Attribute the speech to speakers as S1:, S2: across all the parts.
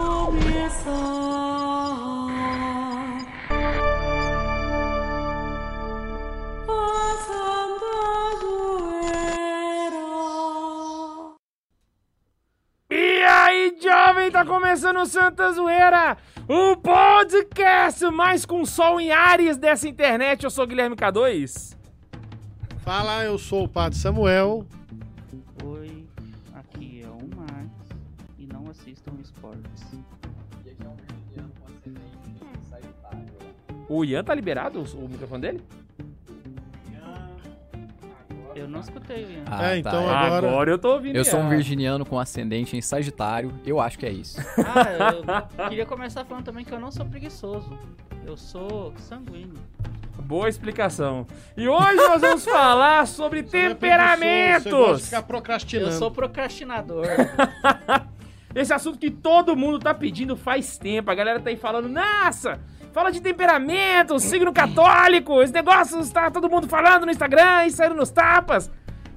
S1: olha só. O sanduajueiro.
S2: E aí, jovem, tá começando o Santa Zoeira, o podcast mais com sol em Ares dessa internet. Eu sou Guilherme K2.
S3: Fala, eu sou o Padre Samuel.
S4: Oi, aqui é o Max e não assistam esportes.
S2: O Ian tá liberado, o, o microfone dele?
S4: Eu não escutei o Ian.
S5: Ah,
S3: É,
S5: tá.
S3: então
S5: É.
S3: Agora-
S2: eu tô ouvindo.
S5: Eu sou um
S2: Ian.
S5: virginiano com ascendente em Sagitário. Eu acho que é isso.
S4: Ah, eu queria começar falando também que eu não sou preguiçoso. Eu sou sanguíneo.
S2: Boa explicação. E hoje nós vamos falar sobre
S3: Você não é preguiçoso, Você gosta de
S2: temperamentos.
S3: ficar procrastinando.
S4: Eu sou procrastinador.
S2: Esse assunto que todo mundo tá pedindo faz tempo. A galera tá aí falando, nossa, fala de temperamento, signo católico, esse negócio está todo mundo falando no Instagram e saindo nos tapas.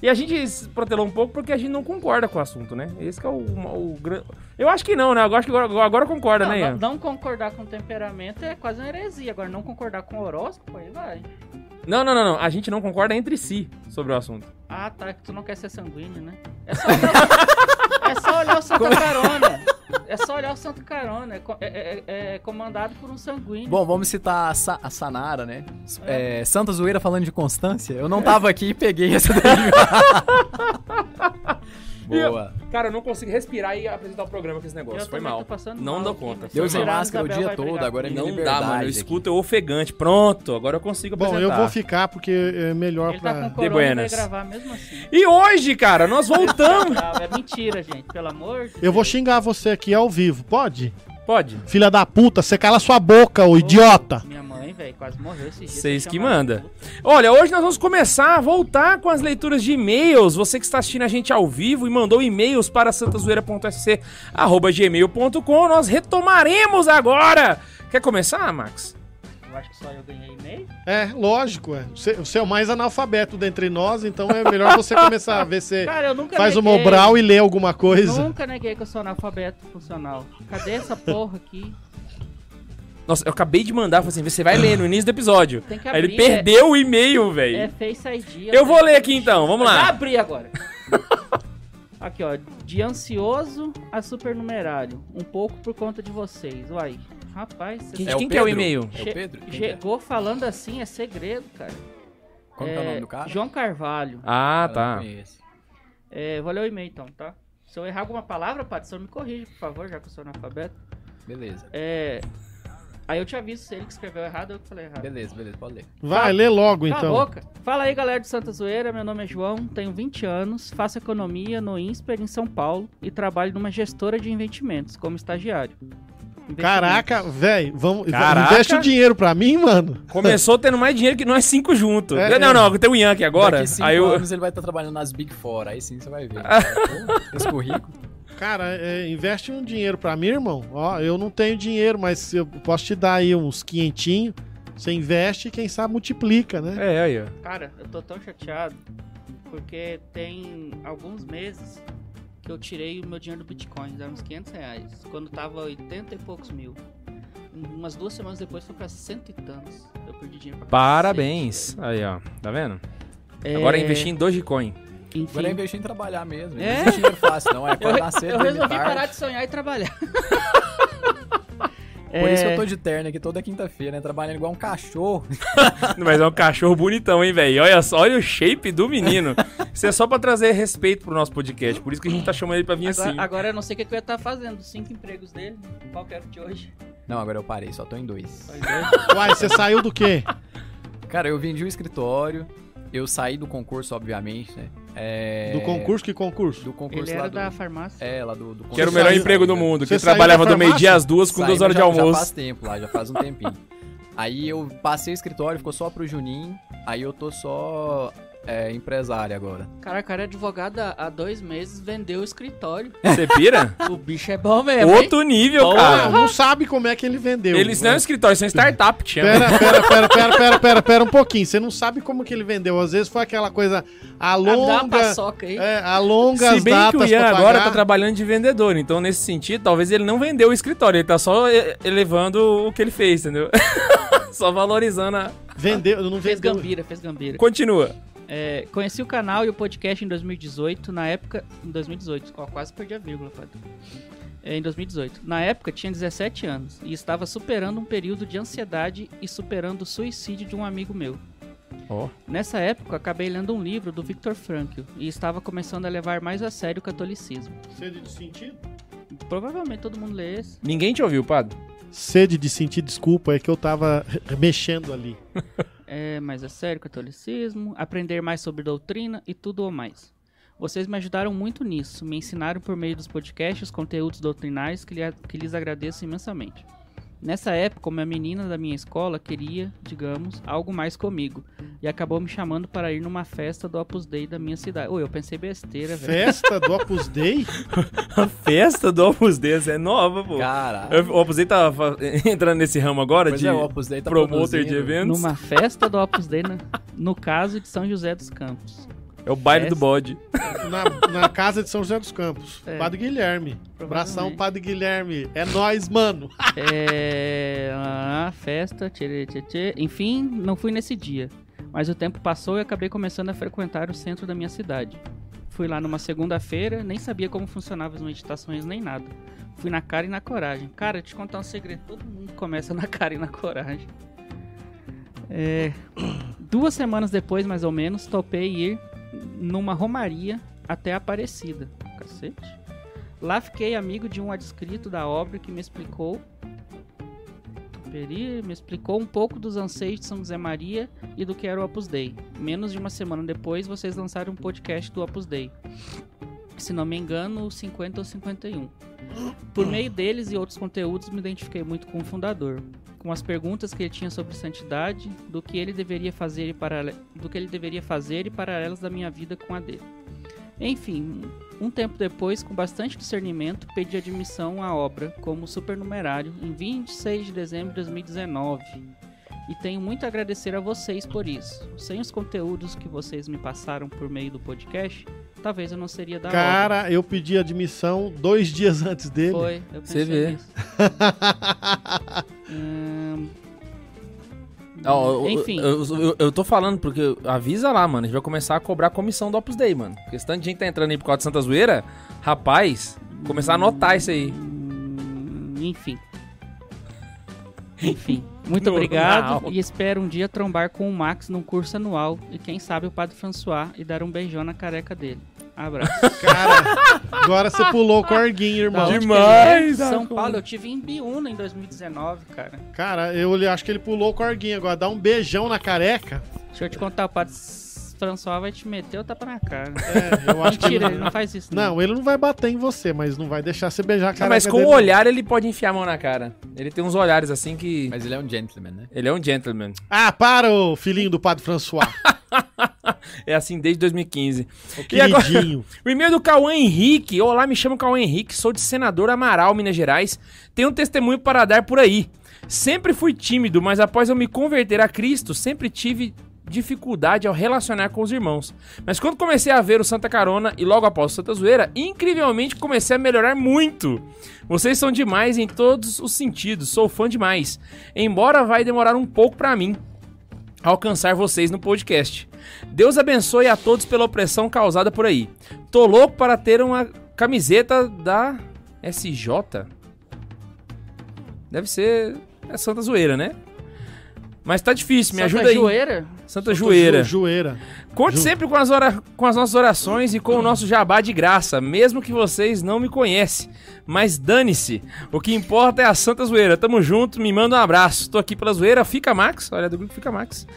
S2: E a gente se protelou um pouco porque a gente não concorda com o assunto, né? Esse que é o, o, gran- Eu acho que não, né? Eu acho que agora, agora concorda,
S4: Não,
S2: né,
S4: não,
S2: Ian?
S4: não concordar com temperamento é quase uma heresia. Agora, não concordar com horóscopo, aí vai.
S2: Não, não, não, não. A gente não concorda entre si sobre o assunto.
S4: Ah, tá, que tu não quer ser sanguíneo, né? É só olhar, o- é só olhar o Santo Carona. É só olhar o Santo Carona. É co- É, é- é comandado por um sanguíneo.
S5: Bom, vamos citar a, Sa- a Sanara, né? S- é, Santa Zoeira falando de Constância. Eu não tava aqui e peguei essa daí. Boa.
S2: Cara, eu não consigo respirar e apresentar o programa com esse negócio.
S4: Eu
S2: Foi
S4: também
S2: mal.
S4: tô passando
S2: não
S4: mal
S2: dou
S4: aqui, né?
S2: conta.
S4: mas-
S2: Foi
S5: Deus
S2: mal.
S5: em
S4: Tirar,
S5: máscara o
S4: Isabel
S5: dia
S4: vai
S5: todo,
S4: brigar
S5: agora é minha
S2: Não dá,
S5: liberdade.
S2: mano. Eu
S5: aqui.
S2: escuto eu ofegante. Pronto, agora eu consigo
S3: Bom,
S2: apresentar.
S3: eu vou ficar porque é melhor
S4: Ele tá
S3: pra.
S4: com corona e vai
S2: Buenas.
S4: gravar mesmo assim.
S2: E hoje, cara, nós voltamos.
S4: Não, é mentira, gente. Pelo amor de
S3: Eu vou
S4: Deus.
S3: xingar você aqui ao vivo, pode?
S2: Pode.
S3: Filha da puta, você cala sua boca, ô um idiota!
S4: Minha mãe, velho, quase morreu esse dia.
S2: Vocês
S4: Tem
S2: que
S4: chamar
S2: manda.
S4: de puta.
S2: Olha, hoje nós vamos começar a voltar com as leituras de e-mails. Você que está assistindo a gente ao vivo e mandou e-mails para santazoeira.sc@gmail.com, nós retomaremos agora. Quer começar, Max?
S4: Eu acho que só eu ganhei e-mail.
S3: É, lógico, é. Você, você é o mais analfabeto dentre nós, então é melhor você começar a ver se
S4: Cara, eu nunca
S3: faz o
S4: neguei.
S3: Mobral e lê alguma coisa.
S4: Nunca neguei que eu sou analfabeto funcional. Cadê essa porra aqui?
S2: Nossa, eu acabei de mandar, falei assim, você vai ler no início do episódio.
S4: Tem que
S2: Aí
S4: abrir.
S2: ele perdeu o e-mail,
S4: É, é
S2: velho.
S4: Face ID.
S2: Eu vou ler aqui então, vamos
S4: né? Vai
S2: lá.
S4: abrir agora. Aqui, ó. De ansioso a supernumerário. Um pouco por conta de vocês. Uai, rapaz, você
S2: Quem,
S5: É o
S2: quem que é o
S5: Pedro?
S2: e-mail?
S5: É o Pedro? Quem que é?
S4: chegou falando assim, é segredo, cara.
S5: Como que é o nome do cara?
S4: João Carvalho.
S2: Ah,
S5: Eu não
S2: tá.
S5: conheço.
S4: É, vou ler o e-mail então, tá? Se eu errar alguma palavra, Paty, o senhor me corrige, por favor, já que eu sou analfabeto.
S5: Beleza.
S4: É. Aí eu te aviso se ele que escreveu errado eu que falei errado.
S5: Beleza, beleza, pode ler.
S3: Vai, lê logo
S4: Cala a
S3: então.
S4: boca. Fala aí, galera do Santa Zoeira. Meu nome é João, tenho 20 anos, faço economia no INSPER em São Paulo e trabalho numa gestora de investimentos como estagiário. Investimentos.
S3: Caraca, velho, vamos.
S2: Caraca.
S3: Investe o dinheiro pra mim, mano.
S2: Começou tendo mais dinheiro que nós cinco juntos.
S3: É,
S2: não,
S3: é.
S2: não, tem o Ian aqui agora.
S5: Daqui cinco
S2: Aí eu...
S5: anos ele vai estar trabalhando nas Big Four. Aí sim você vai ver. Esse currículo.
S3: Cara, é, investe um dinheiro pra mim, irmão. Ó, eu não tenho dinheiro, mas eu posso te dar aí uns quinhentinhos. Você investe e quem sabe multiplica, né?
S2: É, aí, ó.
S4: Cara, eu tô tão chateado porque tem alguns meses que eu tirei o meu dinheiro do Bitcoin, era uns 500 reais, quando tava 80 e poucos mil. Umas duas semanas depois foi pra cento e tantos. Eu perdi dinheiro pra
S2: Parabéns. Aí, ó. Tá vendo?
S4: cacete.
S2: Agora
S4: É,
S2: é investir em Dogecoin.
S4: Enfim,
S5: Agora é investir em trabalhar mesmo. Não
S4: É?
S5: existe dinheiro fácil, não. É
S4: eu,
S5: acordar cedo,
S4: eu
S5: dormir
S4: resolvi
S5: tarde.
S4: parar de sonhar e trabalhar.
S5: Por isso que eu tô de terno aqui toda quinta-feira, né? Trabalhando igual um cachorro.
S2: Mas é um cachorro bonitão, hein, velho? Olha só, olha o shape do menino. Isso é só pra trazer respeito pro nosso podcast. Por isso que a gente tá chamando ele pra vir
S4: Agora,
S2: assim.
S4: agora eu não sei o que, que eu ia estar fazendo. Os cinco empregos dele, qual que era o de hoje?
S5: Não, agora eu parei, só tô em dois.
S4: Foi dois.
S3: Uai, você saiu do quê?
S5: Cara, eu vendi o escritório, eu saí do concurso, obviamente, né? É,
S3: Do concurso? Que concurso?
S5: Do concurso
S4: Ele
S5: lá
S4: era
S5: do...
S4: da farmácia.
S5: É, lá do, do
S2: Que era o
S5: concurso.
S2: melhor
S3: Você
S2: emprego do mundo. Que
S3: você
S2: eu
S3: saiu
S2: trabalhava
S3: da
S2: do meio-dia
S3: farmácia?
S2: às duas com
S5: Saí,
S2: duas
S5: mas
S2: horas de
S5: já- Já faz
S2: almoço.
S5: tempo lá, já faz um tempinho. aí eu passei o escritório, ficou só pro Juninho, aí eu tô só é empresária agora.
S4: Cara, a cara é advogada há dois meses, vendeu o escritório.
S2: Você pira?
S4: O bicho é bom mesmo. hein?
S2: Outro nível,
S3: Ah,
S2: cara.
S3: não sabe como é que ele vendeu.
S2: Eles não é um escritório, são startup, que chama.
S3: Pera, pera, pera, pera, pera, pera, pera um pouquinho. Você não sabe como que ele vendeu. Às vezes foi aquela coisa
S4: Ah, Dá uma
S3: alonga,
S4: paçoca aí.
S3: é, alonga
S2: Se
S3: as
S2: bem que o
S3: datas
S2: Ian
S3: pra
S2: agora
S3: pagar.
S2: tá trabalhando de vendedor, então nesse sentido, talvez ele não vendeu o escritório, ele tá só e- elevando o que ele fez, entendeu? só valorizando a.
S3: Vendeu, não
S4: Fez
S3: vendeu.
S4: gambira, fez gambira.
S2: Continua.
S4: É, conheci o canal e o podcast em 2018. Na época. Em 2018. Ó, quase perdi a vírgula, Padre. É, em 2018. Na época tinha 17 anos e estava superando um período de ansiedade e superando o suicídio de um amigo meu.
S2: Ó.
S4: Nessa época, acabei lendo um livro do Viktor Frankl e estava começando a levar mais a sério o catolicismo.
S3: Sede de sentido?
S4: Provavelmente todo mundo lê esse.
S2: Ninguém te ouviu, Padre?
S3: Sede de sentir desculpa, é que eu tava mexendo ali.
S4: É, mais a sério, catolicismo, aprender mais sobre doutrina e tudo ou mais. Vocês me ajudaram muito nisso, me ensinaram por meio dos podcasts, conteúdos doutrinários que, lhe- que lhes agradeço imensamente. Nessa época, uma menina da minha escola queria, digamos, algo mais comigo e acabou me chamando para ir numa festa do Opus Dei da minha cidade. Oi, eu pensei besteira, velho.
S3: Festa do Opus Dei?
S2: A festa do Opus Dei essa é nova, pô.
S5: Caralho.
S2: Eu- O Opus Dei tá fa- entrando nesse ramo agora
S5: Pois
S2: de
S5: é, o Opus Dei tá
S2: promoter de
S5: produzindo.
S2: eventos.
S4: Numa festa do Opus Dei, na- no caso de São José dos Campos.
S2: É o baile do
S4: Festa.
S2: bode.
S3: Na, na casa de São José dos Campos.
S4: É.
S3: Padre Guilherme. Abração,
S4: Provavelmente. Tá
S3: Padre Guilherme. É nós, mano.
S4: É. A festa, tchê, tchê, tchê. enfim, não fui nesse dia. Mas o tempo passou e acabei começando a frequentar o centro da minha cidade. Fui lá numa segunda-feira, nem sabia como funcionavam as meditações nem nada. Fui na cara e na coragem. Cara, te contar um segredo, todo mundo começa na cara e na coragem. É, duas semanas depois, mais ou menos, topei ir numa romaria até Aparecida. Cacete. Lá fiquei amigo de um adscrito da obra que me explicou. Peri me explicou um pouco dos anseios de São José Maria e do que era o Opus Dei. Menos de uma semana depois, vocês lançaram um podcast do Opus Dei. Se não me engano, o 50 ou 51. Por meio deles e outros conteúdos, me identifiquei muito com o fundador, com as perguntas que ele tinha sobre santidade, do que ele deveria fazer e parale- do que ele deveria fazer e paralelas da minha vida com a dele. Enfim, um tempo depois, com bastante discernimento, pedi admissão à obra como supernumerário em 26 de dezembro de 2019. E tenho muito a agradecer a vocês por isso. Sem os conteúdos que vocês me passaram por meio do podcast, talvez eu não seria da obra.
S3: Cara, eu pedi admissão dois dias antes dele.
S4: Foi, eu
S5: Você
S4: pensei
S5: vê.
S4: nisso. Hum,
S2: Não, eu-
S4: Enfim.
S2: Ah, Eu, eu- eu tô falando porque avisa lá, mano. A gente vai começar a cobrar a comissão do Opus Dei, mano. Porque esse tanto de gente tá entrando aí por causa de Santa Zoeira, rapaz, começar a anotar isso aí.
S4: Hum, Enfim. Enfim. Muito
S2: No-
S4: obrigado
S2: não.
S4: e espero um dia trombar com o Max num curso anual e quem sabe o Padre François e dar um beijão na careca dele. Abraço.
S3: Cara, agora você pulou o corguinho,
S4: Da
S3: irmão.
S4: onde que
S2: demais,
S4: ele é?
S2: da
S4: São
S2: conta.
S4: Paulo, eu tive em Biúna em 2019, cara.
S3: Cara, eu olhei- acho que ele pulou o corguinho agora. Dá um beijão na careca.
S4: Deixa eu te contar, o Padre François vai te meter o tapa na cara.
S3: É, eu acho que.
S4: Mentira,
S3: ele-
S4: ele não faz isso.
S3: Não, ele não vai bater em você, mas não vai deixar você beijar a careca.
S2: Ah, Mas com
S3: dele,
S2: o
S3: não.
S2: olhar ele pode enfiar a mão na cara. Ele tem uns olhares assim que.
S5: Mas ele é um gentleman, né?
S2: Ele é um gentleman.
S3: Ah, para, ô filhinho do Padre François.
S2: É assim desde 2015.
S3: Ô,
S2: E agora-
S3: queridinho.
S2: O e-mail do Cauã Henrique. Olá, me chamo Cauã Henrique, sou de Senador Amaral, Minas Gerais. Tenho um testemunho para dar por aí. Sempre fui tímido, mas após eu me converter a Cristo, sempre tive dificuldade ao relacionar com os irmãos. Mas quando comecei a ver o Santa Carona e logo após o Santa Zoeira, incrivelmente comecei a melhorar muito. Vocês são demais em todos os sentidos, sou fã demais. Embora vai demorar um pouco pra mim alcançar vocês no podcast. Deus abençoe a todos pela opressão causada por aí. Tô louco para ter uma camiseta da SJ. Deve ser é Santa Zoeira, né? Mas tá difícil, me ajuda aí.
S4: Joeira?
S2: Santa Joeira.
S3: Ju- Joeira.
S2: Conte
S3: Ju-
S2: sempre com as, ora- com as nossas orações e com o nosso jabá de graça, mesmo que vocês não me conhecem. Mas dane-se, o que importa é a Santa Zoeira. Tamo junto, me manda um abraço. Tô aqui pela zoeira, fica Max, olha do grupo Fica Max.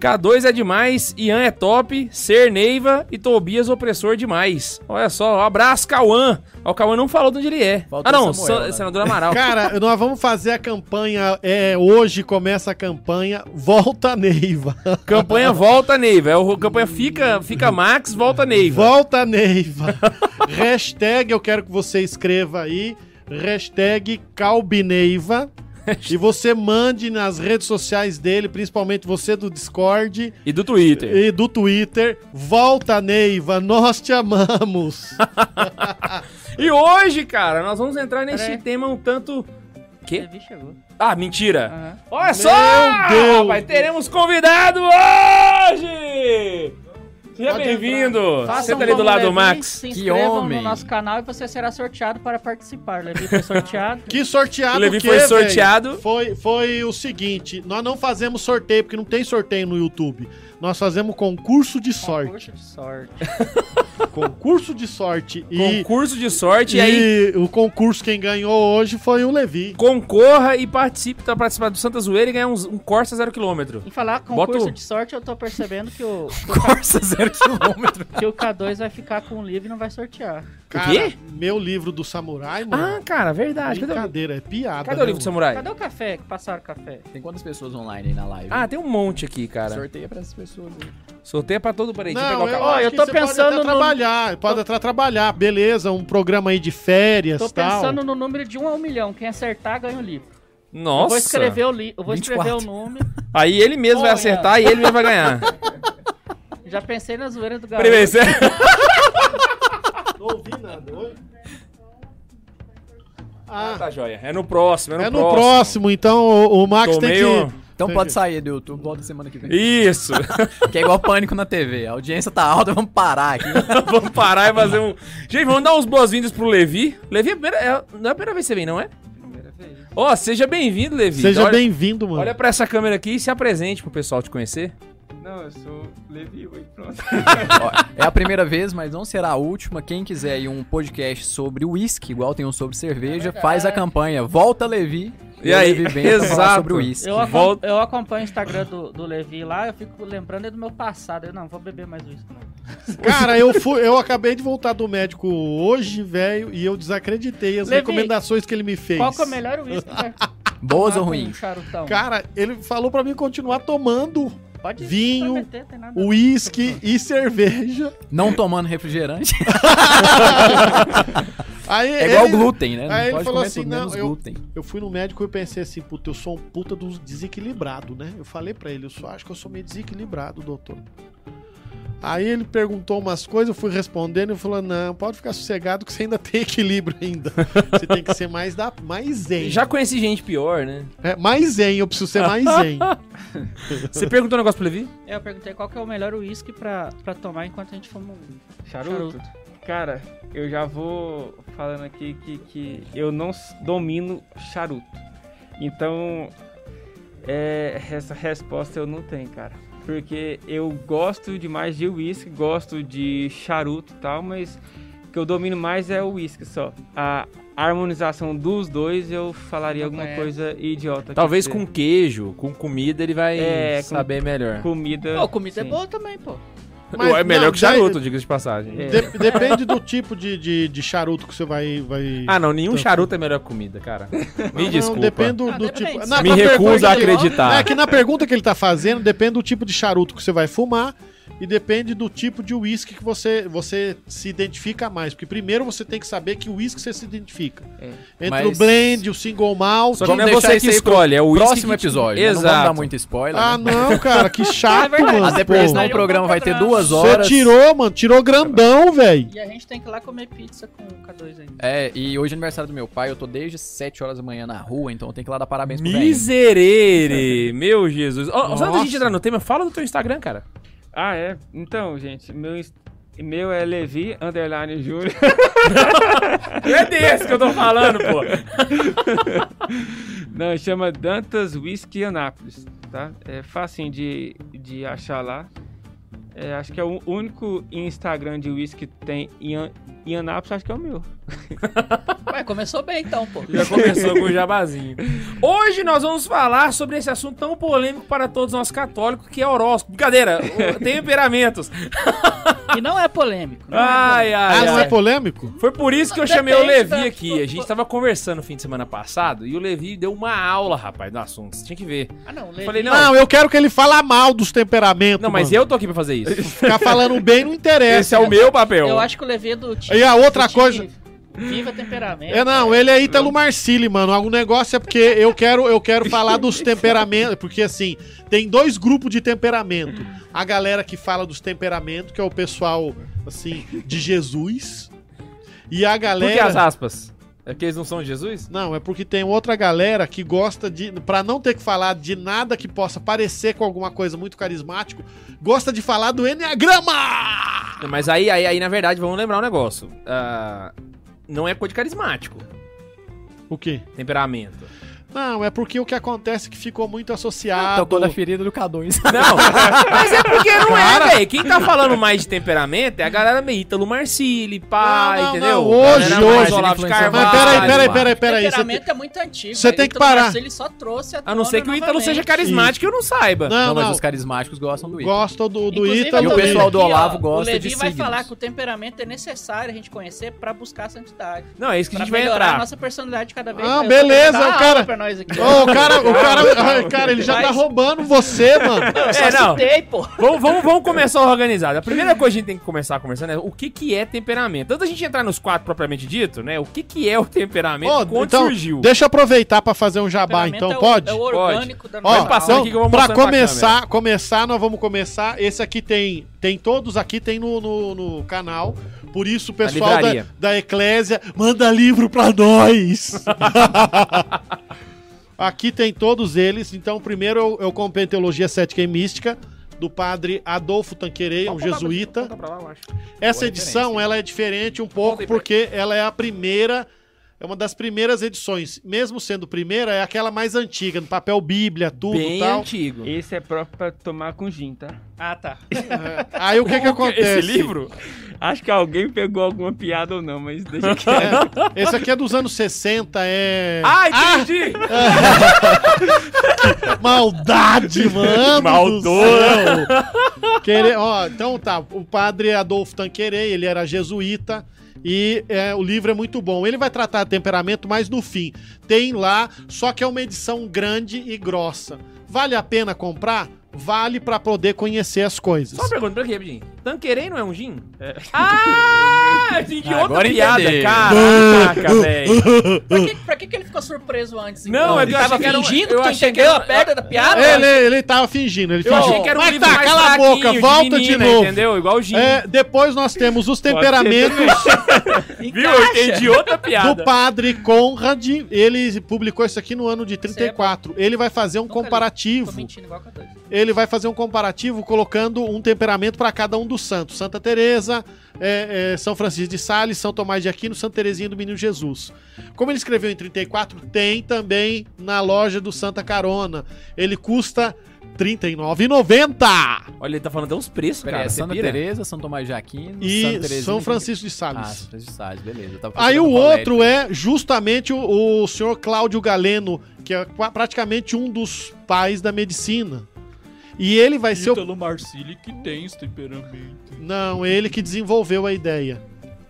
S2: K2 é demais, Ian é top, Ser Neiva e Tobias opressor demais. Olha só, um abraço, Cauã. Ó, O Cauã não falou de onde ele é.
S5: Faltou
S2: ah, não,
S5: Samuel,
S2: Sa-
S5: né?
S2: senador Amaral.
S3: Cara, nós vamos fazer a campanha. É, hoje começa a campanha Volta Neiva.
S2: campanha volta, Neiva. É o campanha fica, fica Max, volta, Neiva.
S3: Volta Neiva. Hashtag, eu quero que você escreva aí. Hashtag Calbineiva. e você mande nas redes sociais dele, principalmente você do Discord
S2: E do Twitter.
S3: e do Twitter. Volta Neiva, nós te amamos.
S2: E hoje, cara, nós vamos entrar nesse
S4: Peraí.
S2: tema um tanto.
S4: A TV chegou.
S2: Ah, mentira!
S4: é Aham.
S2: Olha só!
S3: Deus!
S2: Rapaz, teremos convidado hoje! Seja
S3: Pode
S2: bem-vindo!
S4: Façam
S2: Senta ali do
S4: como
S2: lado do
S4: Levi,
S2: Max.
S4: um Se
S5: Que
S4: inscrevam
S5: homem.
S4: no nosso canal e você será sorteado para participar. Levi foi sorteado.
S3: Que sorteado
S2: O Levi
S3: que,
S2: foi
S3: velho?
S2: sorteado.
S3: Foi, foi o seguinte, nós não fazemos sorteio, porque não tem sorteio no YouTube. Nós fazemos concurso de sorte.
S4: Poxa, de sorte.
S3: Concurso de sorte. E,
S2: Concurso de sorte. E aí,
S3: e o concurso quem ganhou hoje foi o Levi.
S2: concorra e participe pra participar do Santa Zoeira e ganhar uns- um Corsa zero quilômetro.
S4: Em falar
S2: Bota
S4: concurso
S2: o-
S4: de sorte, eu tô percebendo que o,
S5: Corsa zero quilômetro.
S4: que o K2 vai ficar com o livro e não vai sortear.
S3: Cara, meu livro do samurai,
S2: Ah,
S3: mano.
S2: cara, verdade. Cadê, o-
S3: brincadeira, é piada.
S2: cadê
S3: né,
S2: o livro do
S3: mano?
S2: Samurai?
S4: Cadê o café que passaram o café?
S5: Tem quantas pessoas online aí na live?
S2: Ah, tem um monte aqui, cara.
S5: Sorteia pra essas pessoas aí.
S2: Sorteia pra todo... Peraí, deixa eu pegar
S3: Não,
S2: o
S3: eu,
S2: cavalo.
S4: Ó,
S3: acho
S4: eu
S3: que
S4: tô
S3: você pode
S4: pensando
S3: até
S4: no-
S3: trabalhar, pode até trabalhar, beleza, um programa aí de férias
S4: Tô
S3: e tal.
S4: pensando no número de 1 a 1 milhão. Quem acertar ganha o livro.
S2: Nossa!
S4: Eu vou escrever o, li... eu vou escrever o
S5: 24.
S4: nome.
S2: Aí ele mesmo vai
S4: Olha.
S2: acertar e ele mesmo vai ganhar.
S4: Já pensei na zoeira do garoto.
S2: Primeiro, você-
S3: Não ouvi nada. Oi? Ah,
S2: Tá joia. É no próximo, é no
S3: é no
S2: próximo.
S3: próximo, então o, o Max
S2: Tô
S3: tem
S2: meio-
S3: que.
S5: Então pode sair do YouTube, volta semana que vem.
S2: Isso.
S5: Que é igual pânico na TV. A audiência tá alta, vamos parar aqui.
S2: vamos parar e fazer um... Gente, vamos dar uns boas-vindas pro Levi. Levi, é a primeira- é- não é a primeira vez que você vem, não é? Ó, seja bem-vindo, Levi.
S3: Seja
S2: Olha-
S3: bem-vindo, mano.
S2: Olha pra essa câmera aqui e se apresente pro pessoal te conhecer.
S6: Não, eu sou Levi, oi, pronto.
S5: Ó, é a primeira vez, mas não será a última. Quem quiser aí um podcast sobre uísque, igual tem um sobre cerveja, faz a campanha. Volta Levi.
S2: E
S5: o
S2: aí?
S5: Levi vem pra falar
S2: Exato.
S5: sobre uísque.
S4: Eu, acom-
S2: Volta.
S4: eu acompanho o Instagram do, do Levi lá, eu fico lembrando é do meu passado. Eu não, vou beber mais isso não.
S3: Cara, eu fui, eu acabei de voltar do médico hoje, velho, e eu desacreditei as
S4: Levi,
S3: recomendações que ele me fez.
S4: Qual que é o melhor uísque pra
S5: Boas
S4: tomar
S5: ou
S4: com
S5: ruins?
S4: Um charutão?
S3: Cara, ele falou pra mim continuar tomando
S4: Pode
S3: vinho,
S4: prometer, tem nada.
S3: uísque e cerveja.
S5: Não tomando refrigerante.
S3: Aí
S5: É igual
S3: ele-
S5: glúten, né? Não
S3: aí ele
S5: pode
S3: falou
S5: comer
S3: assim,
S5: tudo
S3: não,
S5: menos
S3: eu-
S5: glúten.
S3: Eu fui no médico e eu pensei assim, puta, eu sou um puta do desequilibrado, né? Eu falei pra ele, eu só acho que eu sou meio desequilibrado, doutor. Aí ele perguntou umas coisas, eu fui respondendo e ele falou: não, pode ficar sossegado que você ainda tem equilíbrio ainda. Você tem que ser mais da mais zen.
S2: Já conheci gente pior, né?
S3: É, mais zen, eu preciso ser mais zen.
S2: Você perguntou um negócio pro Levi?
S4: É, Eu perguntei qual que é o melhor uísque pra, pra tomar enquanto a gente fuma um
S6: Charuto? Cara, eu já vou falando aqui que, que eu não s- domino charuto. Então, é, essa resposta eu não tenho, cara. Porque eu gosto demais de uísque, gosto de charuto e tal, mas o que eu domino mais é o uísque só. A harmonização dos dois, eu falaria
S4: Não
S6: alguma
S4: conhece.
S6: coisa idiota.
S2: Talvez
S6: que
S2: com queijo, com comida, ele vai
S6: É, com-
S2: saber melhor.
S6: comida.
S4: Pô, comida é
S6: sim.
S4: boa também, pô.
S3: Mas,
S2: Ué, é melhor
S3: não,
S2: que
S3: daí-
S2: charuto, diga-se de passagem.
S6: É.
S3: De- depende do tipo de, de, de charuto que você vai. vai...
S2: Ah, não, nenhum charuto é melhor que comida, cara. Me
S3: Não,
S2: desculpa.
S3: depende do,
S4: Ah,
S3: do
S4: depende.
S3: tipo.
S2: Me
S3: pra
S2: recuso
S3: pergunta
S2: a
S3: que ele- É
S2: acreditar.
S3: que na pergunta que ele tá fazendo, depende do tipo de charuto que você vai fumar e depende do tipo de uísque que você, você se identifica mais. Porque primeiro você tem que saber que uísque você se identifica. Entre o
S5: Mas-
S3: blend, o single malt.
S2: Só que não é
S5: Vamos deixar
S2: você que
S5: isso aí pro
S2: escolhe, é o uísque
S5: Próximo
S2: que te-
S5: episódio. né? Não vamos dar
S2: Exato.
S5: muito spoiler.
S3: Ah,
S5: né?
S3: não, cara, que
S2: É
S3: chato,
S4: verdade.
S3: mano.
S5: Até porque
S3: pô.
S5: senão o
S4: Aí eu
S5: programa
S4: vou
S5: vai ter
S4: atrás.
S5: duas
S3: Você
S5: horas.
S3: tirou, mano, tirou grandão, velho.
S4: E a gente tem que ir lá comer pizza com o K2 ainda.
S5: É, e hoje é aniversário do meu pai, eu tô desde 7 horas da manhã na rua, então eu tenho que ir lá dar parabéns pro velho.
S2: Miserere, meu Jesus. Ó, só antes da gente
S3: Nossa.
S2: entrar no tema, fala do teu Instagram, cara.
S6: Ah, é? Então, gente, meu, ins- meu é Levi, underline Júlio.
S2: É desse que eu tô falando, pô.
S6: Não, chama Dantas Whisky Anápolis, tá? É facinho de, de achar lá. É, acho que é o único Instagram de whisky que tem em, An- E Anápolis acho que é o meu.
S4: Ué, começou bem então, pô.
S2: Já começou com o jabazinho. Hoje nós vamos falar sobre esse assunto tão polêmico para todos nós católicos, que é horóscopo. Brincadeira, o- temperamentos.
S4: E não é polêmico. Não
S2: Ai, ai,
S3: Ah, não é
S2: ai.
S3: polêmico?
S2: Foi por isso que eu
S4: Depende
S2: chamei o Levi
S4: da-
S2: aqui. A gente tava conversando no fim de semana passado e o Levi deu uma aula, rapaz, no assunto. Você tinha que ver.
S4: Ah, não,
S2: Eu
S4: Levi.
S2: falei, não,
S3: Não, eu quero que ele fale mal dos temperamentos.
S2: não, mas
S3: mano.
S2: eu tô aqui pra fazer isso.
S3: Ficar falando bem não interessa.
S2: Esse é o meu papel.
S4: Eu acho que o Levi é do time.
S3: E a outra
S4: do time
S3: coisa-
S4: Viva temperamento.
S3: É, não, ele é Ítalo Marcilli, mano. Algum negócio é porque eu quero, eu quero falar dos temperamentos. Porque, assim, tem dois grupos de temperamento. A galera que fala dos temperamentos, que é o pessoal, assim, de Jesus. E a
S2: Por que as
S3: galera.
S2: aspas? É que eles não são de Jesus?
S3: Não, é porque tem outra galera que gosta de. Pra não ter que falar de nada que possa parecer com alguma coisa muito carismático, gosta de falar do Enneagrama!
S2: Não, Mas aí, aí, aí, na verdade, vamos lembrar um negócio. Ah, não é coisa de carismático,
S3: O quê?
S2: temperamento.
S3: Não, é porque o que acontece é que ficou muito
S2: Então,
S3: associado.
S5: Tocou na
S2: é
S5: ferida do K2.
S2: Não, mas é porque não é, velho. Quem tá falando mais de temperamento é a galera meio Ítalo Marcilli, pá,
S3: Não, não,
S2: entendeu?
S3: não, hoje,
S2: Galera mais
S5: hoje.
S2: Olavo de
S5: Mas
S2: Carvalho.
S3: Mas peraí, peraí, peraí, peraí. você tem-
S4: temperamento é muito antigo.
S3: Você
S4: velho.
S3: tem que
S4: Ítalo
S3: parar.
S4: Marcelo, Ele só trouxe
S2: A não ser que o Ítalo
S4: novamente.
S2: seja carismático, eu não saiba.
S5: Não,
S3: Não,
S5: mas
S3: Ah, não.
S5: os carismáticos gostam do Ítalo.
S3: Gosta do, do
S4: Inclusive,
S3: Ítalo. né?
S5: E
S4: eu
S5: o
S4: tô vendo
S5: pessoal do
S4: aqui, ó,
S5: Olavo gosta
S4: O Levi
S5: de
S4: vai
S5: signos.
S4: falar que o temperamento é necessário a gente conhecer pra buscar a santidade.
S2: Não, é isso que
S4: Pra
S2: a gente vai
S4: melhorar
S2: entrar.
S4: a nossa personalidade cada vez
S3: Ah,
S4: mais.
S3: beleza,
S4: Dá
S3: o
S4: aula
S3: cara-
S4: Pra nós aqui.
S3: Ô, o cara, o cara, ai, cara, ele já tá
S4: Mas-
S3: roubando você, mano.
S4: Eu só
S2: É, não.
S4: citei,
S3: Tá
S4: pô.
S2: Vamos, vamos, vamos começar organizado. A primeira coisa que a gente tem que começar conversando é o que, que é temperamento. Antes da gente entrar nos quatro propriamente dito, né? O que, que é o temperamento,
S3: Ó,
S2: quando
S3: então,
S2: surgiu.
S3: deixa eu aproveitar pra fazer um jabá,
S4: Temperamento
S3: então,
S4: é o-
S3: pode?
S4: É o orgânico da
S3: Ó,
S2: Vai
S4: nossa
S2: passando
S3: então,
S2: aqui que eu vou
S3: pra
S2: mostrando pra
S3: começar, começar, nós vamos começar. Esse aqui tem, tem todos aqui, tem no, no, no canal. Por isso, o pessoal da,
S2: livraria.
S3: da Eclésia, manda livro pra nós! aqui tem todos eles. Então, primeiro eu, eu comprei Teologia Cética e Mística, do padre Adolfo Tanquerei, um jesuíta.
S2: Volta pra lá, eu acho.
S3: Essa
S5: Boa
S3: edição
S5: referência.
S3: ela é diferente um pouco porque ela é a primeira, é uma das primeiras edições. Mesmo sendo primeira, é aquela mais antiga, no papel Bíblia, tudo e
S2: Bem
S3: um tal.
S2: antigo.
S6: Esse é próprio pra tomar com gin, tá?
S4: Ah, tá.
S3: É. Aí o que que acontece?
S2: Esse
S6: É,
S2: livro?
S6: Acho que alguém pegou alguma piada ou não, mas deixa que...
S3: É, esse aqui é dos anos 60, é
S2: Ah, entendi!
S3: maldade, mano.
S2: Maldoso.
S3: Querer, ó, então tá, o padre Adolfo Tanquerei, ele era jesuíta e é, o livro é muito bom. Ele vai tratar temperamento, mas no fim tem lá, só que é uma edição grande e grossa. Vale a pena comprar? Vale pra poder conhecer as coisas.
S2: Só uma pergunta, peraí, rapidinho. Tanquerei não é um gin? Ah! Gente, que outra
S5: Agora
S2: piada,
S5: entendi.
S2: caraca, velho.
S4: Pra que, pra que que ele ficou surpreso antes? então?
S2: um Não, é
S4: ele
S2: que eu
S4: tava
S2: achei que era um-
S4: fingindo
S2: eu
S4: que tu
S2: achei que
S4: entendeu a
S2: era-
S4: perda da piada? né?
S3: Ele, é ele tava fingindo, ele
S2: Eu
S3: fingiu.
S2: achei que era um
S3: Mas
S2: livro
S3: tá,
S2: mais
S3: cala a boca,
S2: fraquinho, de
S3: volta de,
S2: menina,
S3: novo.
S2: Entendeu? Igual o gin.
S3: É, depois nós temos os
S6: Pode ser
S3: temperamentos
S2: Viu? Eu entendi outra piada.
S3: do padre Conrad. Ele publicou isso aqui no ano de
S2: é
S3: 34. Ele vai fazer um
S4: Nunca li. Tô
S3: comparativo.
S4: mentindo igual com a doida.
S3: ele vai fazer um comparativo colocando um temperamento para cada um dos santos. Santa Teresa, é, é, São Francisco de Sales, São Tomás de Aquino, Santa Teresinha do Menino Jesus. Como ele escreveu em 34, tem também na loja do Santa Carona. Ele custa R$ 39,90.
S2: Olha, ele tá falando até uns preços,
S5: Peraí,
S2: cara.
S5: é
S2: Você
S5: Santa
S2: pira?
S5: Teresa, São Tomás de Aquino, Santa
S3: E
S5: Teresinha.
S3: São Francisco de
S5: Ah,
S3: Sales.
S5: São Francisco de Sales, beleza. Eu tava
S3: Aí
S5: pensando
S3: o
S5: no Paulo
S3: outro é justamente o, o senhor Cláudio Galeno, que é qua- praticamente um dos pais da medicina. E ele vai ser o
S7: Marcili que tem esse temperamento.
S3: Não, ele que desenvolveu a ideia.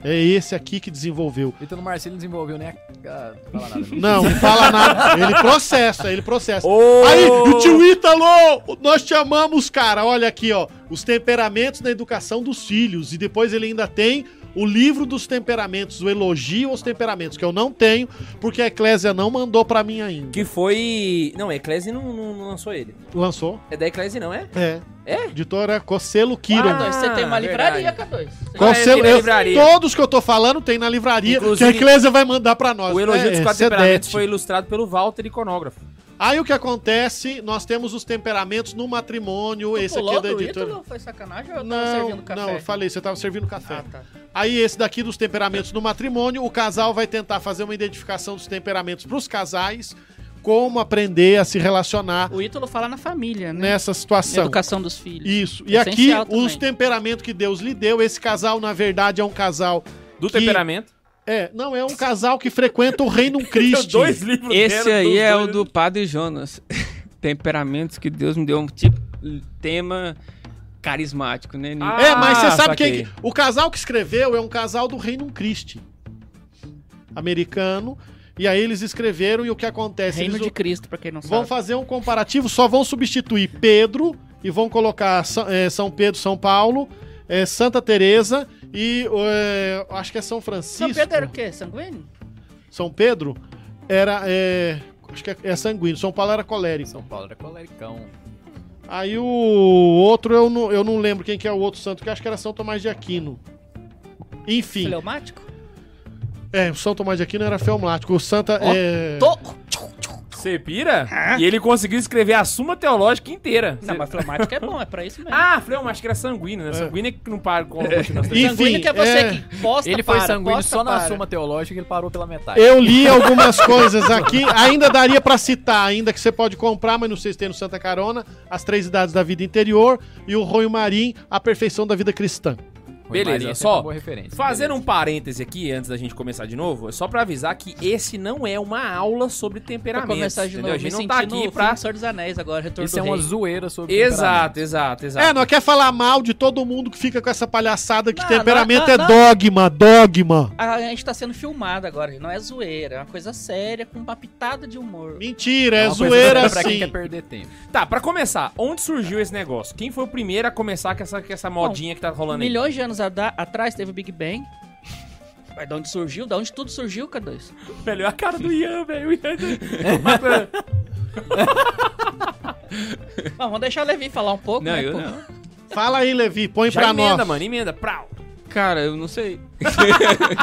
S3: É esse aqui que desenvolveu.
S5: Ítalo Marcelo desenvolveu né, nem a... a- fala nada, não.
S3: Não, não fala nada. Ele processa, ele processa.
S2: Ô!
S3: Aí, o tio Ítalo, nós te amamos, cara. Olha aqui, ó. Os temperamentos na educação dos filhos. E depois ele ainda tem o livro dos temperamentos, o elogio aos temperamentos, que eu não tenho, porque a Eclésia não mandou pra mim ainda.
S2: Que foi... Não, a Eclese não, não- não lançou ele.
S3: Lançou?
S2: É da Eclese não, é?
S3: É.
S2: É?
S3: Editora Cocelo Kira.
S4: K2, você tem uma
S2: Ah,
S4: livraria,
S2: verdade.
S4: K2. Você
S2: Qual-
S4: já-
S3: Conselho-
S2: tem na
S3: eu-
S2: livraria.
S3: todos que eu tô falando tem na livraria,
S2: Inclusive,
S3: que a Eclésia vai mandar pra nós.
S2: O elogio
S3: né?
S2: dos quatro
S3: Sedete.
S2: temperamentos foi ilustrado pelo Walter Iconógrafo.
S3: Aí o que acontece? Nós temos os temperamentos no matrimônio.
S4: Tu
S3: esse aqui
S4: pulou
S3: é da
S4: do
S3: editora.
S4: Ítalo? Foi sacanagem ou eu tava
S3: Não,
S4: servindo café?
S3: não, eu falei, você tava servindo café.
S4: Ah, tá.
S3: Aí esse daqui dos temperamentos no matrimônio, o casal vai tentar fazer uma identificação dos temperamentos pros casais, como aprender a se relacionar
S4: O Ítalo fala na família, né?
S3: nessa situação.
S4: Educação dos filhos.
S3: Isso. E aqui,
S4: Essencial também.
S3: os temperamentos que Deus lhe deu, esse casal, na verdade, é um casal
S2: Do
S3: Que-
S2: temperamento.
S3: É, não, é um casal que frequenta o Reino Cristo.
S2: livros
S6: Esse
S2: dela,
S6: aí
S2: dos
S6: é
S2: dois.
S6: o do Padre Jonas. Temperamentos que Deus me deu um tipo tema carismático, né? Nico?
S2: Ah,
S3: É, mas você sabe
S2: saquei.
S3: quem. que- O casal que escreveu é um casal do Reino Christi. Americano. E aí eles escreveram e o que acontece?
S4: Reino
S3: eles
S4: de Cristo, pra quem não
S3: vão
S4: sabe.
S3: fazer um comparativo, só vão substituir Pedro e vão colocar Sa- eh, São Pedro, São Paulo, eh, Santa Teresa e eh, acho que é São Francisco.
S4: São Pedro era o quê? Sanguíneo?
S3: São Pedro era. eh, acho que é- é sanguíneo. São Paulo era colérico.
S5: São Paulo era colericão.
S3: Aí o outro, eu não, eu não lembro quem que é o outro santo, que eu acho que era São Tomás de Aquino. Enfim,
S4: Fleumático?
S3: é, o São Tomás de Aquino era felmático. O Santa é.
S4: Toco!
S2: Você pira? E ele conseguiu escrever a Suma Teológica inteira.
S4: Não, mas fleumático é bom, é pra isso mesmo.
S2: Ah, Freão, acho que era sanguíneo, né? Sanguíneo é que não para com continua sendo.
S3: Enfim,
S4: sanguíneo que é você
S3: é,
S4: que posta,
S5: Ele foi
S4: para,
S5: sanguíneo
S4: posta,
S5: só na
S4: para.
S5: soma teológica e ele parou pela metade.
S3: eu li algumas coisas aqui, ainda daria pra citar, ainda que você pode comprar, mas não sei se tem no Santa Carona, As Três Idades da Vida Interior e o Ronho Marim, A Perfeição da Vida Cristã.
S5: Foi
S2: Beleza, só
S5: Maria, sempre uma boa referência.
S2: Fazendo um parêntese aqui, antes da gente começar de novo, é só pra avisar que esse não é uma aula sobre
S4: Pra
S2: temperamento.
S4: começar de novo,
S2: A
S4: me
S2: gente não
S4: sentindo
S2: tá aqui
S4: o
S2: pra.
S4: filme Senhor dos Anéis agora, Retorno
S5: Isso
S4: do
S5: é uma
S4: Rei.
S5: zoeira sobre
S2: Exato, exato, exato.
S3: É, não quer falar mal de todo mundo que fica com essa palhaçada que
S4: Não,
S3: temperamento
S4: não, não.
S3: é dogma, dogma.
S4: A gente tá sendo filmado agora, não é zoeira, é uma coisa séria, com uma pitada de humor.
S3: Mentira, é,
S5: temperamento. uma coisa
S3: zoeira
S5: Pra quem
S3: sim.
S5: quer perder tempo.
S2: Tá, pra começar, onde surgiu esse negócio? Quem foi o primeiro a começar com essa, com essa modinha que tá rolando aí?
S4: Milhões de anos ada- atrás teve o Big Bang. Mas de onde surgiu? De onde tudo surgiu, K2?
S2: Velho, é a cara do Ian, tá- velho. o Ian-
S4: Bom, vamos deixar o Levi falar um pouco,
S6: Não,
S4: né,
S6: eu
S4: pô?
S6: não.
S3: Fala aí, Levi, põe
S2: Já
S3: pra
S2: emenda,
S3: nós.
S2: mano, emenda. Prau.
S6: Cara, eu não sei.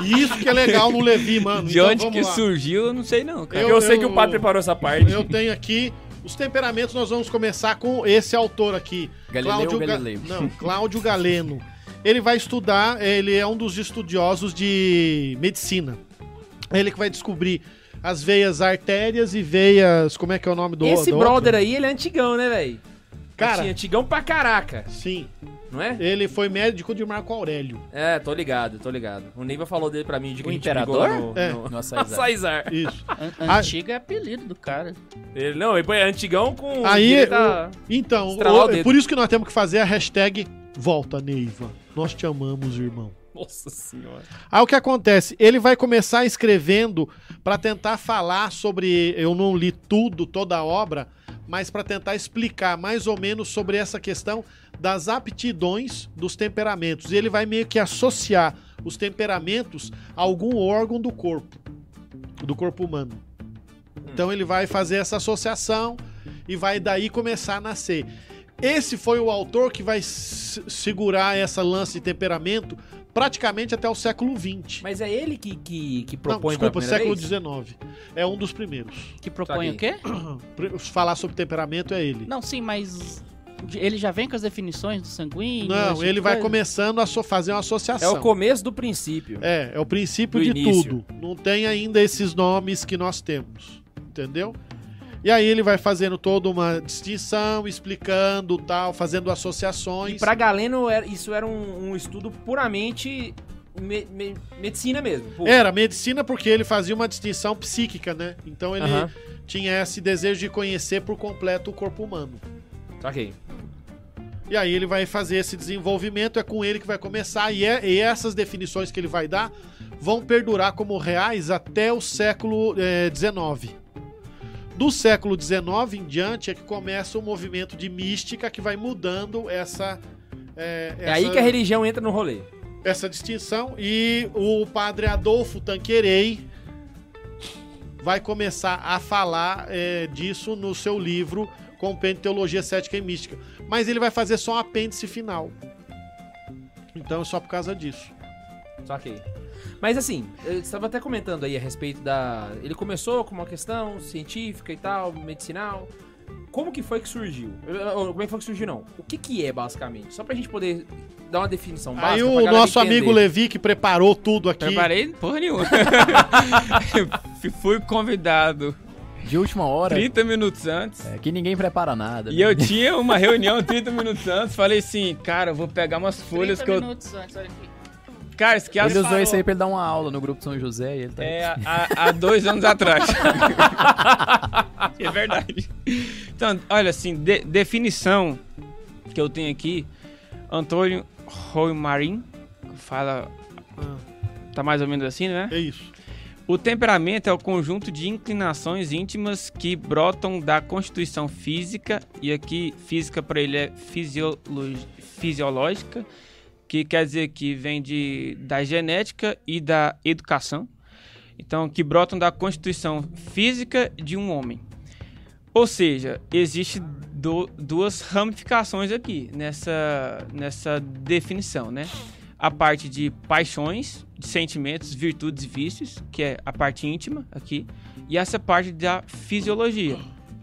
S3: Isso que é legal no Levi, mano.
S6: De
S3: Então,
S6: onde
S3: vamos
S6: que
S3: lá.
S6: surgiu, eu não sei não, cara.
S2: Eu,
S3: Eu-
S2: sei
S3: eu-
S2: que o padre preparou essa parte.
S3: Eu tenho aqui os temperamentos, nós vamos começar com esse autor aqui.
S5: Galileu
S3: Cláudio
S5: Galilei?
S3: Não, Cláudio Galeno. Ele vai estudar, ele é um dos estudiosos de medicina. Ele que vai descobrir as veias artérias e veias... Como é que é o nome do
S2: Esse
S3: do
S2: brother aí, ele é antigão, né, velho?
S3: Cara.
S2: Anti- Assim, Antigão pra caraca,
S3: outro? Sim,
S2: não é?
S3: ele foi médico de Marco Aurélio.
S2: É, tô ligado, tô ligado. O Neiva falou dele pra mim de que
S4: O
S2: a gente
S4: imperador?
S2: brigou no,
S3: É.
S2: no...
S5: Nossa, exato.
S2: Saizar.
S3: Isso.
S4: An-
S3: Ah.
S4: Antiga é apelido do cara.
S2: Ele, não, ele é antigão com...
S3: Aí,
S2: ele tá-
S3: Então,
S2: Estralar
S3: o-
S2: o dedo.
S3: por isso que nós temos que fazer a hashtag Volta, Neiva. Nós te amamos, irmão.
S2: Nossa senhora.
S3: Aí o que acontece? Ele vai começar escrevendo para tentar falar sobre. Eu não li tudo, toda a obra, mas para tentar explicar mais ou menos sobre essa questão das aptidões dos temperamentos. E ele vai meio que associar os temperamentos a algum órgão do corpo, do corpo humano. Então ele vai fazer essa associação e vai daí começar a nascer. Esse foi o autor que vai se- segurar essa lance de temperamento praticamente até o século XX.
S2: Mas é ele que, que, que
S3: Não,
S2: propõe pela
S3: desculpa,
S2: primeira
S3: século
S2: vez?
S3: XIX. É um dos primeiros.
S4: Que
S2: Saquei.
S4: propõe o quê?
S3: Pri- Falar sobre temperamento é ele.
S4: Não, sim, mas ele já vem com as definições do sanguíneo? esse
S3: Não,
S4: tipo
S3: ele
S4: de
S3: vai
S4: coisa?
S3: começando a so- fazer uma
S2: É
S3: associação.
S2: o começo do princípio.
S3: É, é o princípio
S2: Do
S3: de
S2: início.
S3: tudo. Não tem ainda esses nomes que nós temos, entendeu? E aí ele vai fazendo toda uma distinção, explicando tal, fazendo associações.
S2: E pra Galeno, era- isso era um, um estudo puramente me- me- medicina mesmo. pô.
S3: Era medicina porque ele fazia uma distinção psíquica, né? Então ele
S2: Aham.
S3: tinha esse desejo de conhecer por completo o corpo humano.
S2: Saquei.
S3: E aí ele vai fazer esse desenvolvimento, é com ele que vai começar, e, é- e essas definições que ele vai dar vão perdurar como reais até o século XIX. Do século XIX em diante é que começa o movimento de mística que vai mudando essa. É,
S2: É aí
S3: essa-
S2: que a religião entra no rolê.
S3: essa distinção e o padre Adolfo Tanquerei vai começar a falar é, disso no seu livro Compêndio de Teologia Cética e Mística. Mas ele vai fazer só um apêndice final. Então é só por causa disso.
S2: Saquei. Mas assim, eu estava até comentando aí a respeito da. Ele começou com uma questão científica e tal, medicinal. Como que foi que surgiu? Ou Como é que foi que surgiu, não? O que que é, basicamente? Só pra gente poder dar uma definição básica.
S3: Aí
S2: pra
S3: o
S2: galera
S3: nosso
S2: entender.
S3: amigo Levi, que preparou tudo aqui.
S6: Preparei porra nenhuma. Eu Fui convidado
S5: De última hora,
S6: 30 minutos antes.
S5: é, que ninguém prepara nada.
S6: E
S5: né?
S6: eu tinha uma reunião 30 minutos antes, falei assim, cara, eu vou pegar umas folhas que
S4: 30
S6: eu
S4: minutos antes, olha aqui.
S8: Cara, esse que
S5: Ele usou isso aí pra ele dar uma aula no grupo São José e ele tá.
S8: É, há, há dois anos atrás. é verdade. Então, olha assim, de- definição que eu tenho aqui, Antônio Roy Marim, fala, tá mais ou menos assim, né?
S3: É isso.
S8: O temperamento é o conjunto de inclinações íntimas que brotam da constituição física, e aqui física para ele é fisiolo- fisiológica, que quer dizer que vem de, da genética e da educação. Então, que brotam da constituição física de um homem. Ou seja, existe do- duas ramificações aqui nessa, nessa definição, né? A parte de paixões, de sentimentos, virtudes e vícios, que é a parte íntima aqui, e essa parte da fisiologia.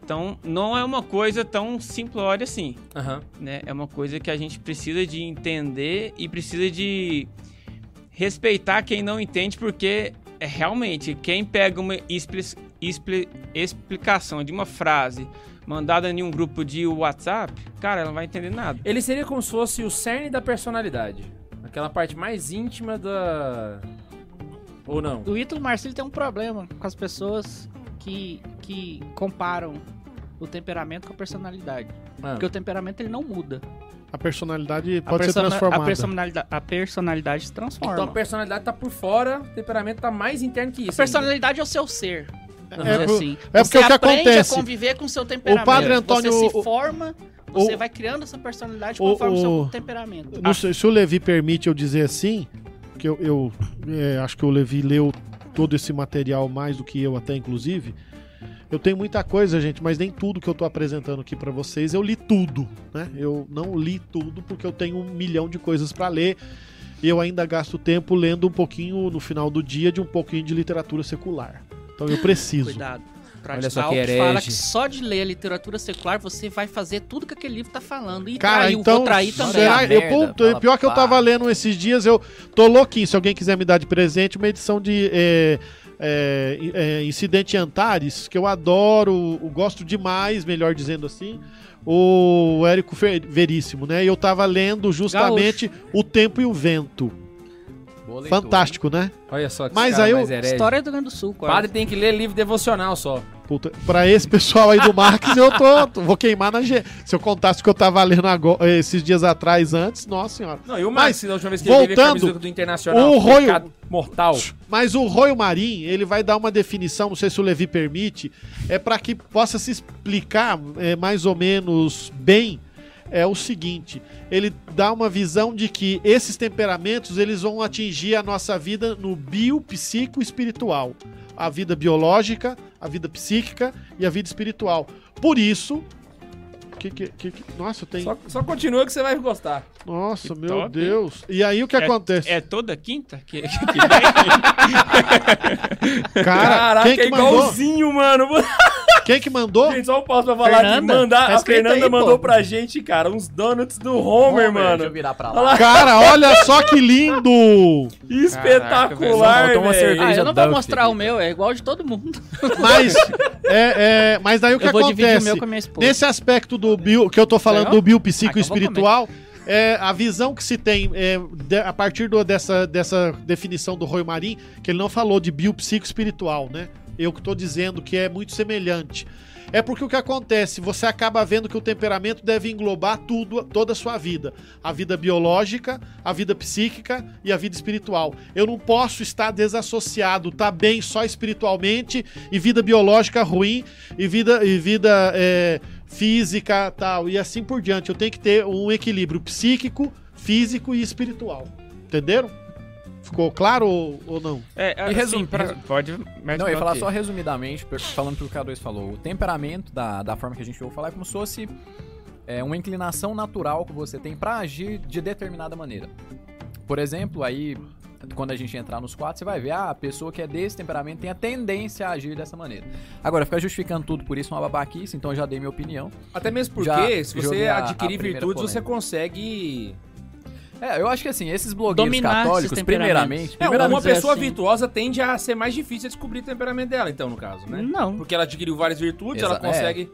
S8: Então, não é uma coisa tão simplória assim
S2: Aham.
S8: né? É uma coisa que a gente precisa de entender e precisa de respeitar quem não entende, porque é, realmente quem pega uma expli- expli- explicação de uma frase mandada em um grupo de WhatsApp, cara, ela não vai entender nada.
S2: Ele seria como se fosse o cerne da personalidade. Aquela parte mais íntima da. Ou não?
S4: O Ítalo Marcílio tem um problema com as pessoas que, que comparam o temperamento com a personalidade.
S2: Ah.
S4: Porque o temperamento ele não muda.
S3: A personalidade
S4: A
S3: pode ser
S4: persona-
S3: transformada.
S4: A personalidade, a personalidade se transforma.
S2: Então a personalidade tá por fora, o temperamento tá mais interno que
S4: A
S2: isso. ainda.
S4: personalidade é o seu ser. vamos dizer
S3: pro-
S4: assim.
S3: é
S4: Você
S3: porque o que
S4: aprende
S3: acontece?
S4: a conviver com o seu temperamento.
S3: padre Antônio-
S4: Você se
S3: o-
S4: forma, você
S3: o-
S4: vai criando essa personalidade
S3: o-
S4: conforme o,
S3: o-
S4: seu temperamento. Ah,
S3: Não sei, se o Levi permite eu dizer assim, que eu, eu, é, acho que o Levi leu todo esse material mais do que eu até, inclusive. Eu tenho muita coisa, gente, mas nem tudo que eu tô apresentando aqui pra vocês eu li tudo, né? Eu não li tudo porque eu tenho um milhão de coisas pra ler. E eu ainda gasto tempo lendo um pouquinho no final do dia de um pouquinho de literatura secular. Então eu preciso.
S4: Cuidado.
S2: Olha só
S4: Pratical
S2: que
S4: que fala
S2: herege.
S4: que só de ler a literatura secular você vai fazer tudo que aquele livro tá falando. E
S3: Cara,
S4: traiu,
S3: então.
S4: vou trair também. Ah,
S3: será-
S5: Merda,
S3: eu, ponto-
S5: fala
S3: pior que eu
S5: pá.
S3: tava lendo esses dias, eu tô louquinho. Se alguém quiser me dar de presente, uma edição de é, é, é, Incidente em Antares, que eu adoro, eu gosto demais, melhor dizendo assim. O Érico Fer- Veríssimo, né? E eu tava lendo justamente O Tempo e o Vento.
S5: Boa leitura.
S3: Fantástico, né?
S2: Olha só que
S3: Mas
S2: esse cara
S3: aí eu-
S2: mais herege.
S4: História do Rio Grande do Sul, é?
S2: O
S4: quase.
S2: padre tem que ler livro devocional só.
S3: Puta, pra esse pessoal aí do Marques, eu tô, tô- Vou queimar na G. Se eu contasse o que eu tava lendo agora- esses dias atrás, antes, nossa senhora.
S2: Não, e o
S3: Mas,
S2: Max, da última vez que ele teve a
S3: voltando,
S2: camisa do Internacional,
S3: o Royo-
S2: pecado mortal.
S3: Mas o Roy Marim, ele vai dar uma definição, não sei se o Levi permite, é para que possa se explicar é, mais ou menos bem é o seguinte, ele dá uma visão de que esses temperamentos eles vão atingir a nossa vida no bio, psico e espiritual. A vida biológica, a vida psíquica e a vida espiritual. Por isso... Que, que, que, que- nossa, tem...
S2: Só, só continua que você vai gostar.
S3: Nossa,
S8: que
S3: meu
S8: top, hein?
S3: Deus. E aí o que acontece?
S8: É toda quinta que, que
S3: Cara,
S2: Caraca,
S3: quem
S2: é
S3: que mandou?
S2: igualzinho, mano.
S3: Quem que mandou?
S2: Gente, só um pause pra falar
S4: Fernanda?
S2: que mandar,
S4: Tá
S2: a
S4: escrito
S2: Fernanda
S4: aí, pô.
S2: mandou pra gente, cara, uns donuts do Homer,
S5: Deixa eu
S2: mano.
S5: virar pra
S2: Olha
S5: lá.
S2: lá,
S3: Cara, olha só que lindo!
S2: espetacular,
S5: Faltou uma
S2: velho.
S5: cerveja.
S4: Ah, eu não vou
S5: Duff.
S4: mostrar o meu, é igual de todo mundo.
S3: Mas, é, é, mas daí o que
S4: eu vou dividir o
S3: acontece?
S4: meu com a minha esposa.
S3: Nesse aspecto do bio, que eu tô falando do bio psico
S4: Ah, então vou
S3: espiritual, é, a visão que se tem é, de- a partir do- dessa, dessa definição do Roy Marim, que ele não falou de bio psico espiritual, né? Eu que tô dizendo que é muito semelhante. É porque o que acontece? Você acaba vendo que o temperamento deve englobar tudo, toda a sua vida. A vida biológica, a vida psíquica e a vida espiritual. Eu não posso estar desassociado, tá bem só espiritualmente e vida biológica ruim e vida, e vida é, física tal. E assim por diante. Eu tenho que ter um equilíbrio psíquico, físico e espiritual. Entenderam? Ficou claro ou, ou não?
S8: É,
S5: E resum-
S8: pra-
S5: resu-
S8: Pode, mas
S5: Não, eu ia
S8: pode
S5: falar
S8: ter.
S5: só resumidamente, per- falando pro que o K2 falou. O temperamento, da, da forma que a gente ouve falar, é como se fosse é, uma inclinação natural que você tem pra agir de determinada maneira. Por exemplo, aí, quando a gente entrar nos quatro, você vai ver, ah, a pessoa que é desse temperamento tem a tendência a agir dessa maneira. Agora, ficar justificando tudo por isso é uma babaquice, então eu já dei minha opinião.
S2: Ah, Até mesmo
S5: Já
S2: porque, se você
S5: joguei a- a
S2: adquirir
S5: primeira
S2: virtudes, você
S5: polêmica.
S2: consegue...
S5: É, eu acho que assim, esses blogueiros
S4: Dominar esses
S5: católicos,
S4: temperamentos.
S5: primeiramente...
S2: É,
S5: primeiramente
S2: uma
S4: dizer
S2: pessoa
S4: assim.
S2: virtuosa tende a ser mais difícil de descobrir o temperamento dela, então, no caso, né?
S4: Não.
S2: Porque ela adquiriu várias virtudes,
S5: Exa-
S2: ela consegue...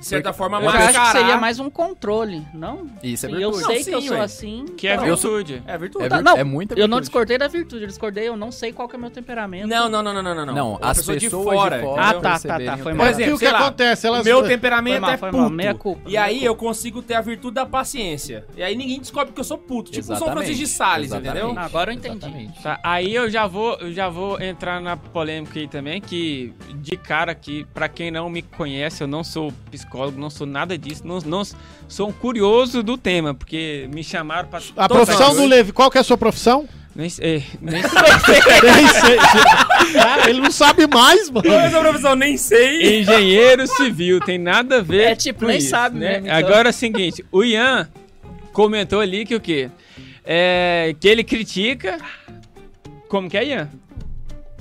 S2: De certa forma,
S4: Eu acho que
S2: mascarar.
S4: seria mais um controle, não?
S5: Isso é
S4: Sim, eu
S5: virtude.
S2: Não,
S4: sei que eu
S2: sim,
S4: sou
S2: ué.
S4: assim.
S9: Que é
S4: então-
S9: virtude.
S2: É virtude.
S5: É,
S4: Tá,
S5: vir-
S4: não,
S5: é muita
S4: Eu não
S5: virtude.
S4: discordei da virtude, eu discordei, eu não sei qual que é o meu temperamento.
S2: Não, não, não, não, não, não.
S5: Não,
S2: É Uma
S5: as
S2: pessoa
S5: pessoas
S2: de fora.
S4: Ah, tá,
S5: eu
S4: tá,
S5: receberem
S4: tá,
S5: o
S4: foi
S5: tempo.
S2: mal.
S5: Por
S2: Sei
S3: E
S5: exemplo,
S3: o que
S2: lá,
S3: acontece? Elas...
S2: Meu temperamento
S4: Foi mal,
S2: é
S4: foi
S2: puto.
S4: mal, meia culpa,
S2: E
S4: meia
S2: aí eu consigo ter a virtude da paciência. E aí ninguém descobre que eu sou puto. Tipo o São Francisco de Sales, entendeu?
S5: Ah,
S4: Não, agora eu entendi.
S5: Exatamente.
S8: Tá, aí eu já vou, eu já vou entrar na polêmica aí também, que de cara aqui, pra quem não me conhece, eu não sou psicólogo, não sou nada disso, não, não sou um curioso do tema, porque me chamaram pra...
S3: A profissão do Levi, qual que é a sua profissão?
S8: Nem sei, nem sei.
S3: Nem sei, gente. Cara, ele não sabe mais, mano.
S2: Mas a profissão nem sei.
S8: engenheiro civil, tem nada a ver
S4: É, tipo,
S8: com
S4: nem
S8: isso,
S4: sabe
S8: né?
S4: mesmo, então.
S8: Agora é o seguinte, o Ian comentou ali que o quê? É, que ele critica... Como que é, Ian?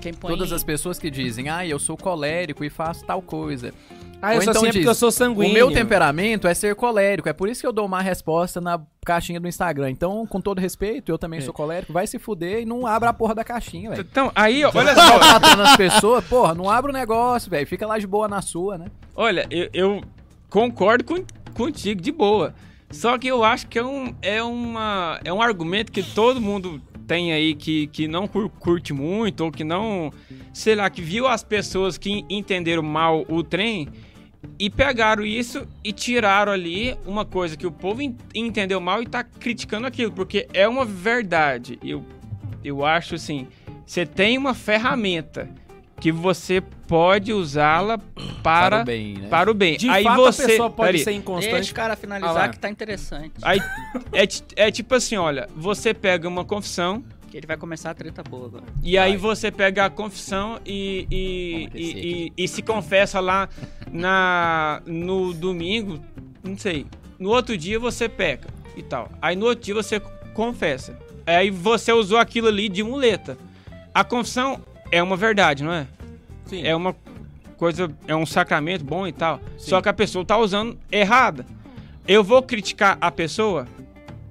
S4: Quem põe
S5: Todas as pessoas que dizem, ah, eu sou colérico e faço tal coisa.
S2: Ah, eu
S5: Ou
S2: sou
S5: então
S2: assim é porque
S5: diz,
S2: eu sou
S5: O
S2: sanguíneo.
S5: meu temperamento é ser colérico, é por isso que eu dou uma resposta na caixinha do Instagram. Então, com todo respeito, eu também sou colérico, vai se fuder e não abra a porra da caixinha, velho.
S8: Então, aí, ó, olha
S5: Tá
S8: só.
S5: tratando as pessoas, porra, não abre o negócio, velho. Fica lá de boa na sua, né?
S8: Olha, eu, eu concordo com, contigo de boa. Só que eu acho que é um, é uma, é um argumento que todo mundo tem aí que, que não cur- curte muito, ou que não. Sei lá, que viu as pessoas que entenderam mal o trem e pegaram isso e tiraram ali uma coisa que o povo en- entendeu mal e tá criticando aquilo, porque é uma verdade. Eu, eu acho assim: você tem uma ferramenta que você pode usá-la para
S5: o bem, né?
S8: para o bem.
S2: De
S8: aí
S2: fato,
S8: você.
S2: a pessoa pode
S8: peraí.
S2: ser
S4: Deixa
S2: inconstante.
S4: o cara
S8: Ah lá.
S4: finalizar que tá interessante.
S8: Aí, é, ti- é tipo assim: olha, você pega uma confissão,
S4: Que ele vai começar a treta boa agora.
S8: e aí você pega a confissão e, e,
S5: Vamos aquecer
S8: e, e- e se confessa lá na, no domingo, não sei. No outro dia você peca e tal. Aí no outro dia você confessa. Aí você usou aquilo ali de muleta. A confissão é uma verdade, não é?
S2: Sim.
S8: é uma coisa, é um sacramento bom e tal. Só que a pessoa tá usando errada. Eu vou criticar a pessoa?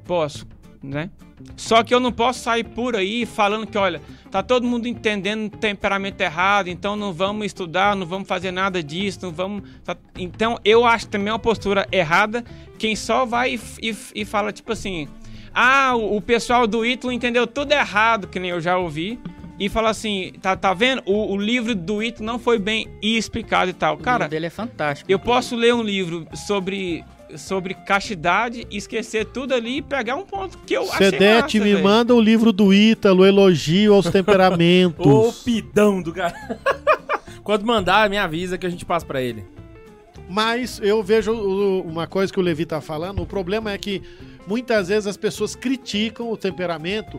S8: Posso, né? Só que eu não posso sair por aí falando que, olha, tá todo mundo entendendo o temperamento errado, então não vamos estudar, não vamos fazer nada disso, não vamos. tá- Então eu acho também uma postura errada quem só vai e, f- e f- e fala, tipo assim. Ah, o, o pessoal do Ítalo entendeu tudo errado, que nem eu já ouvi. E fala assim, tá, tá vendo? O, o livro do Ítalo não foi bem explicado e tal.
S4: o
S8: Cara,
S4: livro dele é fantástico.
S8: eu posso ler um livro sobre, sobre castidade, esquecer tudo ali e pegar um ponto que eu achei
S3: Sedete,
S8: massa,
S3: me
S8: velho.
S3: manda o livro do Ítalo, elogio aos
S2: O
S3: temperamentos.
S2: pidão do cara. Quando mandar, me avisa que a gente passa pra ele.
S3: Mas eu vejo o- uma coisa que o Levi tá falando, o problema é que muitas vezes as pessoas criticam o temperamento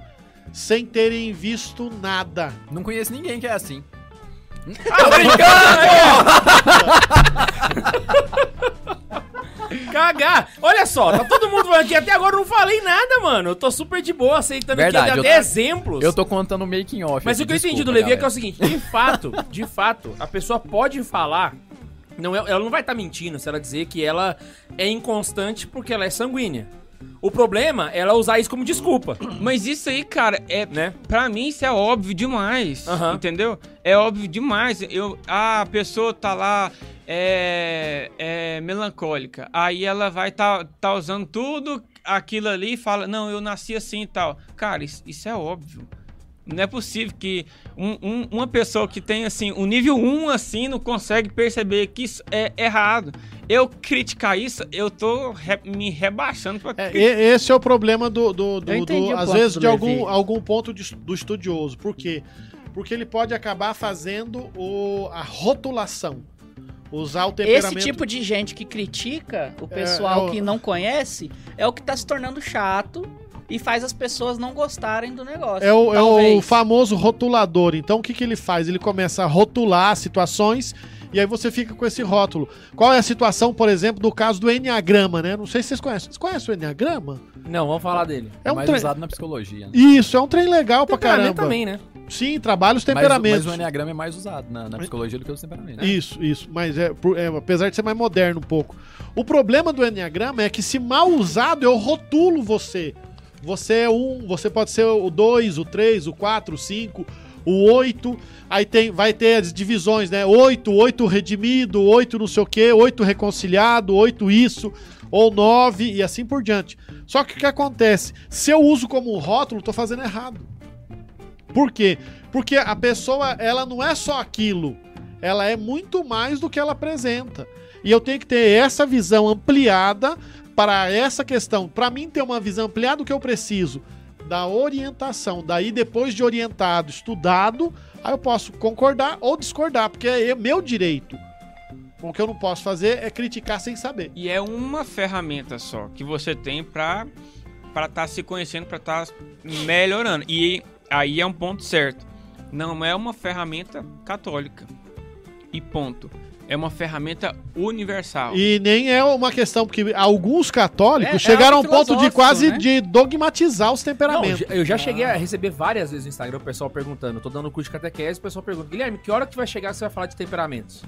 S3: sem terem visto nada.
S5: Não conheço ninguém que é assim. Ah,
S2: Cagar! Olha só, tá todo mundo falando aqui. Até agora eu não falei nada, mano. Eu tô super de boa, aceitando
S5: Verdade,
S2: aqui
S5: eu
S2: até
S5: tô-
S2: exemplos.
S5: Eu tô contando o making off.
S2: Mas
S5: aqui,
S2: o que eu entendi
S5: desculpa,
S2: do Levi é que é o
S5: galera.
S2: seguinte: de fato, de fato, a pessoa pode falar. Não, é- ela não vai estar mentindo se ela dizer que ela é inconstante porque ela é sanguínea. O problema é ela usar isso como desculpa,
S8: Mas isso aí, cara, é.
S2: né?
S8: Pra mim isso é óbvio demais,
S2: Aham.
S8: entendeu? É óbvio demais. Eu, ah, a pessoa tá lá é, é melancólica. Aí ela vai tá, tá usando tudo aquilo ali e fala, não, eu nasci assim e tal. Cara, isso, isso é óbvio. Não é possível que um- um- uma pessoa que tem assim, um nível 1 assim, não consegue perceber que isso é errado. Eu criticar isso, eu tô re- me rebaixando pra
S3: É,
S8: criticar.
S3: e- esse é o problema do, do, do-
S4: Eu entendi
S3: do-
S4: o
S3: às
S4: ponto
S3: vezes
S4: do
S3: de
S4: Levi.
S3: algum, algum ponto de- do estudioso. Por quê? Porque ele pode acabar fazendo o, a rotulação. Usar o
S4: Esse
S3: temperamento.
S4: tipo de gente que critica o
S3: é
S4: pessoal
S3: o-
S4: que não conhece é o que tá se tornando chato e faz as pessoas não gostarem do negócio.
S3: É o, é o
S4: Talvez.
S3: famoso rotulador. Então, o que, que ele faz? Ele começa a rotular situações e aí você fica com esse rótulo. Qual é a situação, por exemplo, do caso do Enneagrama, né? Não sei se vocês conhecem. Vocês conhecem o Enneagrama?
S2: Não, vamos falar dele.
S3: É um
S5: mais
S3: trem.
S5: usado na psicologia. Né?
S3: Isso, é um trem legal pra
S2: Temperamento
S3: caramba.
S2: também, né?
S3: Sim, trabalha os
S5: Mas o-
S3: temperamentos.
S5: Mas, o Enneagrama é mais usado na, na psicologia do que o temperamento.
S3: Isso, isso. Mas é, por- é, apesar de ser mais moderno um pouco. O problema do Enneagrama é que, se mal usado, eu rotulo você. Você é um, você pode ser o dois, o três, o quatro, o cinco, o 8, aí tem, vai ter as divisões, né? 8, 8 redimido, 8 não sei o quê, 8 reconciliado, 8 isso, ou 9 e assim por diante. Só que o que acontece? Se eu uso como um rótulo, tô fazendo errado. Por quê? Porque a pessoa, ela não é só aquilo. Ela é muito mais do que ela apresenta. E eu tenho que ter essa visão ampliada para essa questão. Para mim ter uma visão ampliada, o que eu preciso? Da orientação. Daí, depois de orientado, estudado, aí eu posso concordar ou discordar, porque é meu direito. O que eu não posso fazer é criticar sem saber.
S8: E é uma ferramenta só que você tem pra estar tá se conhecendo, pra estar melhorando. E aí é um ponto certo. Não é uma ferramenta católica. E ponto. É uma ferramenta universal.
S3: E nem é uma questão, porque alguns católicos
S4: É- é
S3: chegaram ao
S4: algo
S3: ponto de
S4: filosófico,
S3: quase
S4: né?
S3: de dogmatizar os
S2: Não,
S3: temperamentos.
S2: eu já cheguei a receber várias vezes no Instagram o pessoal perguntando. Eu tô dando curso de catequese, o pessoal pergunta: Guilherme, que hora que vai chegar que você vai falar de temperamentos?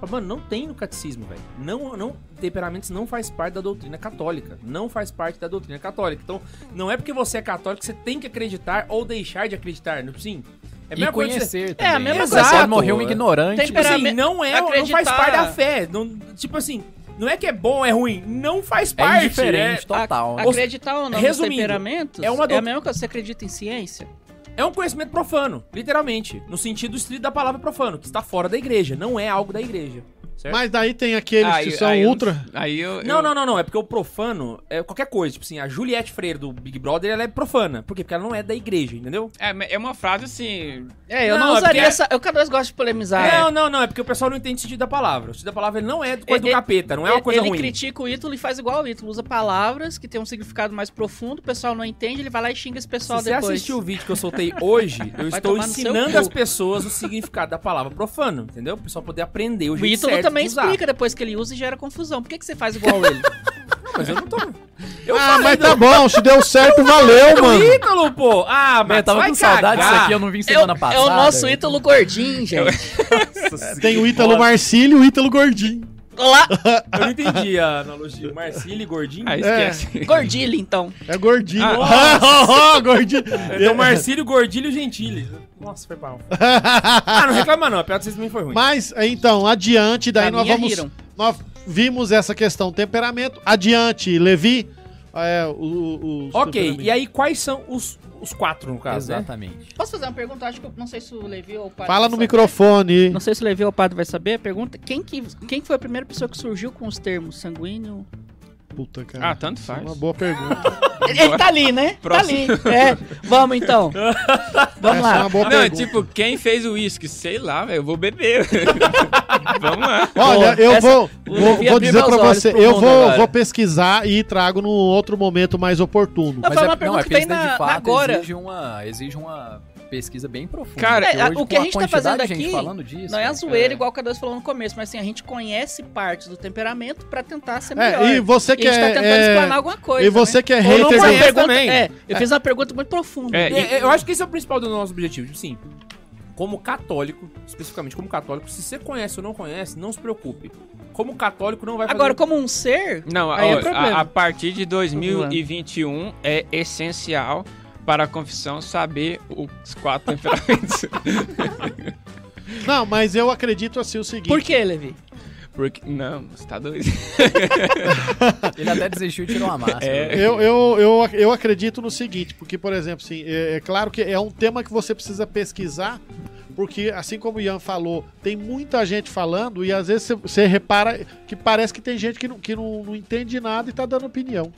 S2: Eu falo, Mano, não tem no catecismo, velho. Não, não, temperamentos não faz parte da doutrina católica. Não faz parte da doutrina católica. Então, não é porque você é católico que você tem que acreditar ou deixar de acreditar. não- Sim. É a
S5: E
S2: mesma coisa que você-
S5: conhecer
S4: É, a
S5: também.
S4: mesma
S5: Você
S2: coisa.
S5: morreu um ignorante.
S4: Tem-
S2: Tipo assim,
S4: Temperamen-
S2: não é, não faz
S4: acreditar-
S2: parte da fé. Não- tipo assim, não é que é bom, é ruim. Não faz
S5: É
S2: parte.
S5: indiferente, total.
S4: A- Acreditar ou não
S2: Resumindo,
S4: nos temperamentos
S2: é
S4: é,
S2: uma
S4: é
S2: dout-
S4: a mesma coisa. Você acredita em ciência?
S2: É um conhecimento profano, literalmente. No sentido estrito da palavra profano, que está fora da igreja. Não é algo da igreja. Certo?
S3: Mas daí tem aqueles que são
S8: eu-
S3: ultra.
S8: aí eu,
S2: Não,
S8: eu-
S2: não, não, não. É porque o profano é qualquer coisa. Tipo assim, a Juliette Freire do Big Brother, ela é profana. Por quê? Porque ela não é da igreja, entendeu?
S8: É, é uma frase assim.
S4: É, eu
S2: Não,
S4: não,
S2: é
S4: usaria
S2: porque-
S4: essa. Eu cada vez gosto de polemizar.
S2: Não, não, não. É porque o pessoal não entende o sentido da palavra. O sentido da palavra ele não é coisa do
S4: Ele-
S2: capeta, não é uma coisa
S4: ele
S2: ruim.
S4: critica o Ítalo e faz igual o Ítalo. Usa palavras que tem um significado mais profundo, o pessoal não entende, ele vai lá e xinga esse pessoal
S2: Se você
S4: depois.
S2: assistiu o vídeo que eu soltei hoje, eu
S4: Vai
S2: estou
S4: tomar no seu
S2: ensinando
S4: cu.
S2: as pessoas o significado da palavra profano, entendeu? O pessoal poder aprender o
S4: o
S2: jeito
S4: Ítalo
S2: certo
S4: também
S2: de usar.
S4: explica depois que ele usa e gera confusão. Por que, que você faz igual ele?
S2: Não, mas eu não tô... Eu
S3: ah,
S2: falei
S3: mas
S2: do-
S3: tá bom, se deu certo, valeu,
S2: do
S3: mano.
S2: Ítalo, pô! Ah, mas
S5: Eu tava
S2: vai
S5: com saudade
S2: cagar.
S5: disso aqui, eu não vim
S4: é, o,
S5: semana passada.
S4: é o nosso
S5: velho.
S4: Ítalo gordinho, gente.
S2: É,
S3: Tem o Ítalo Marcílio e o Ítalo Gordinho.
S4: Olá,
S2: Eu não entendi a analogia. Marcílio e Gordinho.
S8: Ah, esquece.
S4: gordilho, então.
S3: É gordinho.
S2: Ah,
S3: Ó, gordinho.
S2: Então, Marcílio, Gordilho e Gentili. Nossa, foi mal. Ah, não reclama não. A piada vocês também foi ruim.
S3: Mas, então, adiante, daí
S4: Da
S3: nós
S4: minha
S3: vamos.
S4: é riram.
S3: Nós vimos essa questão temperamento. Adiante, Levi. É, o, o- os
S2: ok,
S3: temperamentos.
S2: e aí quais são os, os quatro, no caso, né?
S5: Exatamente.
S4: Posso fazer uma pergunta? Acho que eu não sei se o Levi ou o Padre.
S3: Fala
S4: vai
S3: no
S4: saber.
S3: microfone.
S4: Não sei se o Levi ou o Padre vai saber. Pergunta: quem, que, quem que foi a primeira pessoa que surgiu com os termos sanguíneo?
S3: Puta, cara.
S8: Ah, tanto
S3: Isso é
S8: faz.
S3: Uma boa pergunta.
S4: Ele, ele tá ali, né?
S8: Próximo.
S4: Tá ali. É, vamos então. Vamos
S3: Essa é
S4: lá.
S3: uma boa
S8: Não, é
S3: pergunta.
S8: tipo, quem fez o uísque? Sei lá, velho. Eu vou beber. Vamos lá.
S3: Olha, eu
S4: Essa-
S3: vou, vou,
S4: o Levi
S3: vou
S4: abriu
S3: dizer
S4: meus
S3: pra
S4: olhos
S3: você,
S4: pro
S3: eu
S4: mundo
S3: vou,
S4: agora.
S3: vou pesquisar e trago num outro momento mais oportuno.
S4: Não,
S5: Mas
S4: foi
S5: é,
S4: uma
S5: não,
S4: pergunta
S5: é
S4: que veio
S5: pesquisa
S4: na-
S5: de fato
S4: agora.
S5: exige uma, exige uma pesquisa bem profunda.
S8: Cara,
S5: porque
S4: é,
S5: hoje,
S4: o que
S5: com
S4: a gente tá
S5: quantidade
S4: fazendo
S5: de gente
S4: aqui
S5: falando disso,
S4: Não é a
S5: cara,
S4: zoeira igual o K2 falou no começo, mas assim, a gente conhece partes do temperamento pra tentar ser melhor.
S3: É, e você que
S4: a gente tá
S3: é,
S4: tentando
S3: é,
S4: explanar alguma coisa.
S3: e você
S4: né?
S3: que é
S4: Ou não
S3: hater
S4: foi
S3: do-
S4: uma pergunta-
S2: também.
S4: É, eu fiz uma pergunta muito profunda.
S8: É,
S2: É, é, eu acho que esse é o principal do nosso objetivo. tipo Sim, como católico, especificamente como católico, se você conhece ou não conhece, não se preocupe. Como católico, não vai fazer...
S4: Agora, como um ser,
S8: Não,
S4: Aí é
S8: ó,
S4: problema.
S8: a, a partir de 2021 é essencial para a confissão saber os quatro temperamentos.
S3: Não, mas eu acredito assim o seguinte.
S4: por que, Levi?
S8: Porque. Não, você tá doido.
S5: Ele até desistiu e tirou
S4: É.
S5: a máscara. né?
S3: Eu, eu, eu, eu acredito no seguinte, porque, por exemplo, assim, é, é claro que é um tema que você precisa pesquisar, porque, assim como o Ian falou, tem muita gente falando e às vezes você- você repara que parece que tem gente que não, que não, não entende nada e tá dando opinião.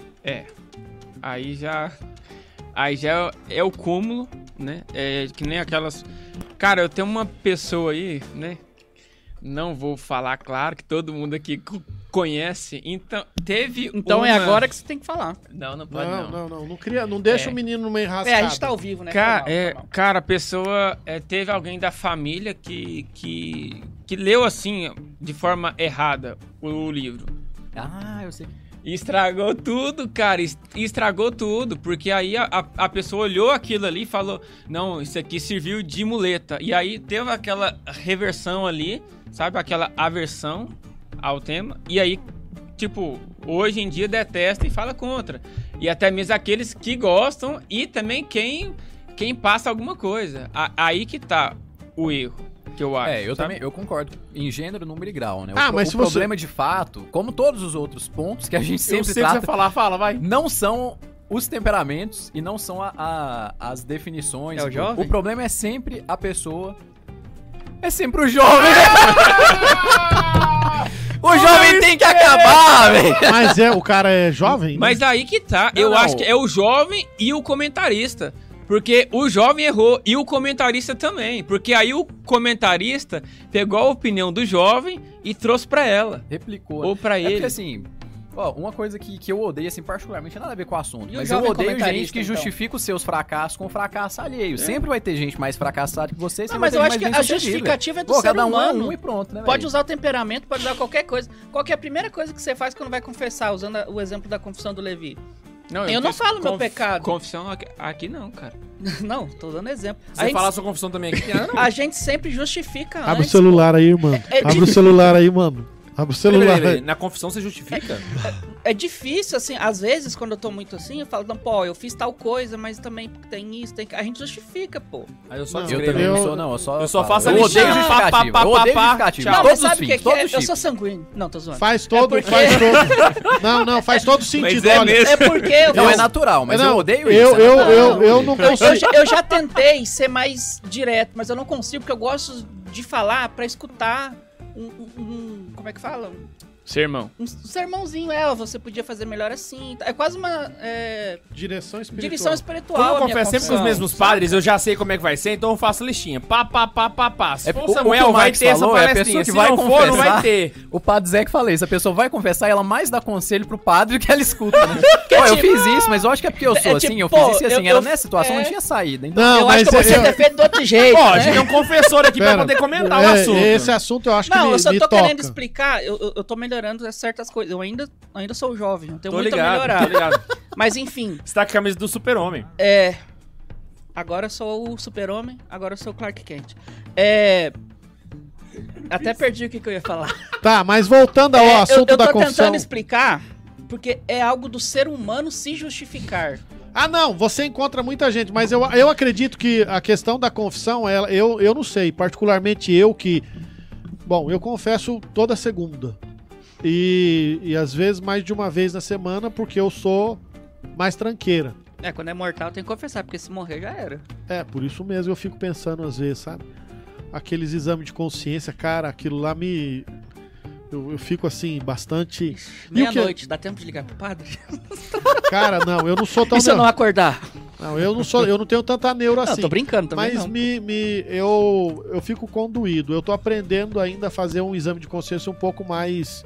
S8: Aí já. Aí já é o cúmulo, né? É que nem aquelas. Cara, eu tenho uma pessoa aí, né? Não vou falar, claro, que todo mundo aqui co- conhece. Então, teve.
S4: Então é
S8: uma-
S4: agora que você tem que falar.
S8: Não, não pode
S3: Não,
S8: não.
S3: não, não. Não, cria, não deixa
S8: É.
S3: o menino meio rascado.
S4: É, a gente tá ao vivo, né?
S8: Cara,
S4: Foi mal,
S8: é,
S4: foi mal.
S8: cara, a pessoa é, teve alguém da família que, que, que leu assim, de forma errada, o livro.
S5: Ah, eu sei.
S8: E Estragou tudo, cara. es- Estragou tudo. Porque aí a, a- a pessoa olhou aquilo ali e falou: Não, isso aqui serviu de muleta. E aí teve aquela reversão ali, sabe? Aquela aversão ao tema. E aí, tipo, hoje em dia detesta e fala contra. E até mesmo aqueles que gostam e também quem quem passa alguma coisa. A- aí que tá o erro, que eu acho.
S5: É, eu
S8: sabe?
S5: também, eu concordo. Em gênero, número e grau, né?
S3: Ah,
S5: o, pro-
S3: mas
S5: o
S3: se você-
S5: problema de fato, como todos os outros pontos que a gente
S10: Eu sei o
S5: sempre
S10: que você
S5: trata,
S10: vai falar, fala, vai.
S5: não são os temperamentos e não são a- a- as definições.
S8: É o jovem?
S5: o problema é sempre a pessoa. É sempre o jovem! o jovem tem que acabar, velho!
S3: Mas é, o cara é jovem?
S8: Mas aí que tá. eu
S5: não.
S8: acho que é o jovem e o comentarista. Porque o jovem errou e o comentarista também. Porque aí o comentarista pegou a opinião do jovem e trouxe pra ela.
S5: Replicou. né?
S8: Ou pra
S5: É porque
S8: ele.
S5: assim, ó, uma coisa que, que eu odeio, assim, particularmente, nada a ver com o
S4: E
S5: assunto,
S4: o
S5: mas eu
S4: jovem
S5: odeio gente
S4: comentarista,
S5: que
S4: então? É.
S5: justifica os seus fracassos com fracasso alheio. Sempre vai ter gente mais fracassada que você, e sempre
S4: Não, mas eu
S5: vai
S4: acho
S5: ter
S4: que
S5: gente
S4: a
S5: é mais bem sucedida, velho.
S4: justificativa é do
S5: Pô,
S4: ser
S5: cada um é
S4: humano.
S5: um e pronto, né,
S4: Pode
S5: velho?
S4: usar o temperamento, pode usar qualquer coisa. Qual que é a primeira coisa que você faz quando vai confessar, usando a- o exemplo da confissão do Levi?
S8: assim,
S4: Eu não
S8: fiz
S4: falo meu pecado.
S8: Confissão aqui, aqui não, cara.
S4: Não, tô dando exemplo.
S2: Se
S4: A
S2: você
S4: gente,
S2: falar a sua confissão também aqui, tem nada não.
S4: a gente sempre justifica
S3: Abre o
S4: antes.
S3: celular aí, mano.
S4: É
S3: Abre o celular aí, mano. Abre o
S2: Peraí,
S3: celular
S2: peraí,
S3: aí.
S2: peraí, Na confissão você justifica?
S4: É difícil, assim, às vezes, quando eu tô muito assim, eu falo, não, pô, eu fiz tal coisa, mas também tem isso, tem que. A gente justifica, pô.
S2: Aí eu só
S3: Não,
S5: Eu
S2: descrevo.
S5: também não
S3: Eu-
S5: sou, não. Eu só,
S2: eu só faço a
S5: eu
S2: listinha,
S5: odeio
S2: pá, pá,
S5: justificativa.
S2: pá, pá,
S5: eu odeio
S2: pá,
S5: justificativa.
S2: tchau.
S4: Não, mas
S5: Todos os
S4: sabe o que,
S5: fins,
S4: que é?
S5: todos os
S4: Eu sou
S5: fins.
S4: sanguíneo. Não, tô zoando.
S3: Faz todo,
S4: É porque-
S3: faz todo. Não, não, faz todo sentido.
S8: é
S3: olha.
S8: mesmo.
S4: É porque eu,
S5: Não, é
S4: eu,
S5: natural, mas
S3: Não,
S5: eu odeio
S3: eu,
S5: isso. é
S3: Eu,
S5: natural.
S3: eu, eu não consigo.
S4: já, eu já tentei ser mais direto, mas eu não consigo, porque eu gosto de falar pra escutar um. um- um- como é que fala? Um,
S8: Sermão.
S4: um sermãozinho, é, ó, você podia fazer melhor assim. É quase uma é,
S3: Direção espiritual.
S4: direção espiritual.
S2: Quando eu
S4: a minha
S2: confesso sempre com os
S4: confissão.
S2: mesmos padres, eu já sei como é que vai ser, então eu faço listinha. Pá, pá, pá, pá, pá. Se
S5: É,
S2: for
S5: o- o que
S2: Samuel,
S5: o
S2: vai
S5: Max
S2: ter essa
S5: falou é a
S2: palestrinha.
S5: pessoa que
S2: Se
S5: vai
S2: não for, não vai
S5: confessar.
S2: ter.
S5: O padre Zé que falei, se a pessoa vai confessar, ela mais dá conselho pro padre do que ela escuta, né? Ó, eu
S4: tipo-
S5: fiz isso, mas eu acho que é porque eu
S4: É
S5: sou
S4: tipo,
S5: assim, eu
S4: pô,
S5: fiz isso e assim.
S4: eu-
S5: Era
S4: eu-
S5: nessa situação,
S4: é.
S5: não tinha saída. Então,
S3: Não,
S4: eu
S3: mas
S4: acho que você
S3: eu-
S4: defende do outro jeito.
S2: Ó, a
S4: né?
S2: gente tem um confessor aqui pra
S3: Pera.
S2: poder comentar o
S3: É,
S2: assunto.
S3: Esse assunto eu acho que
S4: Não,
S3: me,
S4: eu só
S3: me
S4: tô
S3: toca.
S4: querendo explicar, eu, eu, eu tô melhorando certas coisas. Eu ainda, ainda sou jovem, eu tenho
S2: Tô
S4: muito a
S2: ligado, tô
S4: melhorar.
S2: ligado.
S4: Mas enfim,
S2: Você tá com a camisa do super-homem.
S4: é. Agora eu sou o super-homem, agora eu sou o Clark Kent. É. Até perdi o que, que eu ia falar.
S3: Tá, mas voltando ao
S4: É, eu-
S3: assunto
S4: eu, tô
S3: da confissão.
S4: tentando explicar, porque é algo do ser humano se justificar.
S3: Ah, não, você encontra muita gente, mas eu, eu acredito que a questão da confissão, ela, eu, eu não sei, particularmente eu que. Bom, eu confesso toda segunda. E, e às vezes mais de uma vez na semana, porque eu sou mais tranqueira.
S4: É, quando é mortal tem que confessar, porque se morrer já era.
S3: É, por isso mesmo eu fico pensando às vezes, sabe? Aqueles exames de consciência, cara, aquilo lá me. Eu, eu fico assim, bastante. E o que-
S4: Meia-noite, dá tempo de ligar pro padre?
S3: Cara, não, eu não sou tão.
S4: e se eu Então, não acordar?
S3: Não, eu não sou, eu não tenho tanta neuro
S4: é Não,
S3: tipo assim.
S4: tô brincando também.
S3: Mas
S4: não.
S3: me, me eu, eu fico conduído. Eu tô aprendendo ainda a fazer um exame de consciência um pouco mais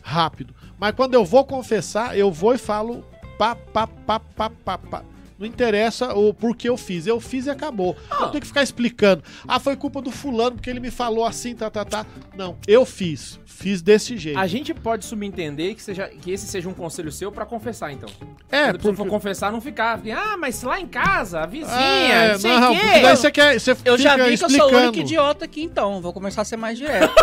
S3: rápido. Mas quando eu vou confessar, eu vou e falo pá, pá, pá, pá, pá, pá. Não interessa o porquê eu fiz. Eu fiz e acabou. Eu tenho que ficar explicando. Ah, foi culpa do fulano porque ele me falou assim, tá, tá, tá. Não, eu fiz. Fiz desse jeito.
S2: A gente pode subentender que, seja, que esse seja um conselho seu pra confessar, então.
S3: é,
S2: Quando a pessoa
S3: porque-
S2: for confessar, não ficar. fica, Ah, mas lá em casa, a vizinha,
S3: É,
S2: não sei
S3: não,
S2: o quê.
S3: porque daí você quer, você
S4: Eu já
S3: fica
S4: vi que eu sou o
S3: explicando.
S4: único idiota aqui, então. Vou começar a ser mais direto.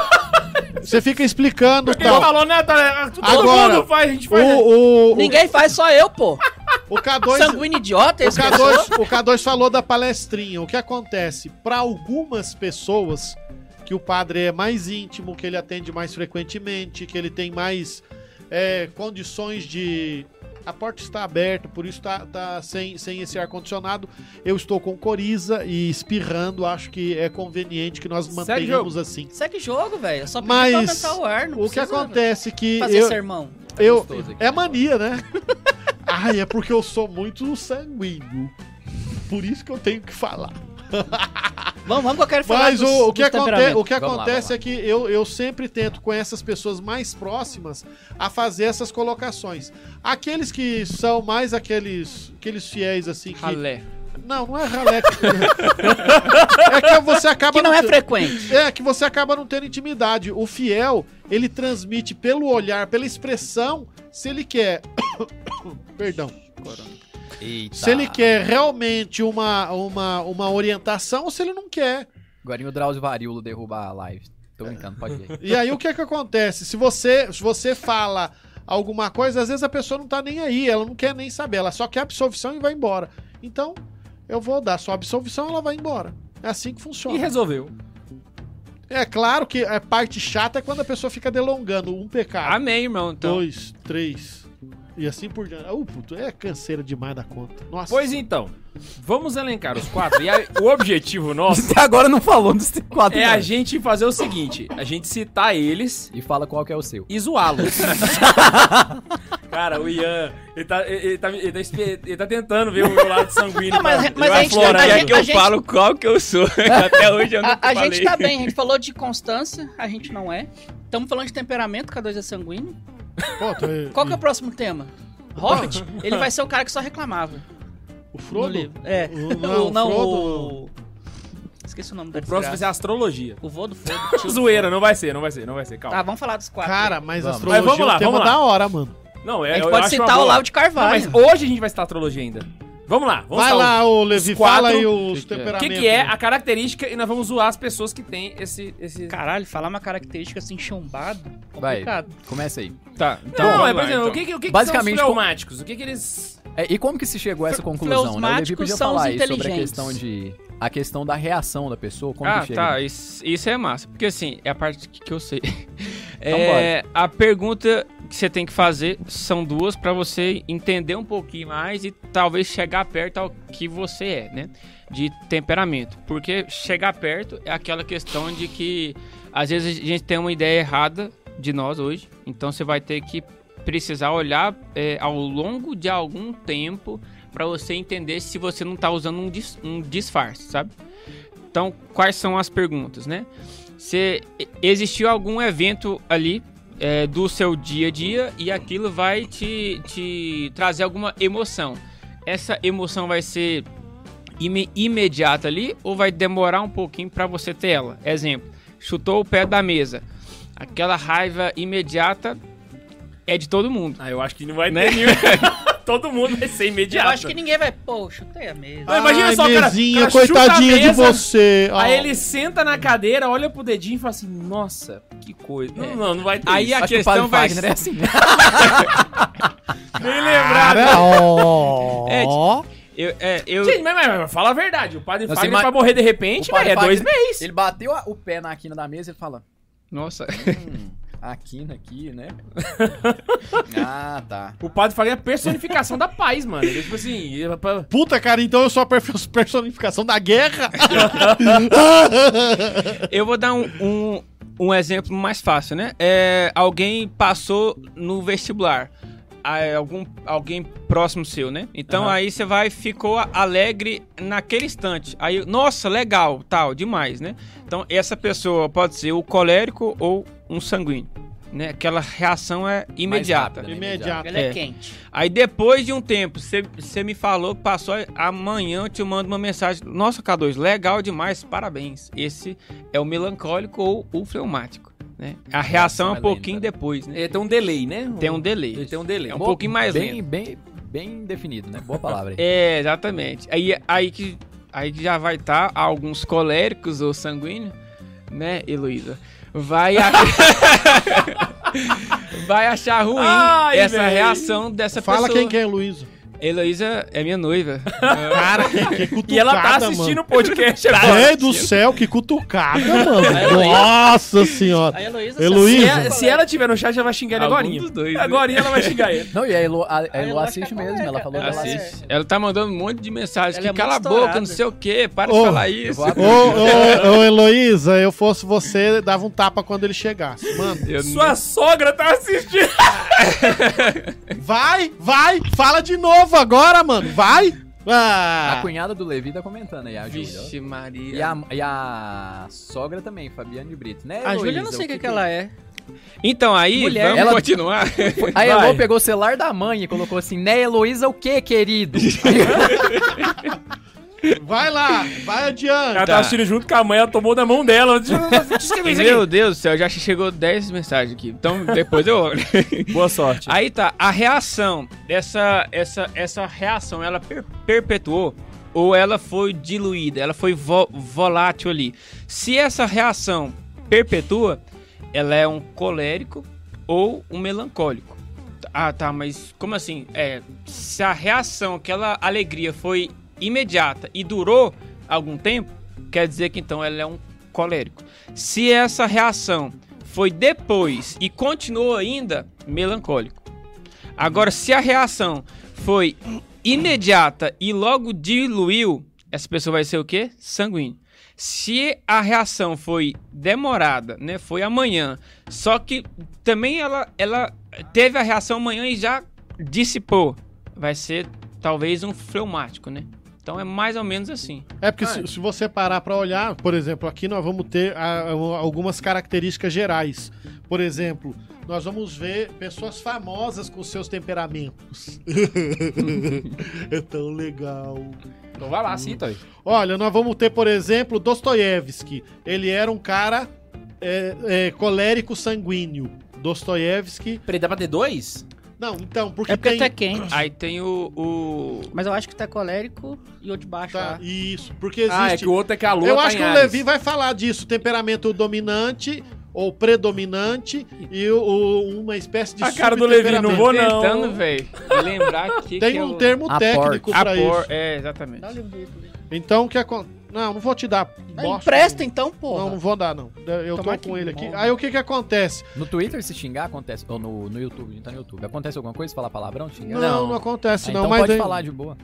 S3: Você fica explicando,
S2: Porque ele
S3: tal.
S2: falou, né, tá, todo
S3: Agora,
S2: mundo faz, a gente faz. né?
S3: O, o, o,
S4: Ninguém faz, só eu, pô.
S3: o K2
S4: Sanguíneo idiota,
S3: O
S4: esse que eu sou.
S3: K2, o K2 falou da palestrinha. O que acontece? Para algumas pessoas que o padre é mais íntimo, que ele atende mais frequentemente, que ele tem mais é, condições de. A porta está aberta, por isso tá, tá sem, sem esse ar-condicionado. Eu estou com coriza e espirrando. Acho que é conveniente que nós
S2: Segue o
S3: mantenhamos assim.
S4: Segue é jogo, velho. Eu Só pedi
S3: Mas
S4: pra aumentar o ar, não
S3: O que
S4: precisa
S3: acontece que.
S4: Fazer
S3: Eu,
S4: sermão.
S3: eu,
S5: gostoso aqui.
S3: é mania, né? Ai, é porque eu sou muito sanguíneo. Por isso que eu tenho que falar.
S4: Vamos, vamos que eu quero falar
S3: Mas
S4: dos-
S3: o, o que,
S4: dos
S3: aconte-
S4: temperamentos.
S3: o que
S5: Vamos lá,
S3: acontece
S5: vamos lá.
S3: é que eu, eu sempre tento, com essas pessoas mais próximas, a fazer essas colocações. Aqueles que são mais aqueles, aqueles fiéis, assim, que...
S8: Ralé.
S3: Não, não é ralé. é que você acaba...
S4: Que não é
S3: te-
S4: frequente.
S3: é, que você acaba não tendo intimidade. O fiel, ele transmite pelo olhar, pela expressão, se ele quer... Perdão.
S5: Eita.
S3: Se ele quer realmente uma, uma, uma orientação ou se ele não quer.
S5: Agora o Drauzio Varíolo derruba a live. Tô brincando, pode ir.
S3: E aí o que é que acontece? Se você, se você fala alguma coisa, às vezes a pessoa não tá nem aí, ela não quer nem saber, ela só quer absolvição e vai embora. Então, eu vou dar sua absolvição e ela vai embora. É assim que funciona.
S5: E resolveu.
S3: É claro que a parte chata é quando a pessoa fica delongando um pecado,
S8: Amém, irmão.
S2: Ah,
S8: Então,
S3: dois, três e assim por diante. Uh, puto, é canseira demais da conta. Nossa.
S2: Pois então, vamos elencar os quatro. E aí, o objetivo nosso
S5: Até agora não falou dos quatro.
S2: é a
S5: não.
S2: gente fazer o seguinte: a gente citar eles
S5: E fala qual que é o seu.
S2: e zoá-los. Cara, o Ian, ele tá, ele, ele tá, ele tá espe- ele tá tentando ver o lado sanguíneo.
S4: Não, mas-
S2: pra-
S4: mas
S2: ele vai
S4: a gente-
S2: aflorar,
S4: a
S2: né?
S4: gente-
S8: é que eu falo qual que eu sou. Até hoje eu nunca
S4: A, a
S8: falei.
S4: gente tá bem, a gente falou de constância, a gente não é. Estamos falando de temperamento, K2 é sanguíneo.
S3: Pô, tô-
S4: Qual que é o próximo tema? Hobbit, ele vai ser o cara que só reclamava.
S3: O
S4: No
S3: Frodo?
S4: livro. É.
S3: O- não,
S4: O- não,
S3: o Frodo,
S4: o- Esqueci o nome da
S2: O próximo vai ser
S4: desgraça.
S2: astrologia.
S4: O vô do Frodo. tio do
S2: Zoeira, não vai ser, não vai ser, não vai ser, calma.
S4: Tá, vamos falar dos quatro.
S3: Cara, mas
S5: Vamos.
S3: astrologia
S2: Mas vamos lá,
S3: é um tema
S2: vamos lá.
S3: da hora, mano.
S2: Não, é,
S4: a gente
S2: eu
S4: pode
S2: acho uma
S4: citar o
S2: boa.
S4: Lauro de
S2: Não, mas
S4: Carvalho.
S2: hoje a gente vai citar astrologia ainda. Vamos lá, vamos
S3: Vai
S2: citar
S3: lá, ô Levi,
S2: os quatro.
S3: fala aí
S2: o
S3: os
S8: Que que é?
S2: que,
S3: temperamentos.
S2: que é a característica e nós vamos zoar as pessoas que têm esse. esse...
S4: Caralho, falar uma característica assim, chumbado,
S5: Vai,
S4: complicado.
S5: começa aí.
S8: Tá, então
S2: Não,
S8: vamos
S2: é, por
S8: lá,
S2: exemplo,
S8: então.
S2: o que, que- o que, que
S5: Basicamente,
S2: são os traumáticos? O que, que eles.
S5: É, e como que se chegou a essa
S4: Fle-
S5: conclusão, né? O Levi
S4: fleusmáticos
S5: podia
S4: são os
S5: falar aí sobre a
S4: inteligentes.
S5: questão de... A questão da reação da pessoa, como
S8: ah,
S5: que chega.
S8: tá. Isso, isso é massa. Porque assim, é a parte que, que eu sei.
S5: Então
S8: É, a pergunta que você tem que fazer são duas pra você entender um pouquinho mais e talvez chegar perto ao que você é, né? De temperamento. Porque chegar perto é aquela questão de que às vezes a gente tem uma ideia errada de nós hoje. Então você vai ter que precisar olhar é, ao longo de algum tempo pra você entender se você não tá usando um, dis- um disfarce, sabe? Então, quais são as perguntas, né? Se e- existiu algum evento ali é, do seu dia a dia e aquilo vai te, te trazer alguma emoção. Essa emoção vai ser ime- imediata ali ou vai demorar um pouquinho para você ter ela? Exemplo, chutou o pé da mesa. Aquela raiva imediata é de todo mundo.
S2: Ah, eu acho que não vai
S8: Né?
S2: ter. Todo mundo vai ser imediato.
S4: Eu acho que ninguém vai. Pô, chutei a mesa.
S2: Não, imagina
S3: Ai,
S2: só, o cara-
S3: mesinha,
S2: o cara chuta a
S3: coitadinha de
S2: mesa,
S3: você. ó.
S2: Aí ele senta na cadeira, olha pro dedinho e fala assim: Nossa, que É. coisa. Não, não, não vai ter.
S8: Aí
S2: isso.
S8: a
S5: Acho que o Padre
S8: questão vai
S5: Fagner é assim.
S2: Nem lembrar.
S3: Cara, ó.
S8: É,
S3: ó.
S2: tipo,
S8: Eu, é, eu,
S2: Gente, mas, mas- mas fala a verdade. O padre
S5: Não,
S2: Fagner
S5: você ima-
S2: pra morrer de repente,
S5: O Padre
S2: velho, é dois
S5: Fagner-
S2: meses.
S5: Ele bateu a- o pé na quina da mesa e ele fala...
S8: nossa,
S5: Hum, a quina aqui, né? ah, tá.
S2: O padre Fagner é a personificação da paz, mano. Ele, tipo assim, ele vai pra-
S3: Puta, cara, então eu sou a perfe- personificação da guerra.
S8: Eu vou dar um, um, um exemplo mais fácil, né? É, alguém passou no vestibular. Ah, Algum, alguém próximo seu, né? Então
S2: Aham.
S8: aí você vai, ficou alegre naquele instante. Aí, nossa, legal, tal, demais, né? Então essa pessoa pode ser o colérico ou um sanguíneo, né? Aquela reação é imediata.
S5: rápida, né?
S3: Imediato.
S4: Ele é,
S8: É.
S4: quente.
S8: Aí depois de um tempo, você- você me falou que passou amanhã, eu te mando uma mensagem. Nossa, K2, legal demais, parabéns. Esse é o melancólico ou o fleumático. Né? A reação é um
S5: é
S8: pouquinho
S5: lenta, né?
S8: depois, né?
S2: Ele tem um delay, né?
S8: Tem um
S2: Ele
S8: delay.
S2: tem um delay.
S8: É um pouquinho mais
S5: bem,
S8: lento.
S5: bem, bem definido, né? Boa palavra aí.
S8: É, exatamente. Aí, aí, que, aí que já vai estar alguns coléricos ou sanguíneos, né, Heloísa? Vai, a- vai achar ruim
S2: Ai,
S8: essa
S2: véi.
S8: reação dessa
S3: Fala
S8: pessoa.
S3: quem que é, Luísa.
S8: Heloísa é minha noiva.
S3: Cara, que, que é cutucada,
S2: E ela tá assistindo o podcast agora.
S3: Mano. É do céu, que cutucada, mano. Nossa senhora.
S4: Aí a Heloísa. é
S3: Heloísa.
S2: Se,
S3: Isso.
S2: ela, se ela tiver no chat, ela vai xingar ele agora.
S8: Algum dos dois, né?
S2: Agora ela vai xingar ele.
S5: Não, e a Elo, a, a
S4: A
S5: Elo
S4: Elo
S5: assiste
S4: acha que é
S5: mesmo, ela
S4: careca,
S5: falou que
S4: ela
S5: ela
S4: é-
S5: assiste.
S8: Ela tá mandando um monte de mensagem.
S4: Ela
S8: Que
S4: é muito
S8: cala a
S4: estourada.
S8: boca, não sei o quê. Para
S3: Ô,
S8: de falar
S5: Eu
S8: isso.
S5: vou abrir.
S3: Ô, ô, ô, Heloísa, eu fosse você, dava um tapa quando ele chegasse. Mano,
S8: Eu não-
S2: Sua sogra tá assistindo.
S3: vai, vai, fala de novo agora, mano, vai.
S5: A
S3: Ah,
S5: cunhada do Levi tá comentando aí, a Júlia. ó.
S8: Vixe, Maria.
S5: E a, e a sogra também, Fabiane de Brito, né?
S4: A Júlia eu não
S5: Heloísa?
S4: sei o que, que ela é.
S8: Então, aí,
S5: Mulher.
S8: vamos
S5: Ela-
S8: continuar.
S5: A Elo
S2: Vai.
S5: pegou o celular da mãe e colocou assim, né, Heloísa, o que, querido?
S3: vai lá, vai adiante.
S2: Ela tá assistindo junto com a mãe, ela tomou da mão dela. Deixa eu- deixa eu
S5: é
S2: escrever isso aqui.
S8: Meu Deus do céu, já chegou 10 mensagens aqui. Então, depois eu olho.
S2: Boa sorte.
S8: Aí tá, a reação. Essa, essa, essa reação, ela per- perpetuou ou ela foi diluída, ela foi vo- volátil ali. Se essa reação perpetua, ela é um colérico ou um melancólico. Ah, tá, mas como assim? É, se a reação, aquela alegria foi imediata e durou algum tempo, quer dizer que então ela é um colérico. Se essa reação foi depois e continuou ainda, melancólico. Agora, se a reação foi imediata e logo diluiu, essa pessoa vai ser o quê? Sanguíneo. Se a reação foi demorada, né? Foi amanhã. Só que também ela, ela teve a reação amanhã e já dissipou. Vai ser talvez um fleumático, né? Então é mais ou menos assim.
S3: É
S2: Ah,
S3: porque se, se você parar pra olhar, por exemplo, aqui nós vamos ter ah, algumas características gerais. Por exemplo, nós vamos ver pessoas famosas com seus temperamentos. é tão legal.
S2: Então vai lá, cita aí.
S3: Olha, nós vamos ter, por exemplo, Dostoiévski. Ele era um cara é, é, colérico sanguíneo. Dostoiévski.
S2: Peraí, dá pra ter dois?
S3: Não, então, porque,
S4: É porque
S3: tem.
S4: tá quente.
S8: Aí tem o. o...
S4: Mas eu acho que tá colérico e o de baixo
S3: Tá,
S4: lá.
S3: isso, porque existe.
S2: Ah, é que o outro é calor.
S3: Eu
S2: tá
S3: acho
S2: em
S3: que o
S2: Ares.
S3: Levi vai falar disso, temperamento dominante ou predominante e o- o- uma espécie de
S2: A cara do Levi, não vou não.
S8: Tentando, velho. Lembrar que. que
S3: Tem
S8: é
S3: um
S8: o-
S3: termo
S5: Aporte.
S3: técnico pra
S8: Apor-
S3: isso.
S8: É, exatamente.
S4: Dá o livro dele pra ler.
S3: Então o que acontece? Não, não vou te dar.
S4: Ah,
S3: bosta,
S4: Empresta então,
S3: Não,
S4: porra.
S3: não, não vou dar não. Eu
S4: Tomar
S3: tô com
S4: que
S3: ele aqui.
S4: bom.
S3: Aí o que que acontece?
S5: No Twitter, se xingar, acontece. Ou no, no YouTube, a gente tá no YouTube. Acontece alguma coisa? Falar palavrão, xingar?
S3: Não, não, acontece
S5: Ah,
S3: não,
S5: então
S3: mas
S5: pode
S3: aí-
S5: falar de boa.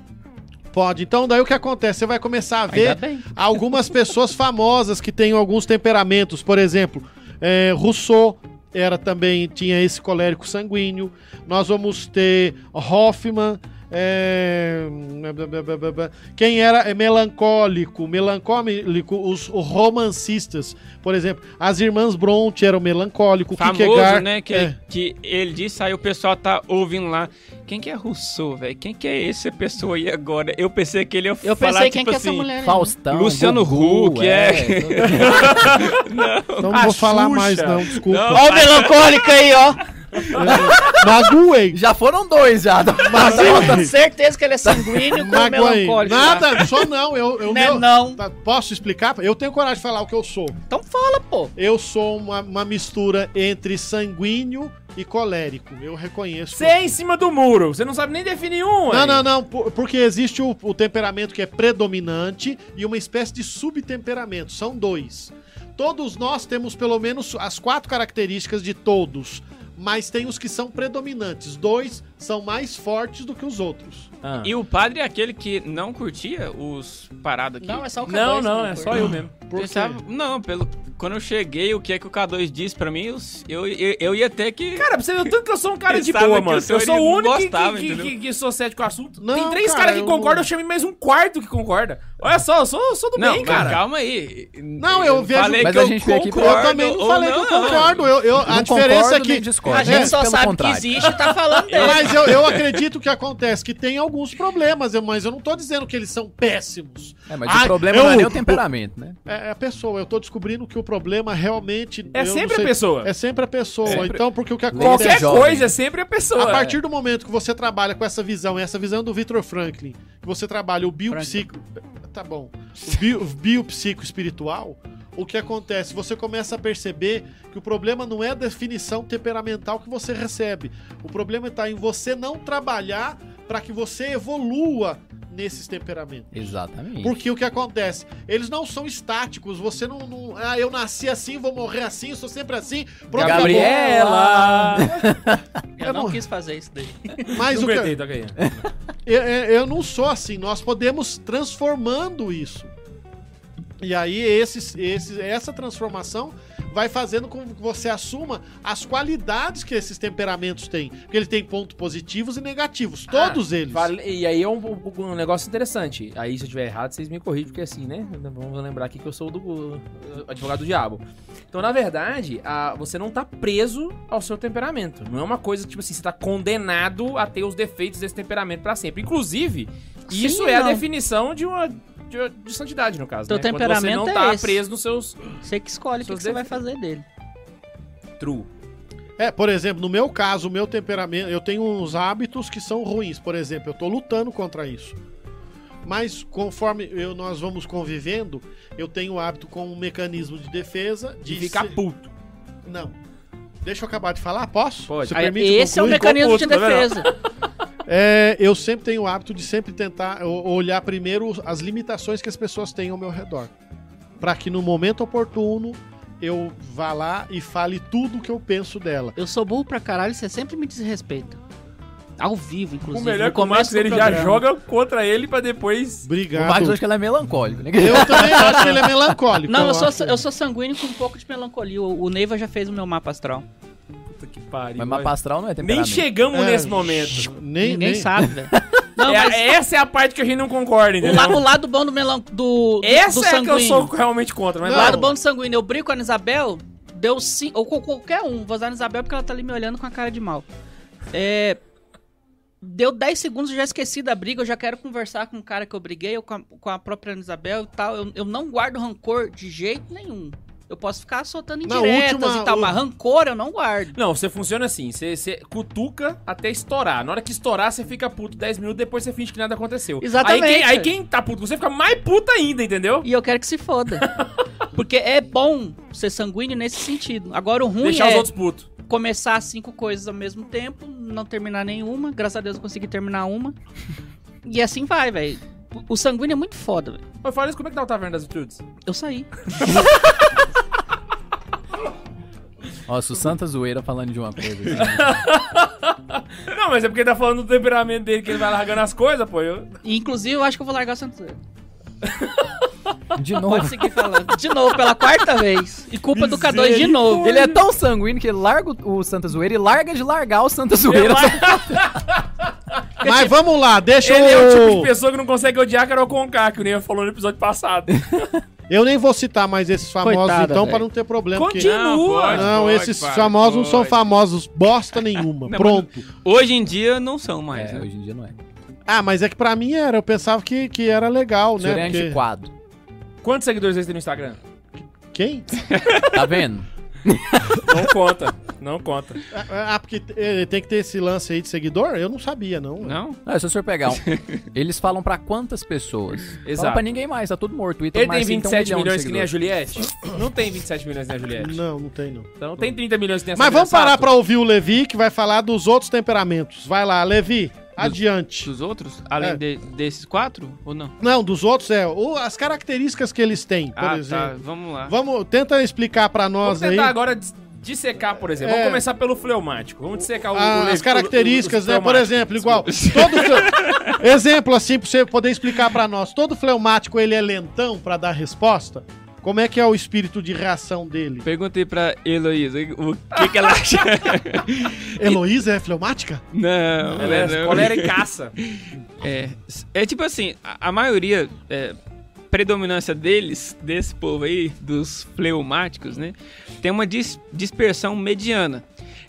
S3: pode. Então daí o que acontece? Você vai começar a ver
S5: Ainda bem.
S3: algumas pessoas famosas que têm alguns temperamentos. Por exemplo, é, Rousseau era também tinha esse colérico sanguíneo. Nós vamos ter Hoffman. é, quem era é, melancólico? Melancólico, os romancistas, por exemplo, as irmãs Bronte eram melancólico,
S8: Famoso,
S3: Kierkegaard-
S8: né? Que,
S3: é.
S8: que ele disse, aí o pessoal tá ouvindo lá. Quem que é Rousseau, velho? Quem que é essa pessoa aí agora? Eu pensei que ele ia
S4: Eu
S8: falar,
S4: pensei
S8: tipo
S4: quem que é
S8: assim,
S4: essa mulher aí.
S5: Faustão.
S8: Luciano
S5: Gugu,
S8: Huck, é.
S3: Então não vou falar mais, não, desculpa.
S4: Ó o melancólico aí, ó.
S3: Magoei.
S5: Já foram dois, já.
S4: Ah, tá
S5: Tá
S4: Tenho certeza que ele é sanguíneo com o
S3: Magoei.
S4: melancólico. lá.
S3: Nada, só não. Eu, eu,
S4: Não é
S3: eu-
S4: não.
S3: Tá, Posso explicar? Eu tenho coragem de falar o que eu sou.
S4: Então fala, pô.
S3: Eu sou uma, uma mistura entre sanguíneo e colérico. Eu reconheço.
S2: Você é em cima do muro. Você não sabe nem definir um.
S3: Não,
S2: aí.
S3: não, não. por- Porque existe o, o temperamento que é predominante e uma espécie de subtemperamento. São dois. Todos nós temos pelo menos as quatro características de todos. Mas tem os que são predominantes. Dois são mais fortes do que os outros.
S2: Ah.
S8: E o padre é aquele que não curtia os parados aqui.
S4: Não, é só o
S2: Não,
S4: K2
S2: não,
S4: que
S2: é
S4: curte.
S2: só eu mesmo.
S3: Por quê?
S8: Pensava- não, pelo quando eu cheguei, o que é que o K2 disse pra mim, eu, eu, eu ia ter que
S2: Cara, pra você ver o tanto que eu sou um cara de
S8: Pensava
S2: boa,
S8: que o
S2: mano.
S8: senhor
S2: Eu sou o
S8: não
S2: único que-
S8: gostava,
S2: que, que,
S8: entendeu?
S2: que sou cético ao assunto. Tem
S3: Não,
S2: três
S3: cara,
S2: caras que
S3: eu
S2: concordam,
S3: não-
S2: eu chamei mais um quarto que concorda. Olha só, eu sou, eu sou do
S8: Não,
S2: bem,
S8: mas
S2: cara.
S8: calma aí.
S3: Não, eu vejo-
S8: falei
S5: Mas
S8: que
S5: a
S8: eu
S5: gente veio aqui pra-
S8: concordo
S3: eu também não
S8: ou
S3: falei que eu
S8: não.
S3: concordo. Eu, eu- a
S5: Não
S3: diferença é
S5: concordo, nem
S3: que.
S5: discordo.
S4: A gente
S5: É,
S4: só
S5: pelo
S4: sabe
S5: contrário.
S4: que existe e tá
S3: É
S4: falando dele.
S3: Mas eu, eu acredito que acontece, que tem alguns problemas, eu- mas eu não tô dizendo que eles são péssimos.
S5: É, mas
S3: Ah,
S5: o problema
S3: eu-
S5: não é nem o temperamento, né?
S3: É, é a pessoa, eu tô descobrindo que o problema realmente.
S2: É
S3: eu não
S2: sempre a
S3: sei-
S2: pessoa.
S3: É sempre a pessoa.
S5: Sempre.
S3: Então, porque o que
S5: Qualquer
S3: acontece.
S2: Qualquer
S5: jovem.
S2: coisa é sempre a pessoa.
S3: A partir do momento que você trabalha com essa visão, e essa visão é do Victor Franklin, que você trabalha o biopsico. Tá bom. O bio- biopsico espiritual, o que acontece? Você começa a perceber que o problema não é a definição temperamental que você recebe. O problema está em você não trabalhar para que você evolua nesses temperamentos.
S5: Exatamente.
S3: Porque o que acontece? Eles não são estáticos. Você não. não- ah, eu nasci assim, vou morrer assim, eu sou sempre assim. Pronto,
S2: Gabriela!
S4: Eu,
S3: eu
S4: não
S3: não-
S4: quis fazer isso daí.
S3: acabou. Mas
S2: Não
S3: o que,
S2: aguentei, toca aí.
S3: Eu, eu- eu não sou assim. Nós podemos transformando isso. E aí, esses, esses, essa transformação vai fazendo com que você assuma as qualidades que esses temperamentos têm. Porque ele tem pontos positivos e negativos. Todos eles.
S2: Ah, Vale- E aí é um, um- um negócio interessante. Aí se eu tiver errado, vocês me corrigem, porque assim, né? Vamos lembrar aqui que eu sou do uh, advogado do diabo. Então, na verdade, a- você não tá preso ao seu temperamento. Não é uma coisa, tipo assim, você tá condenado a ter os defeitos desse temperamento pra sempre. Inclusive,
S4: Sim
S2: isso
S4: e
S2: é a
S4: não.
S2: definição de uma. De, de santidade, no caso.
S4: Teu
S2: né? Quando
S4: temperamento
S2: você não
S4: é
S2: tá
S4: esse.
S2: preso nos seus
S4: Você que escolhe o que,
S2: Seus
S4: que você vai fazer dele.
S2: true.
S3: É, por exemplo, no meu caso, o meu temperamento, eu tenho uns hábitos que são ruins. Por exemplo, eu tô lutando contra isso. Mas conforme eu- nós vamos convivendo, eu tenho o hábito com um mecanismo de defesa
S2: De
S3: de,
S2: ficar
S3: se-
S2: puto.
S3: Não. Deixa eu acabar de falar, posso?
S2: Pode.
S3: Você
S4: Aí,
S3: permite que eu
S4: esse é o
S3: conclua?
S4: mecanismo de
S2: Concurso, tá
S4: defesa.
S3: É, eu sempre tenho o hábito de sempre tentar o- olhar primeiro as limitações que as pessoas têm ao meu redor. Pra que no momento oportuno eu vá lá e fale tudo o que eu penso dela.
S4: Eu sou burro pra caralho e você sempre me desrespeita. Ao vivo, inclusive.
S2: O melhor é
S4: no
S2: que o
S4: começo
S2: Max
S4: do
S2: ele já
S4: programa.
S2: joga contra ele pra depois.
S5: O Max
S3: Obrigado.
S5: acho que ela é melancólico, né?
S3: Eu também acho que ele é melancólico.
S4: Não, eu sou,
S3: acho.
S4: eu sou sanguíneo com um pouco de melancolia. O, o Neiva já fez o meu mapa astral.
S2: Puta que pariu.
S5: Mas
S2: olha.
S5: mapa astral não é
S2: Nem
S5: temperamento.
S2: chegamos
S3: É,
S2: nesse momento.
S3: Nem,
S4: assim Ninguém
S3: nem-
S4: sabe, velho. Não,
S2: É-
S4: mas
S2: Essa é a parte que a gente não concorda,
S4: o, la- o
S2: entendeu?
S4: lado bom do, melan... do, do,
S2: Essa
S4: do
S2: é a que
S4: sanguíneo.
S2: eu sou realmente contra, mas
S4: O
S3: Não.
S2: lá
S4: lado bom do sanguíneo. Eu brinco com a Ana Isabel, deu cinco. Ou com qualquer um. Vou usar a Ana Isabel porque ela tá ali me olhando com a cara de mal. É. Deu 10 segundos, eu já esqueci da briga, eu já quero conversar com o cara que eu briguei, ou com a, com a própria Ana Isabel e tal. Eu, eu não guardo rancor de jeito nenhum. Eu posso ficar soltando
S3: Na
S4: indiretas
S3: última-
S4: e tal,
S3: o-
S4: mas rancor eu não guardo.
S2: Não, você funciona assim, você, você cutuca até estourar. Na hora que estourar, você fica puto 10 minutos, depois você finge que nada aconteceu.
S4: Exatamente.
S2: Aí quem, aí quem tá puto, com você fica mais puto ainda, entendeu?
S4: E eu quero que se foda. Porque é bom ser sanguíneo nesse sentido. Agora o ruim
S2: Deixar
S4: é...
S2: os outros putos.
S4: começar cinco coisas ao mesmo tempo, não terminar nenhuma. Graças a Deus eu consegui terminar uma. E assim vai, velho. O- O sanguíneo é muito foda, velho.
S2: Ô, fala isso, como é que tá o Taverna das Virtudes?
S4: Eu saí.
S5: Nossa, o Santa Zoeira falando de uma coisa. assim.
S2: Não, mas é porque tá falando do temperamento dele, que ele vai largando as coisas, pô. Eu...
S4: E, inclusive, eu acho que eu vou largar o Santos.
S5: De novo.
S4: Pode seguir falando. De novo, pela quarta vez. E culpa do K2 de novo.
S5: Ele é tão sanguíneo que ele larga o o Santa Zoeira e larga de largar o Santa Zoeira.
S3: Mas vamos lá, deixa
S2: Ele é
S3: eu.
S2: o tipo de pessoa que não consegue odiar a Carol Conká, que o Ney falou no episódio passado.
S3: Eu nem vou citar mais esses famosos,
S4: Coitada,
S3: então,
S4: velho.
S3: pra não ter problema. porque-
S8: Não,
S2: Continua!
S8: pode.
S3: Não, esses famosos não são
S8: pode.
S3: famosos, bosta nenhuma. Pronto.
S8: Hoje em dia não são mais,
S5: É,
S8: né?
S5: hoje em dia não é.
S3: Ah, mas é que pra mim era, eu pensava que, que era legal,
S5: Zoeira é
S3: né? Porque-
S5: antiquado.
S2: Quantos seguidores eles têm no Instagram?
S3: Quem?
S5: Tá vendo?
S2: Não conta, não conta.
S3: Ah, ah, porque eh, tem que ter esse lance aí de seguidor? Eu não sabia, não.
S8: Não?
S5: Não, é só o senhor pegar um. Eles falam pra quantas pessoas? Exato. Fala
S2: Exato.
S5: pra ninguém mais, tá tudo morto. O Ítalo
S2: Ele tem
S5: Marcinho tem
S2: 27
S5: um milhão de
S2: milhões que nem a
S5: seguidores.
S2: Juliette? Não tem 27 milhões que nem a Juliette.
S3: Não, não tem, não.
S2: Então tem 30 milhões que nem a
S3: Mas
S2: Sabrina
S3: vamos parar
S2: Sato.
S3: pra ouvir o Levi, que vai falar dos outros temperamentos. Vai lá, Levi, adiante.
S8: Dos outros? Além
S3: É.
S8: de- desses quatro? Ou não?
S3: Não, dos outros é o- as características que eles têm, por
S8: ah, tá.
S3: exemplo.
S8: Vamos lá.
S3: Vamos, tenta explicar pra
S2: Vamos
S3: nós aí.
S2: tentar agora dis- dissecar, por exemplo.
S3: É.
S2: Vamos começar pelo fleumático. Vamos dissecar o,
S3: Ah,
S2: o-
S3: as
S2: o-
S3: características,
S2: o-
S3: né?
S2: o
S3: Por exemplo, igual. Todo fle- exemplo assim, pra você poder explicar pra nós. Todo fleumático ele é lentão pra dar resposta? Como é que é o espírito de reação dele?
S8: Perguntei pra Heloísa o que, que ela acha.
S3: Heloísa é fleumática?
S8: não,
S2: Ela é
S8: não.
S2: colera e caça.
S8: É, é tipo assim, a, a maioria, é, predominância deles, desse povo aí, dos fleumáticos, né? Tem uma dis- dispersão mediana.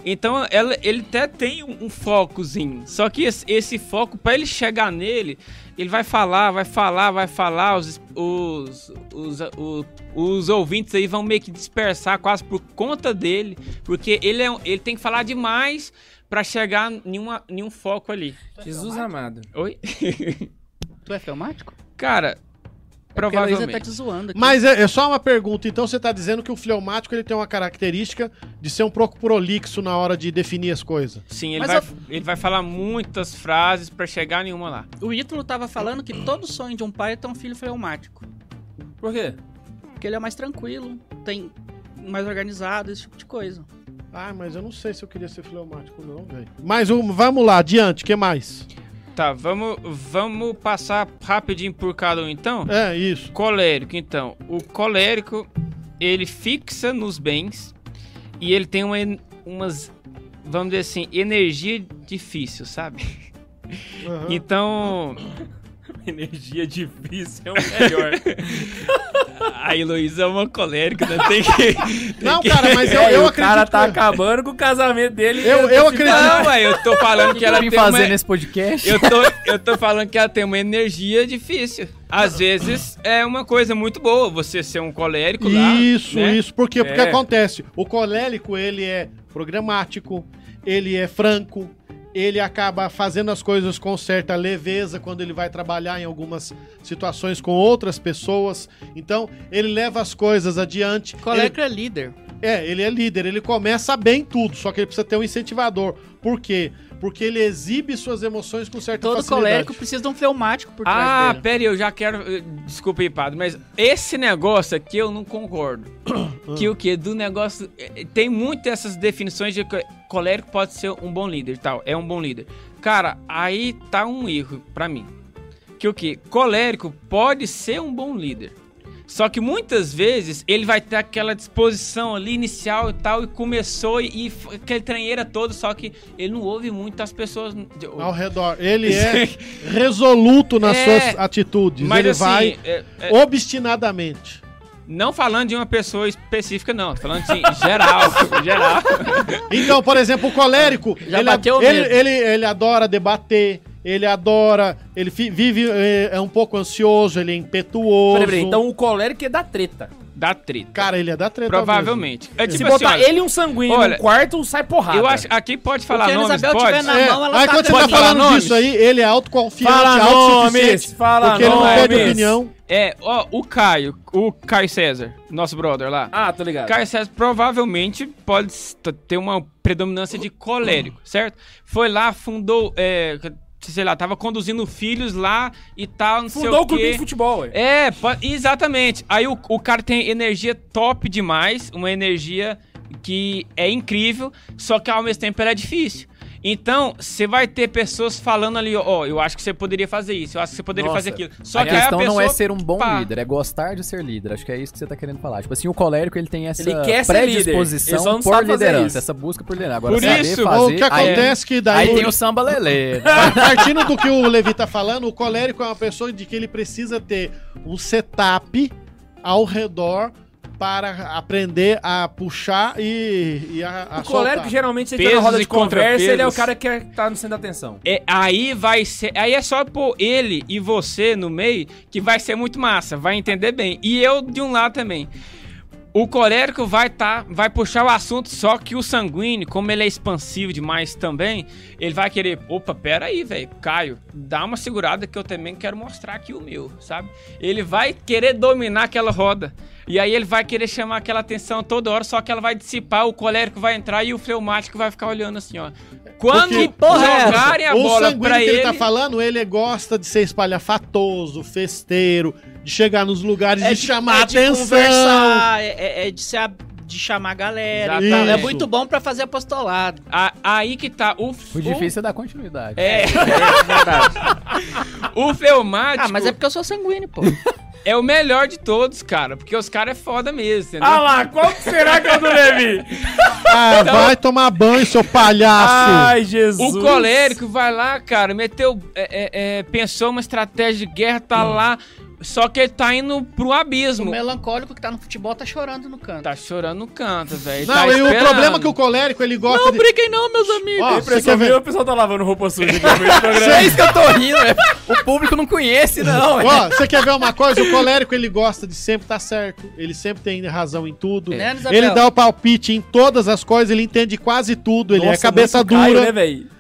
S8: Então ela- ele até tem um, um focozinho. Só que esse, esse foco, pra ele chegar nele, ele vai falar, vai falar, vai falar. Os, os, os, o- os ouvintes aí vão meio que dispersar quase por conta dele. Porque ele, é, um- ele tem que falar demais pra chegar em, uma, em um foco ali.
S2: Jesus amado.
S8: Oi?
S4: Tu é filmático?
S8: Cara,
S4: Porque a Luísa
S8: provavelmente.
S4: tá te zoando aqui.
S3: Mas é, é só uma pergunta. Então você tá dizendo que o fleumático ele tem uma característica de ser um pouco prolixo na hora de definir as coisas.
S8: Sim, ele
S4: Mas
S8: vai,
S4: eu-
S8: ele vai falar muitas frases pra chegar nenhuma lá.
S4: O Ítalo tava falando que todo sonho de um pai é ter um filho fleumático.
S2: Por quê?
S4: Porque ele é mais tranquilo, tem mais organizado, esse tipo de coisa.
S3: Ah, mas eu não sei se eu queria ser fleumático, não, velho. Mas um, vamos lá, adiante, o que mais?
S8: Tá, vamos, vamos passar rapidinho por cada um então.
S3: É, isso.
S8: Colérico, então. O colérico, ele fixa nos bens e ele tem uma, en- umas, vamos dizer assim, energia difícil, sabe?
S3: Aham.
S8: Então,
S2: Energia difícil é o melhor.
S8: a Heloísa é uma colérica, né? Tem que...
S3: Não, cara, mas É, eu, eu
S2: o
S3: acredito.
S2: cara tá
S3: que- é.
S2: acabando com o casamento dele.
S3: Eu- eu acredito-
S8: Não, ué, eu tô falando que
S5: O
S8: ela
S5: que eu
S8: tem
S5: vim fazer
S8: uma...
S5: nesse podcast?
S8: Eu tô, eu tô falando que ela tem uma energia difícil. Às vezes é uma coisa muito boa você ser um colérico lá.
S3: Isso,
S8: né?
S3: isso. Por quê? Porque
S2: É.
S3: acontece. O colélico, ele é programático, ele é franco, ele acaba fazendo as coisas com certa leveza quando ele vai trabalhar em algumas situações com outras pessoas. Então, ele leva as coisas adiante.
S4: Colérico é líder.
S3: Ele- é, ele é líder, ele começa bem tudo, só que ele precisa ter um incentivador. Por quê? Porque ele exibe suas emoções com certa
S4: Todo
S3: facilidade.
S4: colérico precisa de um fleumático por trás
S8: Ah,
S4: dele.
S8: pera aí, eu já quero. eh, Desculpa aí, padre, mas esse negócio aqui eu não concordo. que o quê? Do negócio. eh, Tem muito essas definições de que colérico pode ser um bom líder e tal. É um bom líder. Cara, aí tá um erro pra mim. Que o quê? Colérico pode ser um bom líder. Só que muitas vezes ele vai ter aquela disposição ali inicial e tal, e começou e, e f- aquele tranheira todo, só que ele não ouve muito as pessoas.
S3: Ao redor. Ele é resoluto nas
S8: É,
S3: suas atitudes.
S8: Mas
S3: ele
S8: assim,
S3: vai
S8: é- é-
S3: obstinadamente.
S8: Não falando de uma pessoa específica, não. Tô falando assim, geral. geral.
S3: Então, por exemplo, o colérico,
S4: Já
S3: ele,
S4: bateu
S3: ele,
S4: mesmo.
S3: ele, ele adora debater, ele adora, ele fi- vive, é, é um pouco ansioso, ele é impetuoso.
S2: Peraí, peraí, então o colérico é da treta.
S8: Dá treta.
S3: Cara, ele é da treta
S8: provavelmente. É
S2: Se
S8: tipo assim,
S2: botar
S8: olha,
S2: ele e um sanguíneo
S8: olha,
S2: no quarto, sai porrada.
S8: eu acho. Aqui pode
S4: O
S8: falar
S4: que a
S8: nomes,
S4: Isabel
S8: pode?
S4: tiver na
S3: mesmo. É,
S4: mão, ela
S3: aí
S4: tá
S3: quando você tá
S4: tranquila.
S3: falando
S8: nomes?
S3: disso aí, ele é autoconfiante,
S2: Fala
S3: autossuficiente,
S2: nomes, fala
S3: porque ele não
S2: nomes.
S3: pede opinião.
S8: É, ó, o Caio, o Caio César, nosso brother lá.
S2: Ah, tô ligado.
S8: Caio César provavelmente pode s- t- ter uma predominância de colérico,
S2: Ah.
S8: certo? Foi lá, fundou, é, sei lá, tava conduzindo filhos lá e tal, não sei
S2: Fundou
S8: o
S2: o clube de
S8: quê.
S2: futebol, ué.
S8: É, po- exatamente. Aí o, o cara tem energia top demais, uma energia que é incrível, só que ao mesmo tempo ela é difícil. Então, você vai ter pessoas falando ali, ó, ó, eu acho que você poderia fazer isso, eu acho que você poderia
S2: Nossa.
S8: fazer aquilo. Só
S5: a
S8: que aí
S5: questão não é
S8: pessoa-
S5: ser um bom
S8: pá.
S5: líder, é gostar de ser líder. Acho que é isso que você tá querendo falar. Tipo assim, o colérico ele tem essa
S2: Ele quer ser líder, ele só
S5: predisposição
S2: não
S5: por
S2: sabe fazer
S5: liderança,
S2: isso.
S5: essa busca por liderar. Agora
S8: Por
S5: saber
S8: isso,
S5: fazer,
S3: O que acontece é que daí...
S5: aí, aí tem um o samba lelê. né?
S3: Partindo do que o Levi tá falando, o colérico é uma pessoa de que ele precisa ter um setup ao redor para aprender a puxar e, e a, a
S2: O colérico
S3: soltar.
S2: geralmente você tá na
S8: Pesos
S2: roda
S8: e
S2: de conversa, ele é o
S8: contrapesos.
S2: cara que tá no centro da atenção.
S8: É, aí vai ser. Aí é só pôr ele e você no meio que vai ser muito massa, vai entender bem. E eu de um lado também. O colérico vai tá, vai puxar o assunto, só que o sanguíneo, como ele é expansivo demais também, ele vai querer, opa, pera aí, velho, Caio, dá uma segurada que eu também quero mostrar aqui o meu, sabe? Ele vai querer dominar aquela roda. E aí ele vai querer chamar aquela atenção toda hora, só que ela vai dissipar, o colérico vai entrar e o fleumático vai ficar olhando assim, ó. Quando
S3: Porque-
S4: porra é
S8: jogarem a
S3: o
S8: bola
S3: sanguíneo
S8: pra
S3: que
S8: ele,
S3: ele tá falando, ele gosta de ser espalhafatoso, festeiro, de chegar nos lugares e chamar
S4: é de
S3: atenção.
S4: conversar, é, é- é de, se ab- de chamar a galera.
S8: Exatamente.
S4: e tal. É
S3: Isso.
S4: muito bom pra fazer apostolado.
S8: a- aí que tá o,
S5: o difícil é dar continuidade.
S8: É, é verdade. o fleumático
S4: Ah, mas é porque eu sou sanguíneo, pô.
S8: é... o melhor de todos, cara. Porque os caras é foda mesmo, entendeu?
S2: Ah lá, qual que será que é o do Levi?
S3: Ah,
S4: Então-
S3: vai tomar banho, seu palhaço.
S2: Ai, Jesus.
S8: O colérico vai lá, cara, meteu. é, é, é, pensou uma estratégia de guerra, tá lá. Só que ele tá indo pro
S4: O
S8: abismo.
S4: melancólico que tá no futebol tá chorando no canto.
S8: Tá chorando no canto, velho.
S3: Não,
S8: tá
S3: e o
S8: esperando.
S3: problema é que o colérico, ele gosta
S4: Não
S3: de...
S4: briguem não, meus amigos.
S3: Ó, você quer ver?
S2: o pessoal tá lavando roupa suja aqui no meio do programa.
S5: É isso que eu tô rindo, é. o público não conhece, não. é.
S3: Ó, você quer ver uma coisa? O colérico ele gosta de sempre estar certo, ele sempre tem razão em tudo.
S4: Né, Isabel?
S3: Ele dá o palpite em todas as coisas, ele entende quase tudo, ele é
S2: Nossa,
S3: cabeça
S2: muito
S3: dura,
S2: Caio, né, velho?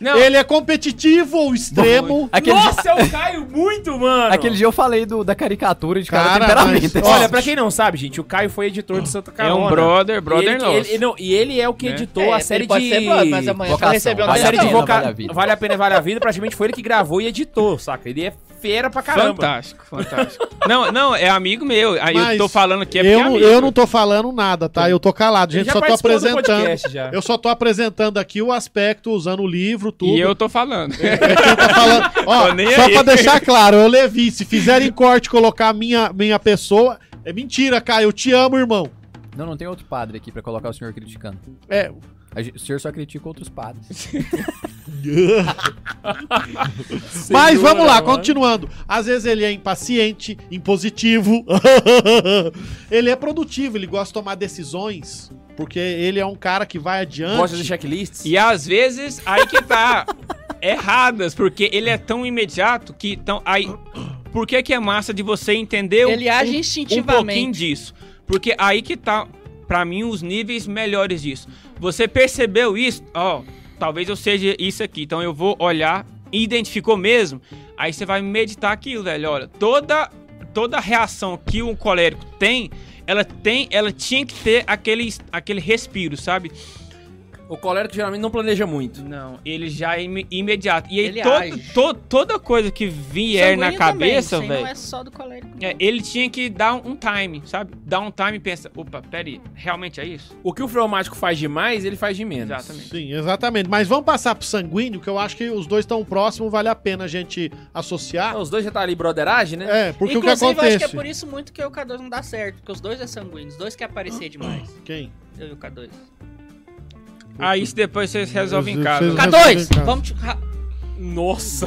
S8: Não,
S3: ele é competitivo ou extremo.
S5: Aquele, dia,
S2: Nossa, eu caio muito, mano.
S5: aquele dia eu falei do- da caricatura de cada
S3: Cara,
S5: temperamento.
S3: mas-
S2: Olha, pra quem não sabe, gente, o Caio foi editor de Santa
S8: é
S2: Carona.
S8: um brother,
S2: e
S8: brother
S2: ele,
S8: nosso.
S2: Ele, não, e ele é o que editou
S4: É,
S2: a série
S4: ele pode
S2: de...
S4: ser brother, mas amanhã
S5: Vocação,
S4: vai receber uma
S2: a
S5: Vale a
S2: série de
S5: pena,
S2: voca...
S5: vale a vida.
S2: Vale a Pena, Vale a Vida, praticamente foi ele que gravou e editou, saca? Ele é fera pra caramba.
S8: Fantástico, fantástico. não, não, é amigo meu. Aí
S3: Mas
S8: eu tô falando que é porque é
S3: eu,
S8: amigo.
S3: eu não tô falando nada, tá? Eu tô calado, gente.
S2: já
S3: Só tô
S2: participou do
S3: apresentando.
S2: podcast já.
S3: Eu só tô apresentando aqui o aspecto, usando o livro, tudo.
S8: E eu tô falando.
S3: Quem tá falando- Ó,
S8: Tô nem
S3: só
S8: aí.
S3: pra deixar claro, eu levi. Se fizerem corte e colocar a minha, minha pessoa, é mentira, Caio. Eu te amo, irmão.
S5: Não, não tem outro padre aqui pra colocar o senhor criticando.
S3: É,
S5: A gente- O senhor só critica outros padres.
S3: Mas vamos lá, continuando. Às vezes ele é impaciente, impositivo. ele é produtivo, ele gosta de tomar decisões. Porque ele é um cara que vai adiante.
S2: Gosta de checklists?
S8: E às vezes, aí que tá erradas, porque ele é tão imediato que tão, aí por que que é massa de você entender um-
S4: Ele age
S8: um, um pouquinho
S4: instintivamente.
S8: disso? Porque aí que tá pra mim os níveis melhores disso. Você percebeu isso? Ó, talvez eu seja isso aqui. Então eu vou olhar, identificou mesmo? Aí você vai meditar aquilo, velho. Olha, toda toda reação que um colérico tem, ela tem, ela tinha que ter aquele aquele respiro, sabe?
S2: O colérico geralmente não planeja muito.
S8: Não, ele já é ime- imediato. E aí
S4: Ele
S8: todo,
S4: age.
S8: to- toda coisa que vier na
S4: Sanguíneo também,
S8: cabeça,
S4: isso aí
S8: velho.
S4: Não é só do colérico.
S8: é, ele tinha que dar um time, sabe? Dar um time e pensa, opa, peraí, realmente é isso?
S2: O que o fleumático faz de mais, ele faz de menos.
S8: Exatamente.
S3: Sim, exatamente. Mas vamos passar pro sanguíneo, que eu acho que os dois estão próximos, vale a pena a gente associar.
S2: Então, os dois já tá ali broderagem, né?
S3: É, porque o que
S4: Inclusive, eu acho
S3: acontece?
S4: que é por isso muito que o K2 não dá certo, porque os dois é sanguíneos, os dois quer aparecer demais.
S3: Quem?
S4: Eu e o K2.
S8: Aí isso depois vocês resolvem em
S3: Vocês
S8: casa.
S3: resolvem
S4: K2,
S3: em casa.
S4: vamos... te- ra-
S2: Nossa.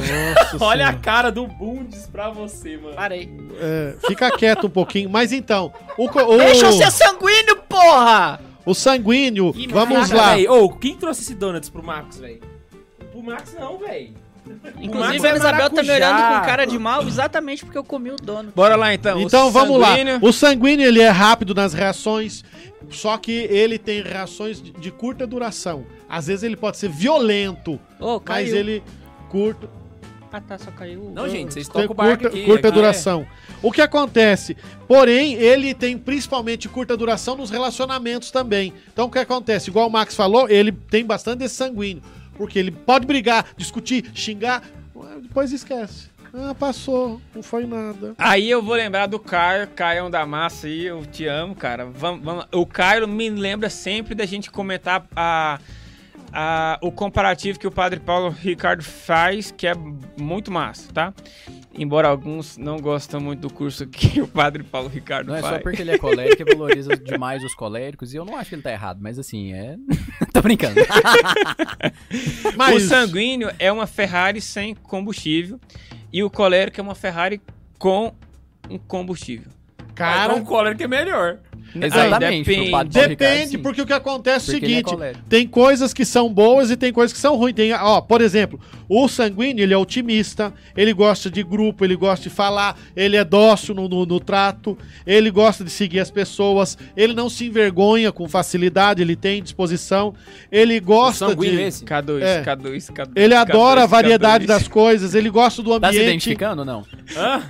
S3: Nossa
S2: Olha a
S3: Senhora.
S2: cara do Bundes pra você, mano.
S4: Parei.
S3: É, fica quieto um pouquinho. Mas então, o, co- o,
S4: Deixa eu ser sanguíneo, porra!
S3: o sanguíneo,
S4: Ih,
S3: vamos
S2: Caraca,
S3: lá.
S2: véi. Ô, quem trouxe esse donuts pro Marcos, velho? Pro Marcos não, velho. Marcos
S4: Inclusive,
S2: é
S4: a Isabel tá me
S2: maracujá.
S4: olhando com cara de mal exatamente porque eu comi o dono.
S8: Bora lá então. o
S3: Então vamos lá.
S8: sanguíneo.
S3: O sanguíneo ele é rápido nas reações, só que ele tem reações de- de curta duração. Às vezes ele pode ser violento,
S4: Ô, caiu.
S3: mas ele curta,
S4: Ah, tá, só caiu. o-
S2: Não, gente, vocês
S3: tem
S2: tocam o barco
S3: curta,
S2: aqui. né?
S3: curta
S2: aqui
S3: duração. O que acontece? Porém, ele tem principalmente curta duração nos relacionamentos também. Então o que acontece? Igual o Max falou, ele tem bastante esse sanguíneo, porque ele pode brigar, discutir, xingar, depois esquece. Ah, passou, não foi nada.
S8: Aí eu vou lembrar do Caio, Caio da massa aí, eu te amo, cara. Vamos, vamos. O Caio me lembra sempre da gente comentar a, a- o comparativo que o Padre Paulo Ricardo faz, que é muito massa, tá? Embora alguns não gostam muito do curso que o Padre Paulo Ricardo
S5: Não é
S8: faz.
S5: só porque ele é colérico e valoriza demais os coléricos. E eu não acho que ele tá errado, mas assim, é. Tô brincando.
S3: Mas
S8: O sanguíneo é uma Ferrari sem combustível e o colérico é uma Ferrari com um combustível.
S2: Cara,
S3: cara,
S2: um colérico é melhor.
S5: Exatamente.
S8: depende.
S5: pro padre Paulo Ricardo,
S3: Depende,
S5: sim.
S3: porque o que acontece é o
S5: Porque ele é
S3: seguinte:
S5: colérico.
S3: tem coisas que são boas e tem coisas que são ruins. Tem, ó, por exemplo, o sanguíneo ele é otimista, ele gosta de grupo, ele gosta de falar, ele é dócil no, no- no trato, ele gosta de seguir as pessoas, ele não se envergonha com facilidade, ele tem disposição, ele gosta
S2: Sanguíneo
S3: de.
S2: esse.
S8: K2,
S3: É.
S8: K2, K2.
S3: Ele
S8: K2,
S3: adora a variedade
S8: K2.
S3: das coisas, ele gosta do
S5: Tá se
S3: ambiente.
S5: identificando ou não?
S2: Hã?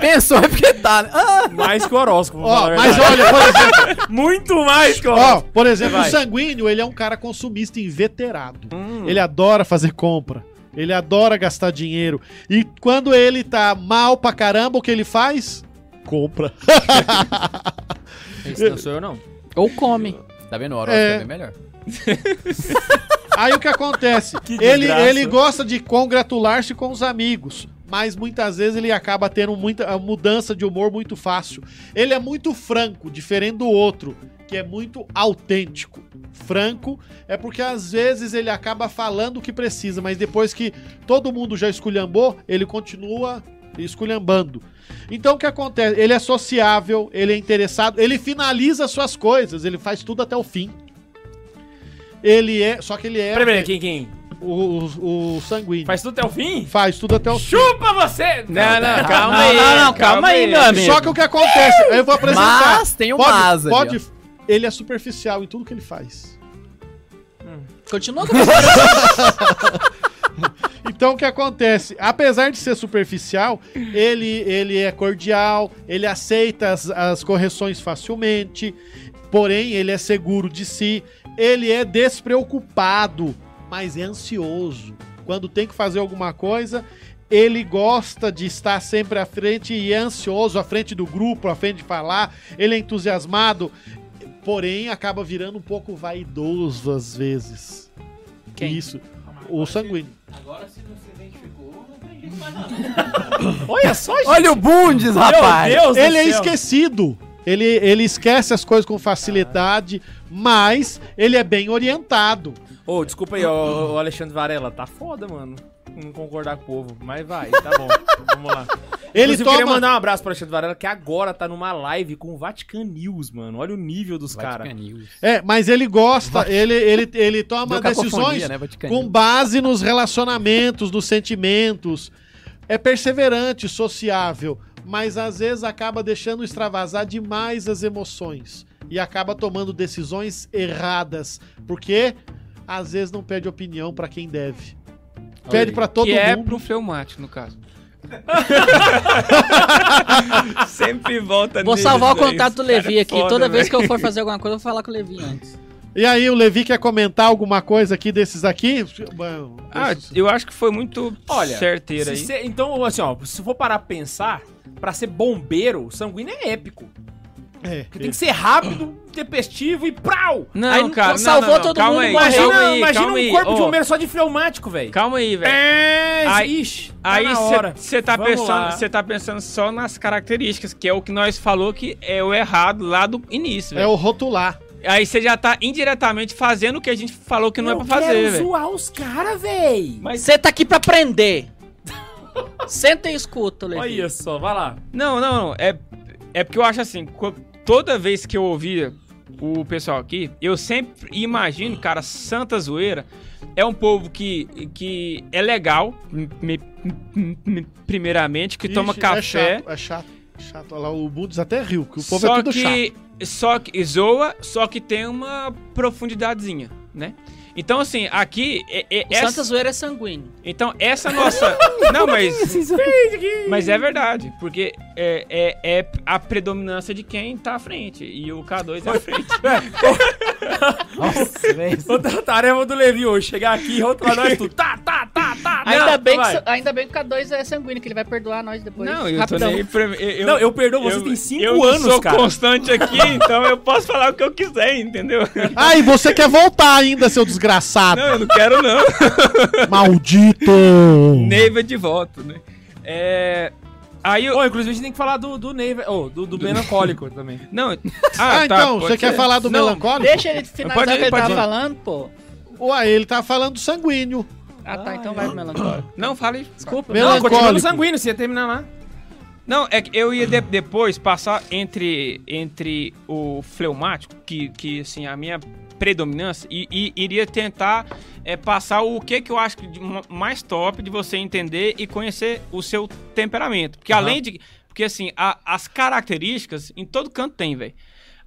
S5: Pensou, é porque tá. né? Ah!
S2: Mais que o horóscopo. pra falar
S3: Ó,
S2: a
S3: mas
S2: verdade.
S3: olha, por exemplo.
S2: Muito mais que o
S3: Ó,
S2: horóscopo.
S3: por exemplo,
S2: Vai.
S3: o sanguíneo, ele é um cara consumista inveterado. Ele adora fazer compra. Ele adora gastar dinheiro. E quando ele tá mal pra caramba, o que ele faz? Compra.
S2: Esse não sou eu, não.
S4: Ou come.
S5: Tá vendo? O horóscopo é,
S3: É.
S5: bem melhor.
S3: Aí o que acontece? ele, ele gosta de congratular-se com os amigos. Mas muitas vezes ele acaba tendo muita a mudança de humor muito fácil. Ele é muito franco, diferente do outro, que é muito autêntico. Franco é porque às vezes ele acaba falando o que precisa, mas depois que todo mundo já esculhambou, ele continua esculhambando. Então o que acontece? Ele é sociável, ele é interessado, ele finaliza suas coisas, ele faz tudo até o fim. Ele é. Só que ele é
S2: Peraí, peraí, quem, quem?
S3: o, o, o sanguíneo. Faz...
S2: Faz tudo até o fim?
S3: tudo até o fim.
S2: Chupa você!
S8: Não, não, calma
S4: Não,
S8: aí.
S4: não, não, calma aí, meu amigo.
S3: Só que o que acontece? Eu vou apresentar.
S5: Mas tem o
S3: pode,
S5: mas ali,
S3: pode. Ele é superficial em tudo que ele faz.
S4: Continua com você.
S3: Então o que acontece? Apesar de ser superficial, ele, ele é cordial, ele aceita as, as correções facilmente, porém ele é seguro de si, ele é despreocupado, mas é ansioso. Quando tem que fazer alguma coisa, ele gosta de estar sempre à frente e é ansioso, à frente do grupo, à frente de falar, ele é entusiasmado, porém acaba virando um pouco vaidoso às vezes.
S4: Quem?
S3: Isso. O sanguíneo.
S2: Olha só, gente.
S5: Olha o Bundes, rapaz!
S2: Meu Deus
S3: ele é
S2: do céu.
S3: esquecido. Ele, ele esquece as coisas com facilidade, mas ele é bem orientado.
S2: Ô, desculpa aí, ó, o Alexandre Varela. Tá foda, mano. Não concordar com o povo. Mas vai, tá bom. Vamos lá.
S3: Ele
S2: Inclusive, eu
S3: toma.
S2: queria mandar um abraço pro Alexandre Varela, que agora tá numa live com o Vatican News, mano. Olha o nível dos caras.
S5: Vatican News.
S3: É, mas ele gosta, ele, ele, ele toma
S5: Deu cacofonia,
S3: decisões
S5: né, Vatican
S3: com
S5: News.
S3: base nos relacionamentos, nos sentimentos. É perseverante, sociável, mas às vezes acaba deixando extravasar demais as emoções e acaba tomando decisões erradas, porque às vezes não pede opinião pra quem deve. Pede
S5: aí.
S3: pra todo
S8: que
S3: mundo.
S8: é pro fleumático, no caso. Sempre volta
S4: Vou
S8: neles,
S4: salvar o
S8: né?
S4: contato do
S8: Esse cara
S4: Levi
S8: é
S4: aqui.
S8: foda,
S4: Toda vez
S8: velho.
S2: é né?
S4: que eu for fazer alguma coisa, eu vou falar com o Levi antes.
S3: E aí, o Levi quer comentar alguma coisa aqui desses aqui? Bom,
S8: Ah,
S3: esses-
S8: eu acho que foi muito
S2: Olha,
S8: certeiro
S2: Se
S8: aí.
S2: cê- então, assim, ó, se for parar pra pensar, pra ser bombeiro, o sanguíneo é épico.
S3: é,
S2: Porque tem que ser rápido, tempestivo e prau!
S8: Não,
S2: Aí
S8: cara, não,
S2: salvou
S8: não, não,
S2: todo
S8: calma
S2: mundo.
S8: aí,
S2: imagina
S8: calma aí,
S2: imagina
S8: calma
S2: um
S8: aí,
S2: corpo de
S8: ó.
S2: bombeiro só de pneumático, velho.
S8: Calma aí, velho.
S2: É,
S8: Aí-
S2: ixi, tá
S8: Aí
S2: na hora.
S8: você tá,
S2: Vamos
S8: pensando-
S2: lá.
S8: cê tá pensando só nas características, que é o que nós falou que é o errado lá do início,
S3: é
S8: velho.
S3: o rotular.
S8: Aí você já tá indiretamente fazendo o que a gente falou que não
S2: Eu
S8: é pra fazer,
S2: quero
S8: velho.
S2: zoar os caras, velho.
S4: Você tá aqui pra aprender. Senta e escuta, Levi.
S2: Olha só, vai lá.
S8: Não, não, não. É, é porque eu acho assim, co- toda vez que eu ouvia o pessoal aqui, eu sempre imagino, cara, Santa Zoeira é um povo que, que é legal, me- me- me- primeiramente, que toma
S3: Ixi,
S8: café.
S3: É chato, é chato. chato. Olha lá, o Budes até riu, que o povo
S8: só
S3: é tudo
S8: que,
S3: chato.
S8: Só que zoa, só que tem uma profundidadezinha, né? Então, assim, aqui. É, é-
S4: O
S8: essa-
S4: Santa Zoeira é sanguíneo.
S8: Então, essa nossa. Não, mas. mas é verdade, porque é, é, é a predominância de quem tá à frente. E o K2 é à frente.
S5: Nossa, velho.
S2: Outra tarefa do Levi hoje, chegar aqui e rotular nós tudo. Tá, tá, tá, tá.
S4: Ainda,
S2: tá,
S4: bem que,
S2: vai.
S4: sa- ainda bem que o K2 é sanguíneo, que ele vai perdoar nós depois.
S8: Não, eu tô
S4: Rapidão.
S8: nem. aí pra- Eu,
S2: Não, eu perdoo, você tem
S8: eu
S2: cinco
S8: não
S2: anos,
S8: sou
S2: cara.
S8: constante aqui, então eu posso falar o que eu quiser, entendeu?
S3: Ah, e você quer voltar ainda, seu desgraçado.
S8: Não, eu não quero, não.
S3: Maldito!
S8: Neiva de voto, né? É. Aí eu.
S2: Ô, inclusive a gente tem que falar do, do Ney, velho. Ô, do, do melancólico também.
S8: Não. Ah,
S3: Ah,
S8: tá,
S3: então,
S8: pode
S3: você quer
S8: ser.
S3: falar do
S8: Não,
S3: melancólico?
S4: Deixa ele finalizar
S8: Pode ir,
S4: o que ele
S8: pode
S4: tava
S8: ir.
S4: falando, pô.
S3: Ué, ele tá falando do sanguíneo.
S4: Ah, tá, então vai pro melancólico.
S8: Não, fale.
S4: Desculpa.
S2: Não, continua no
S3: Melancólico.
S2: sanguíneo, você ia terminar lá.
S8: Não, é que eu ia de- depois passar entre, entre o fleumático, que, que assim, a minha predominância, e, e iria tentar é, passar o que, que eu acho que de ma- mais top de você entender e conhecer o seu temperamento. Porque além de. Porque assim, a- as características em todo canto tem, velho.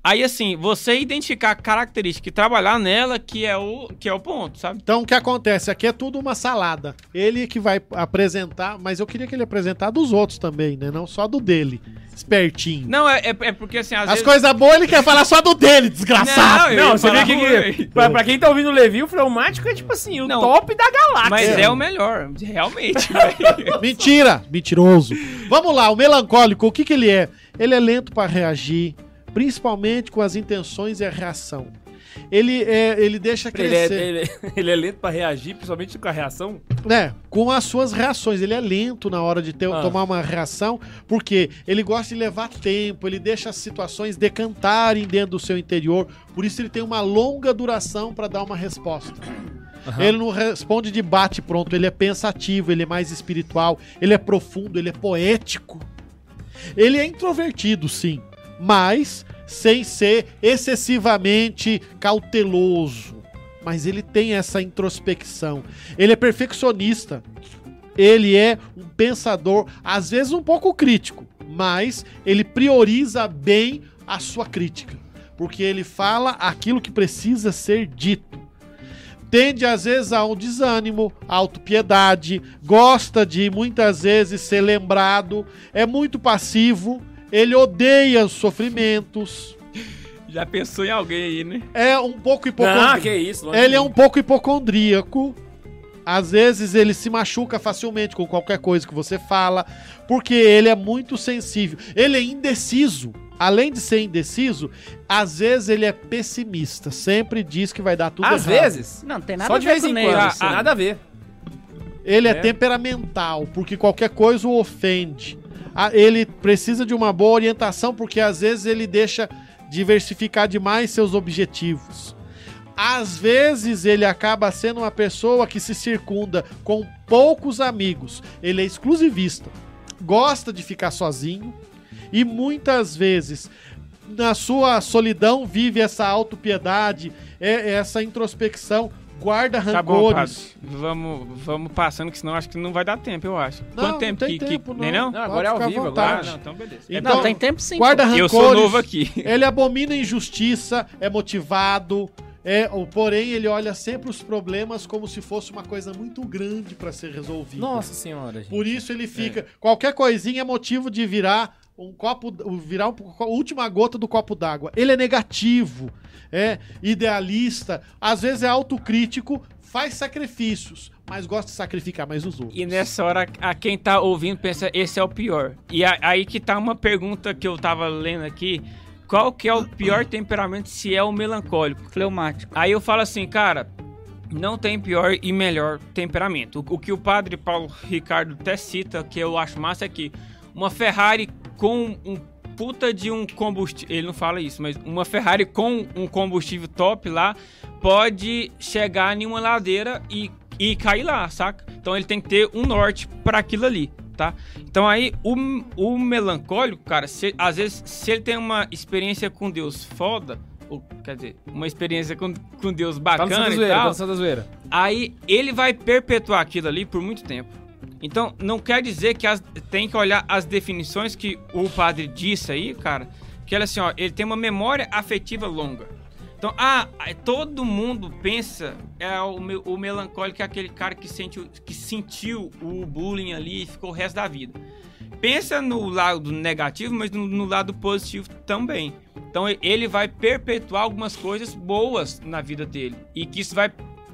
S8: Aí assim, você identificar a característica e trabalhar nela, que é o, que é o ponto, sabe?
S3: Então, o que acontece? Aqui é tudo uma salada. Ele que vai apresentar, mas eu queria que ele apresentasse dos outros também, né? Não só do dele. Espertinho.
S8: Não, é, é, é porque assim, às
S3: As
S8: vezes.
S3: coisas boas ele quer falar só do dele, desgraçado.
S8: eu ia
S2: Não, você vê
S8: falar
S2: que,
S8: ruim,
S2: que
S8: velho.
S2: pra, pra quem tá ouvindo o Levi, o fleumático é tipo assim, o
S8: Não.
S2: top da galáxia.
S8: Mas é o melhor, realmente, velho.
S3: Mentira, mentiroso. Vamos lá, o melancólico, o que, que ele é? Ele é lento para reagir, principalmente com as intenções e a reação. Ele, é, ele deixa
S2: Ele é,
S3: crescer,
S2: ele- ele é lento pra reagir, principalmente com a reação.
S3: né? Com as suas reações. Ele é lento na hora de ter-
S2: Ah.
S3: tomar uma reação, porque ele gosta de levar tempo, ele deixa as situações decantarem dentro do seu interior. Por isso ele tem uma longa duração para dar uma resposta. Ele não responde de bate pronto, ele é pensativo, ele é mais espiritual, ele é profundo, ele é poético. Ele é introvertido, sim, mas sem ser excessivamente cauteloso. Mas ele tem essa introspecção. Ele é perfeccionista. Ele é um pensador, às vezes um pouco crítico, mas ele prioriza bem a sua crítica, porque ele fala aquilo que precisa ser dito tende às vezes a um desânimo, a autopiedade, gosta de muitas vezes ser lembrado, é muito passivo, ele odeia os sofrimentos,
S8: Já pensou em alguém aí, né?
S3: é um pouco
S2: Ah, que
S3: hipocondríaco.
S2: isso. lógico.
S3: Ele é um pouco hipocondríaco. Às vezes ele se machuca facilmente com qualquer coisa que você fala, porque ele é muito sensível. Ele é indeciso. Além de ser indeciso, às vezes ele é pessimista. Sempre diz que vai dar tudo
S2: Às
S3: errado.
S2: vezes.
S4: Não, tem nada
S2: Só
S4: a
S2: de
S4: ver
S2: vez
S4: com né?
S2: em
S4: Neil.
S2: quando,
S8: Ah,
S2: assim,
S8: ah.
S2: nada a ver.
S3: Ele é,
S2: É.
S3: temperamental, porque qualquer coisa o ofende. Ah, Ele precisa de uma boa orientação, porque às vezes ele deixa diversificar demais seus objetivos. Às vezes ele acaba sendo uma pessoa que se circunda com poucos amigos. Ele é exclusivista, gosta de ficar sozinho e muitas vezes, na sua solidão, vive essa autopiedade, é- essa introspecção, guarda
S8: Tá bom,
S3: rancores.
S8: Fábio. Vamos, vamos passando, que senão acho que não vai dar tempo, eu acho.
S3: Não,
S8: Quanto
S3: não
S8: tempo
S3: tem
S8: que, que-
S3: tempo,
S8: nem
S3: não.
S8: não?
S2: Não,
S3: Pode
S2: agora é ao
S3: ficar à
S2: vivo,
S8: Ah,
S3: vontade.
S2: agora.
S8: não, então beleza.
S3: Então,
S4: Não, tem tempo sim.
S3: Guarda rancores.
S8: Eu sou novo aqui.
S3: Ele abomina injustiça, é motivado, é, o- porém ele olha sempre os problemas como se fosse uma coisa muito grande para ser resolvida.
S2: Nossa senhora, gente.
S3: Por isso ele fica. Qualquer coisinha é motivo de virar um copo, o virar um, a última gota do copo d'água. Ele é negativo, é idealista, às vezes é autocrítico, faz sacrifícios, mas gosta de sacrificar mais os outros.
S8: E nessa hora, a quem tá ouvindo pensa, esse é o pior. E a- aí que tá uma pergunta que eu tava lendo aqui. Qual que é o pior temperamento se é o melancólico?
S4: Fleumático.
S8: Aí eu falo assim, cara, não tem pior e melhor temperamento. O, o que o padre Paulo Ricardo até cita, que eu acho massa, é que uma Ferrari com um puta de um combustível. Ele não fala isso, mas uma Ferrari com um combustível top lá pode chegar em uma ladeira e, e cair lá, saca? Então ele tem que ter um norte para aquilo ali. Tá? Então aí o, o melancólico, cara, se- às vezes se ele tem uma experiência com Deus foda, ou quer dizer, uma experiência com, com Deus
S2: Tá no
S8: bacana
S2: Santa
S8: e
S2: Zoeira, tá
S8: tal,
S2: no Santa Zoeira.
S8: aí ele vai perpetuar aquilo ali por muito tempo. Então, não quer dizer que as- tem que olhar as definições que o padre disse aí, cara, que ele assim, ó, ele tem uma memória afetiva longa. Então, ah, todo mundo pensa, é o, me- o melancólico é aquele cara que, sente, o- que sentiu o bullying ali e ficou o resto da vida. Pensa no lado negativo, mas no, no lado positivo também. Então, e- ele vai perpetuar algumas coisas boas na vida dele. E que isso vai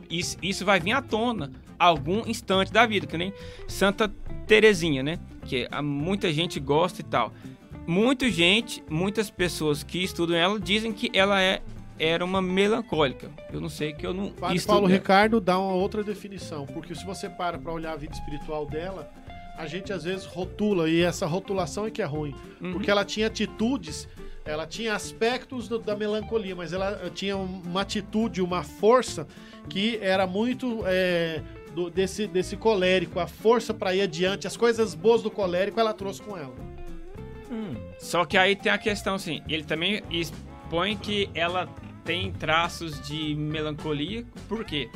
S8: isso, isso vai vir à tona algum instante da vida, que nem Santa Terezinha, né? Que a- muita gente gosta e tal. Muita gente, muitas pessoas que estudam ela dizem que ela é era uma melancólica. Eu não sei que eu não
S3: Padre
S8: estudo
S3: Paulo
S8: ela.
S3: Ricardo dá uma outra definição, porque se você para pra olhar a vida espiritual dela, a gente às vezes rotula, e essa rotulação é que é ruim,
S8: Uhum.
S3: porque ela tinha atitudes, ela tinha aspectos do- da melancolia, mas ela tinha um- uma atitude, uma força que era muito é, do- desse, desse colérico, a força pra ir adiante, as coisas boas do colérico ela trouxe com ela.
S8: Só que aí tem a questão assim, ele também expõe que ela tem traços de melancolia, por quê?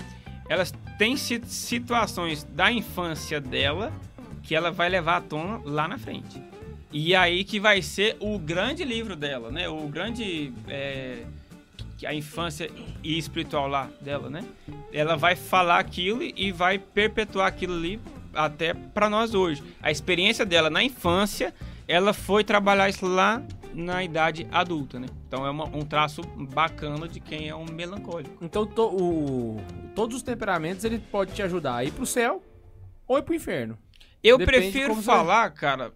S8: Elas têm si- situações da infância dela que ela vai levar à tona lá na frente. E aí que vai ser o grande livro dela, né? O grande. é, que a infância e espiritual lá dela, né? Ela vai falar aquilo e vai perpetuar aquilo ali até pra nós hoje. A experiência dela na infância, ela foi trabalhar isso lá na idade adulta, né? Então é uma- um traço bacana de quem é um melancólico.
S2: Então, to- o- todos os temperamentos ele pode te ajudar a ir pro céu ou ir pro inferno.
S8: Eu
S2: Depende de
S8: prefiro
S2: como você- é.
S8: falar, cara.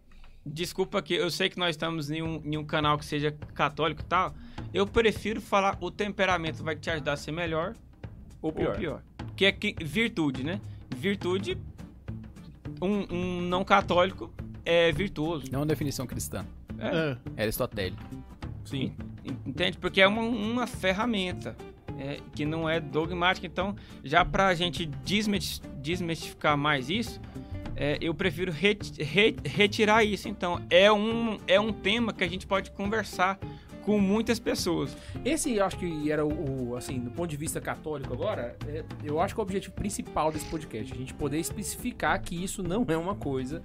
S8: Desculpa que eu sei que nós estamos em um, em um canal que seja católico e tal. Eu prefiro falar o temperamento vai te ajudar a ser melhor
S2: Ou pior.
S8: Ou pior. Que é que, virtude, né? Virtude, um, um não católico é virtuoso.
S5: Não é uma definição cristã.
S3: É.
S5: É aristotélico.
S2: Sim.
S8: Entende? Porque é uma, uma ferramenta é, que não é dogmática. Então, já pra gente desmiti- desmistificar mais isso, é, eu prefiro reti- re- retirar isso. Então, é um, é um tema que a gente pode conversar com muitas pessoas.
S2: Esse, eu acho que era o, o- assim, do ponto de vista católico agora, é, eu acho que é o objetivo principal desse podcast, a gente poder especificar que isso não é uma coisa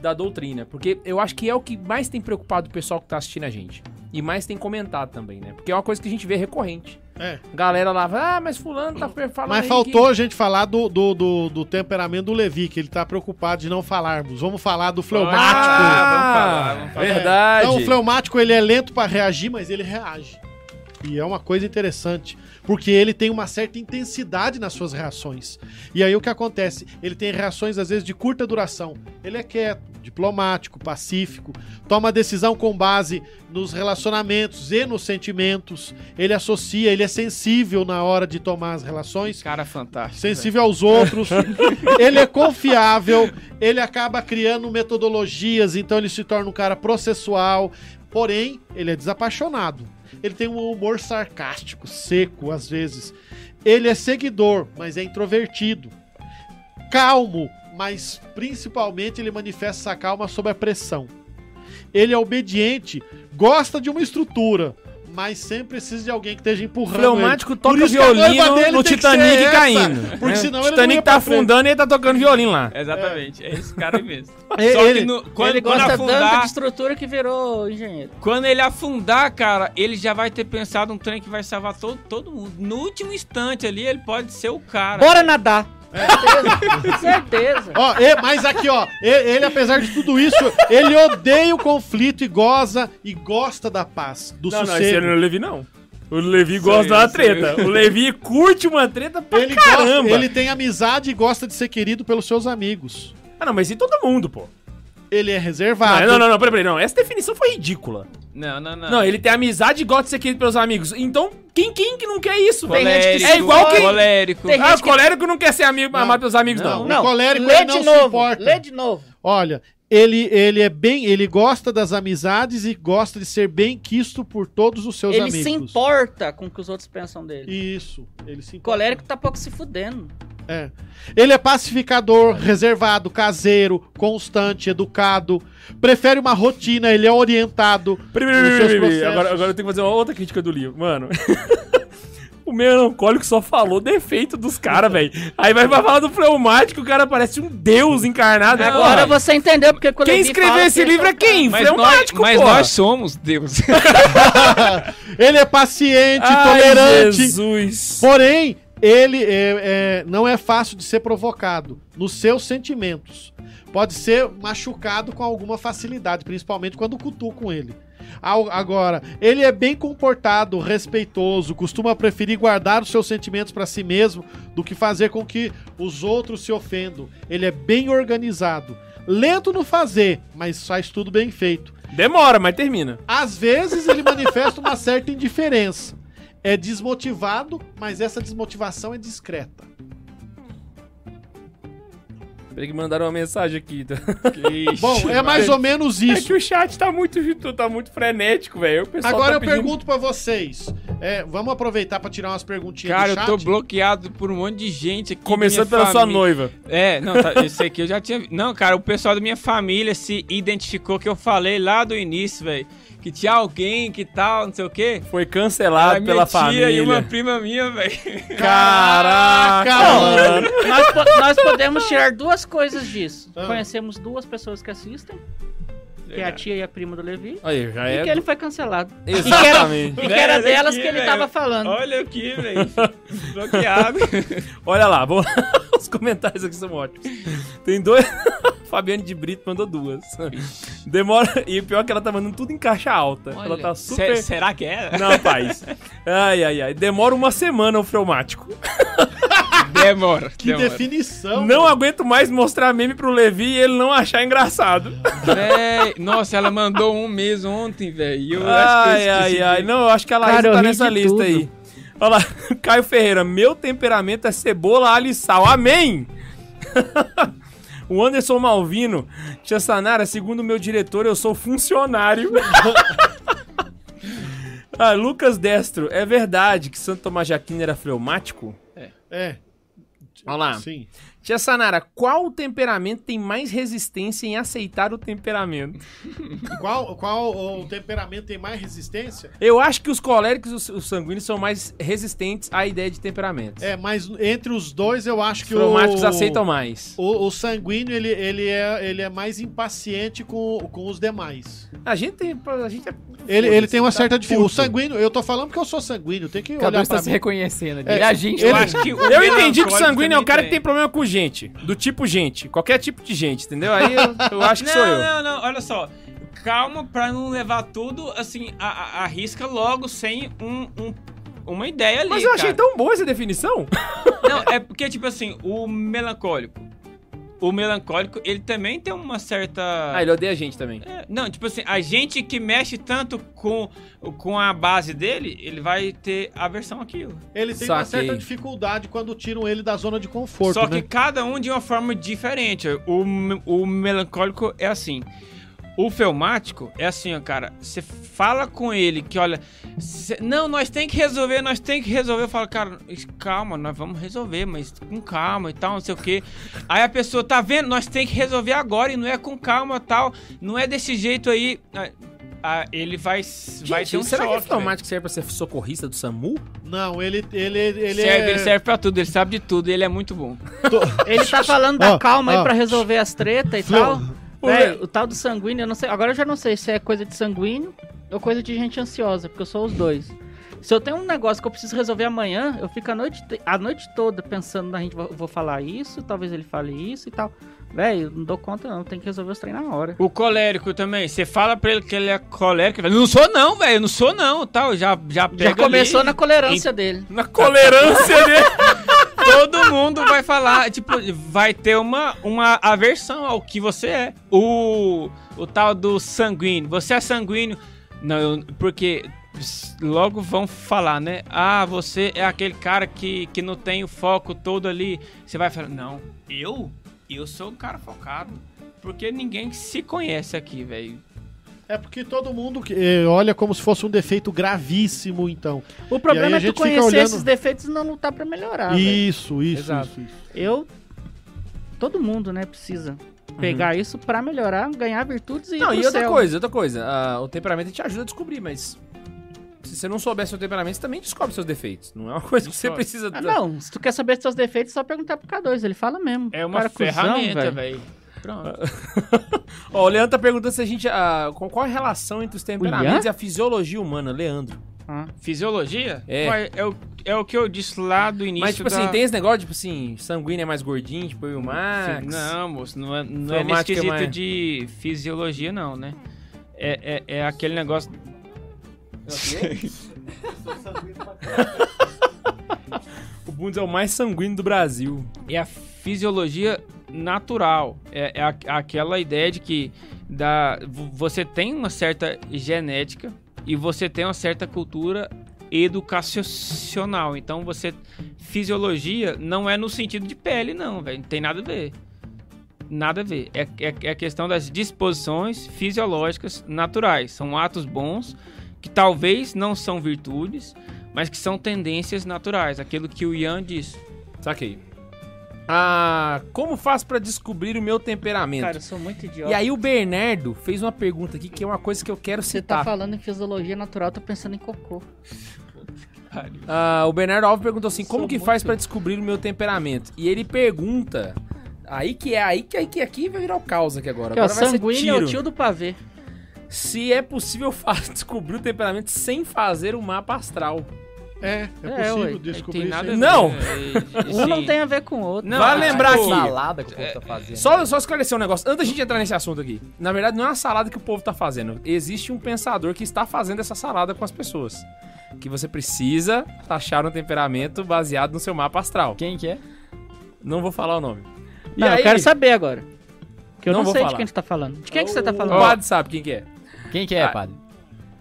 S2: da doutrina, porque eu acho que é o que mais tem preocupado o pessoal que tá assistindo a gente. E mais tem comentado também, né? Porque é uma coisa que a gente vê recorrente.
S3: É.
S2: Galera lá, fala, ah, mas fulano tá per- falando aí
S3: Mas
S2: que-"
S3: faltou a gente falar do, do, do- do temperamento do Levi, que ele tá preocupado de não falarmos. Vamos falar do fleumático.
S2: Ah,
S8: vamos falar, vamos
S2: verdade.
S3: Então, o fleumático ele é lento pra reagir, mas ele reage. E é uma coisa interessante, porque ele tem uma certa intensidade nas suas reações. E aí o que acontece? Ele tem reações às vezes de curta duração. Ele é quieto, diplomático, pacífico, toma decisão com base nos relacionamentos e nos sentimentos. Ele associa, ele é sensível na hora de tomar as relações
S8: Cara fantástico.
S3: sensível aos outros, ele é confiável, ele acaba criando metodologias, então ele se torna um cara processual, porém, ele é desapaixonado. Ele tem um humor sarcástico, seco às vezes. Ele é seguidor, mas é introvertido. Calmo, mas principalmente ele manifesta essa calma sob a pressão. Ele é obediente, gosta de uma estrutura, mas sempre precisa de alguém que esteja empurrando ele.
S2: Fleumático
S3: Por
S2: toca
S3: isso que a noiva
S2: violino
S3: dele
S2: no
S3: tem que
S2: Titanic
S3: ser essa,
S2: caindo.
S3: porque
S2: né?
S3: senão
S2: o
S3: ele não
S2: Titanic
S3: ia
S2: tá
S3: pra frente.
S2: afundando e ele tá tocando violino lá.
S8: Exatamente, é. esse cara aí mesmo.
S3: Ele-
S8: Só que
S3: ele-
S8: no- quando,
S4: ele
S8: quando
S4: gosta tanto
S8: afundar,
S4: de estrutura que virou engenheiro.
S8: Quando ele afundar, cara, ele já vai ter pensado um trem que vai salvar todo, todo mundo. No último instante ali, ele pode ser o cara.
S4: Bora nadar! Certeza.
S3: Ó, e- mas aqui, ó, e- ele, apesar de tudo isso, ele odeia o conflito e goza e gosta da paz, do
S2: Não, não, esse
S3: sossego.
S2: não é o Levi, não. O Levi gosta da treta. O Levi curte uma treta pra
S3: ele,
S2: caramba.
S3: gosta, ele tem amizade e gosta de ser querido pelos seus amigos.
S2: Ah, não, mas e todo mundo, pô?
S3: Ele é reservado.
S2: não, não, não, peraí, peraí, não. Essa definição foi ridícula.
S8: Não, não, não.
S2: Não, ele tem amizade e gosta de ser querido pelos amigos. Então, quem, quem que não quer isso? velho?
S8: colérico,
S2: que é igual quem...
S8: colérico.
S4: Tem
S2: Ah,
S4: gente
S2: o colérico não quer ser amigo, amado pelos amigos, não.
S3: Não.
S4: Não,
S3: colérico,
S4: lê
S3: ele não
S4: de
S3: se
S4: novo.
S3: importa.
S4: Lê de novo.
S3: Olha, ele, ele é bem, ele gosta das amizades e gosta de ser bem quisto por todos os seus
S4: Ele
S3: amigos.
S4: se importa com o que os outros pensam dele.
S3: Isso, ele se importa.
S4: Colérico tá pouco se fudendo.
S3: É. Ele é pacificador, reservado, caseiro, constante, educado. Prefere uma rotina, ele é orientado.
S2: Primeiro,
S3: Nos
S2: primeiro,
S3: seus
S2: primeiro.
S3: processos.
S2: Agora, agora eu tenho que fazer uma outra crítica do livro. Mano. O melancólico só falou defeito dos caras, velho. Aí vai pra falar do fleumático, o cara parece um deus encarnado.
S4: Agora você entendeu porque quando
S2: Quem
S4: eu vi, fala
S2: escreveu
S4: que tá
S2: esse
S4: eles
S2: livro é
S4: são
S2: quem?
S8: Mas, nós,
S2: Fleumático,
S8: mas
S2: pô.
S8: nós somos Deus.
S3: ele é paciente,
S2: Ai,
S3: tolerante.
S2: Jesus.
S3: Porém, ele é- é, não é fácil de ser provocado nos seus sentimentos. Pode ser machucado com alguma facilidade, principalmente quando cutucam ele. Ao- Agora, ele é bem comportado, respeitoso, costuma preferir guardar os seus sentimentos para si mesmo do que fazer com que os outros se ofendam. Ele é bem organizado, lento no fazer, mas faz tudo bem feito.
S2: Demora, mas termina.
S3: Às vezes ele manifesta uma certa indiferença. É desmotivado, mas essa desmotivação é discreta.
S2: Peraí que mandaram uma mensagem aqui. Tá?
S3: Bom, é mais ou menos
S2: É
S3: isso.
S2: que o chat tá muito, tá muito frenético, velho. O pessoal
S3: Agora
S2: tá
S3: eu
S2: pedindo-
S3: pergunto pra vocês. É, vamos aproveitar pra tirar umas perguntinhas
S8: Cara,
S3: do
S8: eu
S3: chat.
S8: tô bloqueado por um monte de gente aqui.
S2: Começando
S8: minha
S2: pela sua
S8: família.
S2: noiva.
S8: É, não, tá, isso aqui eu já tinha. Não, cara, o pessoal da minha família se identificou que eu falei lá do início, velho. Que tinha alguém que tal, não sei o quê.
S2: Foi
S8: A
S2: cancelado
S8: minha
S2: pela
S8: tia
S2: família.
S8: e uma prima minha, velho.
S2: Caraca, mano.
S4: Nós, po- nós podemos tirar duas coisas disso.
S3: Ah.
S4: Conhecemos duas pessoas que assistem, que é a tia e a prima do Levi,
S2: Aí, já
S4: e
S2: é.
S4: que ele foi cancelado.
S2: Exatamente.
S4: E que era
S8: Velho,
S4: delas que
S8: aqui,
S2: é,
S4: ele
S8: velho.
S4: tava falando.
S8: Olha aqui, velho. Bloqueado.
S2: Olha lá, vamos... os comentários aqui são ótimos. Tem dois. Fabiane de Brito mandou duas. Demora. E o pior é que ela tá mandando tudo em caixa alta. ela tá
S8: Se-
S2: super.
S8: será que é?
S2: Não, paz. Ai, ai, ai. Demora uma semana o freumático.
S8: Demora.
S3: Que definição.
S2: Não aguento mais mostrar meme pro Levi e ele não achar engraçado.
S8: Véi, nossa, ela mandou um mês ontem, velho. Eu acho que eu
S2: Ai, ai,
S8: esqueci
S2: ai.
S8: de-
S2: Não, eu acho que a Laís
S4: Cara, eu
S2: tá
S4: ri
S2: nessa
S4: de
S2: lista
S4: tudo.
S2: aí. Olha lá, Caio Ferreira, meu temperamento é cebola, alho e sal. Amém! o Anderson Malvino, Tia Sanara, segundo o meu diretor, eu sou funcionário. ah, Lucas Destro, é verdade que Santo Tomás de Aquino era fleumático?
S3: É,
S2: Olha lá.
S3: sim.
S2: Tia Sanara, qual temperamento tem mais resistência em aceitar o temperamento?
S3: Qual, qual o temperamento tem mais resistência?
S2: Eu acho que os coléricos e os- os sanguíneos são mais resistentes à ideia de temperamento.
S3: É, mas entre os dois eu acho
S2: Os
S3: que
S2: traumáticos
S3: o...
S2: aceitam mais.
S3: O, o sanguíneo, ele, ele, é, ele é mais impaciente com, com os demais.
S2: A gente tem. A gente é...
S3: Ele,
S2: Foda-se,
S3: ele tem uma
S2: tá
S3: certa dificuldade. O
S2: puto.
S3: sanguíneo, eu tô falando que eu sou sanguíneo, tem que
S5: Cada um
S3: olhar
S5: está
S3: pra
S5: se
S3: mim.
S5: reconhecendo. ali.
S3: É,
S5: Ele é a gente.
S3: ele-
S5: lá.
S8: acho que o
S2: Eu entendi que o
S8: melancólico
S2: sanguíneo é o
S8: também
S2: cara que tem problema com gente. Do tipo gente. Qualquer tipo de gente, entendeu? Aí eu, eu acho que
S8: não,
S2: sou eu.
S8: Não, não, olha só. Calma pra não levar tudo, assim, a, a- arrisca logo sem um, um- uma ideia ali.
S2: Mas eu achei
S8: cara.
S2: tão boa essa definição.
S8: Não, é porque, tipo assim, o melancólico. O melancólico, ele também tem uma certa.
S2: Ah, ele odeia a gente também.
S8: É, Não, tipo assim, a gente que mexe tanto com, com a base dele, ele vai ter aversão àquilo.
S3: Ele tem uma
S2: Saquei.
S3: certa dificuldade quando tiram ele da zona de conforto,
S8: Só que
S3: né?
S8: cada um de uma forma diferente. O, me- o melancólico é assim. O felmático é assim, ó, cara. Você fala com ele que, olha, cê- não, nós tem que resolver, nós tem que resolver. Eu falo, cara, es- calma, nós vamos resolver, mas com calma e tal, não sei o quê. Aí a pessoa tá vendo, nós tem que resolver agora e não é com calma e tal, não é desse jeito aí. Ah, ah, ele vai, s- vai ter um
S2: será que
S8: choque.
S2: o automático serve pra ser socorrista do SAMU?
S3: Não, ele, ele,
S8: velho.
S3: ele
S8: serve,
S3: é...
S8: ele serve pra tudo, ele sabe de tudo, ele é muito bom.
S4: Ele tá falando da
S3: Ó,
S4: calma
S3: ó.
S4: aí pra resolver as tretas e
S3: Fleu-
S4: tal. Véi, o tal do sanguíneo, eu não sei. Agora eu já não sei se é coisa de sanguíneo ou coisa de gente ansiosa, porque eu sou os dois. Se eu tenho um negócio que eu preciso resolver amanhã, eu fico a noite, te- a noite toda pensando na gente, vou, vou falar isso, talvez ele fale isso e tal. Velho, não dou conta não, tem que resolver os trem na hora.
S8: O colérico também. Você fala pra ele que ele é colérico. ele fala, Não sou não, velho. Não sou não. Tal. Já, já pega
S4: Já começou
S8: ali.
S4: na colerância dele.
S8: Na colerância dele. Todo mundo vai falar, tipo, vai ter uma, uma aversão ao que você é. O, o tal do sanguíneo. Você é sanguíneo. Não, eu- porque ps, logo vão falar, né? Ah, você é aquele cara que, que não tem o foco todo ali. Você vai falar, não, eu? Eu sou um cara focado. Porque ninguém se conhece aqui, velho.
S3: É porque todo mundo que- eh, olha como se fosse um defeito gravíssimo, então.
S4: O problema
S3: a
S4: é tu
S3: gente fica
S4: conhecer
S3: olhando-
S4: esses defeitos e não lutar pra melhorar, Ah, né? velho.
S3: isso, isso,
S10: Exato.
S3: isso, isso.
S4: Eu todo mundo, né, precisa pegar isso pra melhorar, ganhar virtudes e ir
S2: Uhum. Não,
S4: pro
S2: e outra
S4: céu.
S2: coisa, outra coisa. ah, o temperamento te ajuda a descobrir, mas. Se você não souber seu temperamento, você também descobre seus defeitos. Não é uma coisa que você precisa.
S4: Ah, não, se tu quer saber seus defeitos, é só perguntar pro K2, ele fala mesmo.
S8: É
S4: Cara,
S8: uma
S4: cuzão,
S8: ferramenta, velho. Pronto.
S2: Ó, o Leandro tá perguntando se a gente. ah, com qual é a relação entre os temperamentos e
S4: Ian?
S2: a fisiologia humana, Leandro?
S8: Fisiologia?
S2: É.
S8: Ué, É o, é o que eu disse lá do início
S2: Mas, tipo
S8: da...
S2: assim, tem esse negócio, tipo assim, sanguíneo é mais gordinho, tipo eu e o Max.
S8: Não, moço, não é, não é nesse
S2: Traumático é
S8: quesito
S2: mais-
S8: de fisiologia, não, né? É, é, é aquele negócio.
S2: O Bundes é o mais sanguíneo do Brasil.
S8: É a fisiologia natural. É, é a- aquela ideia de que da, vo- você tem uma certa genética e você tem uma certa cultura educacional. Então você. Fisiologia não é no sentido de pele, não, velho. Não tem nada a ver. Nada a ver. É, é, é a questão das disposições fisiológicas naturais. São atos bons que talvez não são virtudes, mas que são tendências naturais. Aquilo que o Ian disse.
S2: Saquei. Ah, como faço pra descobrir o meu temperamento?
S4: Cara, eu sou muito idiota.
S2: e aí o Bernardo fez uma pergunta aqui que é uma coisa que eu quero
S4: Você tá
S2: citar.
S4: falando em fisiologia natural, eu tô pensando em cocô.
S2: Ah, o Bernardo Alves perguntou assim:
S4: Sou
S2: como que
S4: muito-
S2: faz pra descobrir o meu temperamento? E ele pergunta. Aí que é, aí que aí que aqui vai virar o caos aqui agora.
S4: Aqui, ó,
S2: Agora vai ser
S4: sanguíneo é o
S2: tiro.
S4: tio do pavê.
S2: Se é possível fa- descobrir o temperamento sem fazer o mapa astral.
S3: É, é
S4: É,
S3: possível
S4: ué,
S3: descobrir
S8: tem
S3: isso. aí.
S8: nada a ver.
S2: Não!
S8: É,
S4: Um não
S8: assim,
S4: tem a ver com o outro.
S8: Não,
S2: vale
S8: é,
S2: lembrar
S8: tipo,
S2: aqui.
S5: salada que o povo tá fazendo.
S2: Só, só esclarecer um negócio, antes da gente entrar nesse assunto aqui. Na verdade, não é uma salada que o povo tá fazendo. Existe um pensador que está fazendo essa salada com as pessoas. Que você precisa achar um temperamento baseado no seu mapa astral.
S5: Quem que é?
S2: Não vou falar o nome.
S4: Não, eu quero saber agora. Que eu
S2: Não
S4: não,
S2: vou
S4: sei
S2: falar.
S4: de quem tu tá falando. De quem que você tá
S2: O
S4: falando?
S2: Bad sabe quem que é.
S5: Quem que é, padre?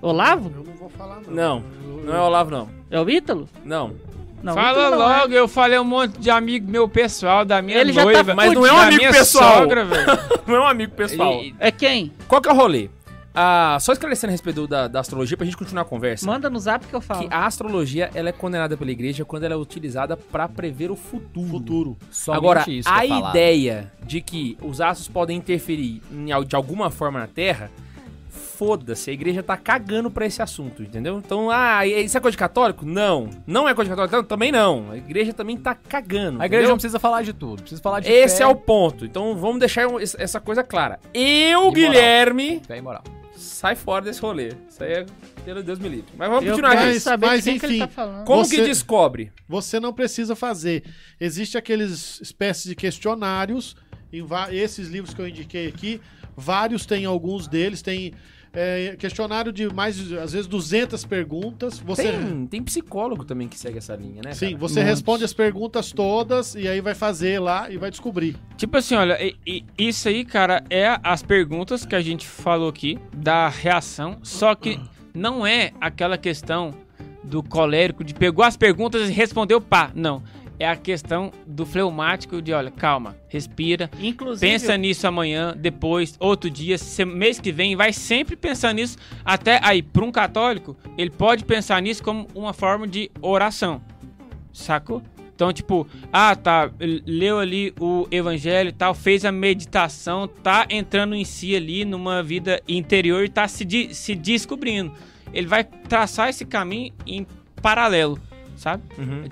S4: Olavo?
S3: Eu não vou falar, não.
S2: Não, não é o Olavo, não.
S4: É o Ítalo?
S2: Não.
S4: Não,
S8: Fala
S4: Ítalo não é.
S8: logo, eu falei um monte de amigo meu pessoal, da minha
S4: Ele já tá
S8: noiva,
S2: Mas não é um
S8: da
S2: amigo
S8: minha
S2: pessoal.
S8: sogra, velho.
S2: Não é um amigo pessoal.
S8: E-
S4: É quem?
S2: Qual que é o rolê? Ah, só esclarecendo a respeito do- da, da astrologia pra gente continuar a conversa.
S4: Manda no zap que eu falo.
S2: Que a astrologia ela é condenada pela igreja quando ela é utilizada pra prever o futuro.
S3: Futuro.
S5: Somente
S2: Agora,
S5: isso que
S2: a
S5: é falado.
S2: ideia de que os astros podem interferir em al- de alguma forma na Terra, foda-se, a igreja tá cagando pra esse assunto, entendeu? Então, ah, e- isso é coisa de católico? Não. Não é coisa de católico? Também não. A igreja também tá cagando.
S5: A igreja
S2: entendeu?
S5: não precisa falar de tudo, precisa falar de
S2: Esse
S5: fé,
S2: é o ponto. Então, vamos deixar um- es- essa coisa clara. Eu,
S5: moral.
S2: Guilherme,
S5: fé e moral.
S2: sai fora desse rolê. Isso aí é, pelo Deus me livre. Mas vamos
S4: Eu
S2: continuar
S4: quero
S2: aqui.
S3: Mas-
S4: saber
S3: mas
S4: de quem que ele
S3: enfim.
S4: tá falando.
S2: Como que
S3: Você-
S2: descobre?
S3: Você não precisa fazer. Existe aqueles espécies de questionários, em va- esses livros que eu indiquei aqui, vários tem alguns deles, tem é, questionário de mais, de, às vezes, 200 perguntas. Você...
S2: Tem, tem psicólogo também que segue essa linha, né?
S3: Sim,
S2: cara?
S3: você responde as perguntas todas e aí vai fazer lá e vai descobrir.
S8: Tipo assim, olha, e- e- isso aí, cara, é as perguntas que a gente falou aqui, da reação, só que não é aquela questão do colérico, de pegou as perguntas e respondeu pá, não. É a questão do fleumático de, olha, calma, respira,
S4: Inclusive,
S8: Pensa nisso amanhã, depois, outro dia, se- mês que vem, vai sempre pensar nisso. Até aí, para um católico, ele pode pensar nisso como uma forma de oração. Sacou? Então, tipo, ah, tá, l- leu ali o evangelho e tal, fez a meditação, tá entrando em si ali numa vida interior e tá se, de- se descobrindo. Ele vai traçar esse caminho em paralelo, sabe?
S2: Uhum.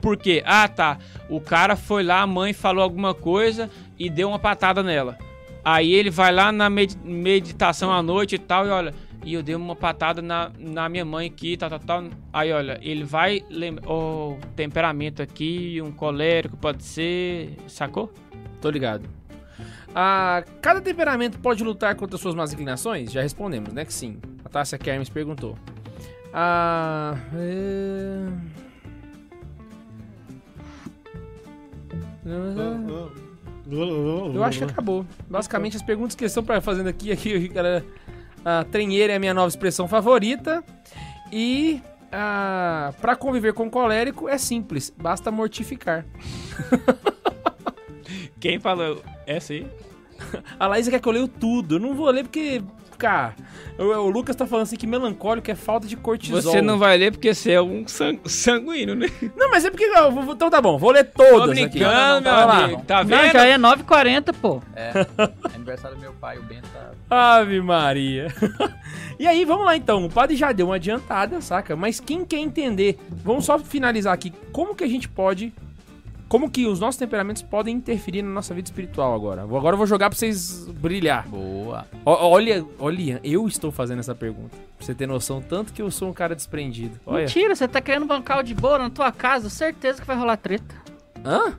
S8: Por quê? Ah, tá. O cara foi lá, a mãe falou alguma coisa e deu uma patada nela. Aí ele vai lá na med- meditação à noite e tal, e olha, e eu dei uma patada na, na minha mãe aqui, tal, tal, tal. Aí, olha, ele vai lembrar. Oh, temperamento aqui, um colérico pode ser. Sacou?
S2: Tô ligado. Ah, cada temperamento pode lutar contra suas más inclinações? Já respondemos, né? Que sim. A Tássia Kermes perguntou. Ah, é... Eu acho que é acabou. Basicamente, as perguntas que estão pra- fazendo aqui, aqui, galera. A trenheira é a minha nova expressão favorita. E ah, para conviver com colérico é simples, basta mortificar.
S8: Quem falou essa aí?
S2: A Laísa quer que eu leio tudo. Eu não vou ler porque, cara, o, o Lucas tá falando assim que melancólico é falta de cortisol.
S8: Você não vai ler porque você é um sang- sanguíneo, né?
S2: Não, mas é porque. eu vou- vou- então tá bom, vou ler todas
S8: Tô
S2: aqui.
S8: brincando, meu
S2: Vai lá.
S8: amigo. Tá
S4: Não,
S8: vendo?
S4: já é 9h40, pô.
S5: Aniversário do meu pai, o Bento tá.
S2: Ave Maria. e aí, vamos lá então. O padre já deu uma adiantada, saca? Mas quem quer entender? Vamos só finalizar aqui. Como que a gente pode. Como que os nossos temperamentos podem interferir na nossa vida espiritual agora? Vou- Agora eu vou jogar pra vocês brilhar.
S5: Boa.
S2: Ó- olha, olha, eu estou fazendo essa pergunta. Pra você ter noção, tanto que eu sou um cara desprendido. Olha.
S4: Mentira, você tá querendo bancar o de boa na tua casa, certeza que vai rolar treta.
S2: Hã?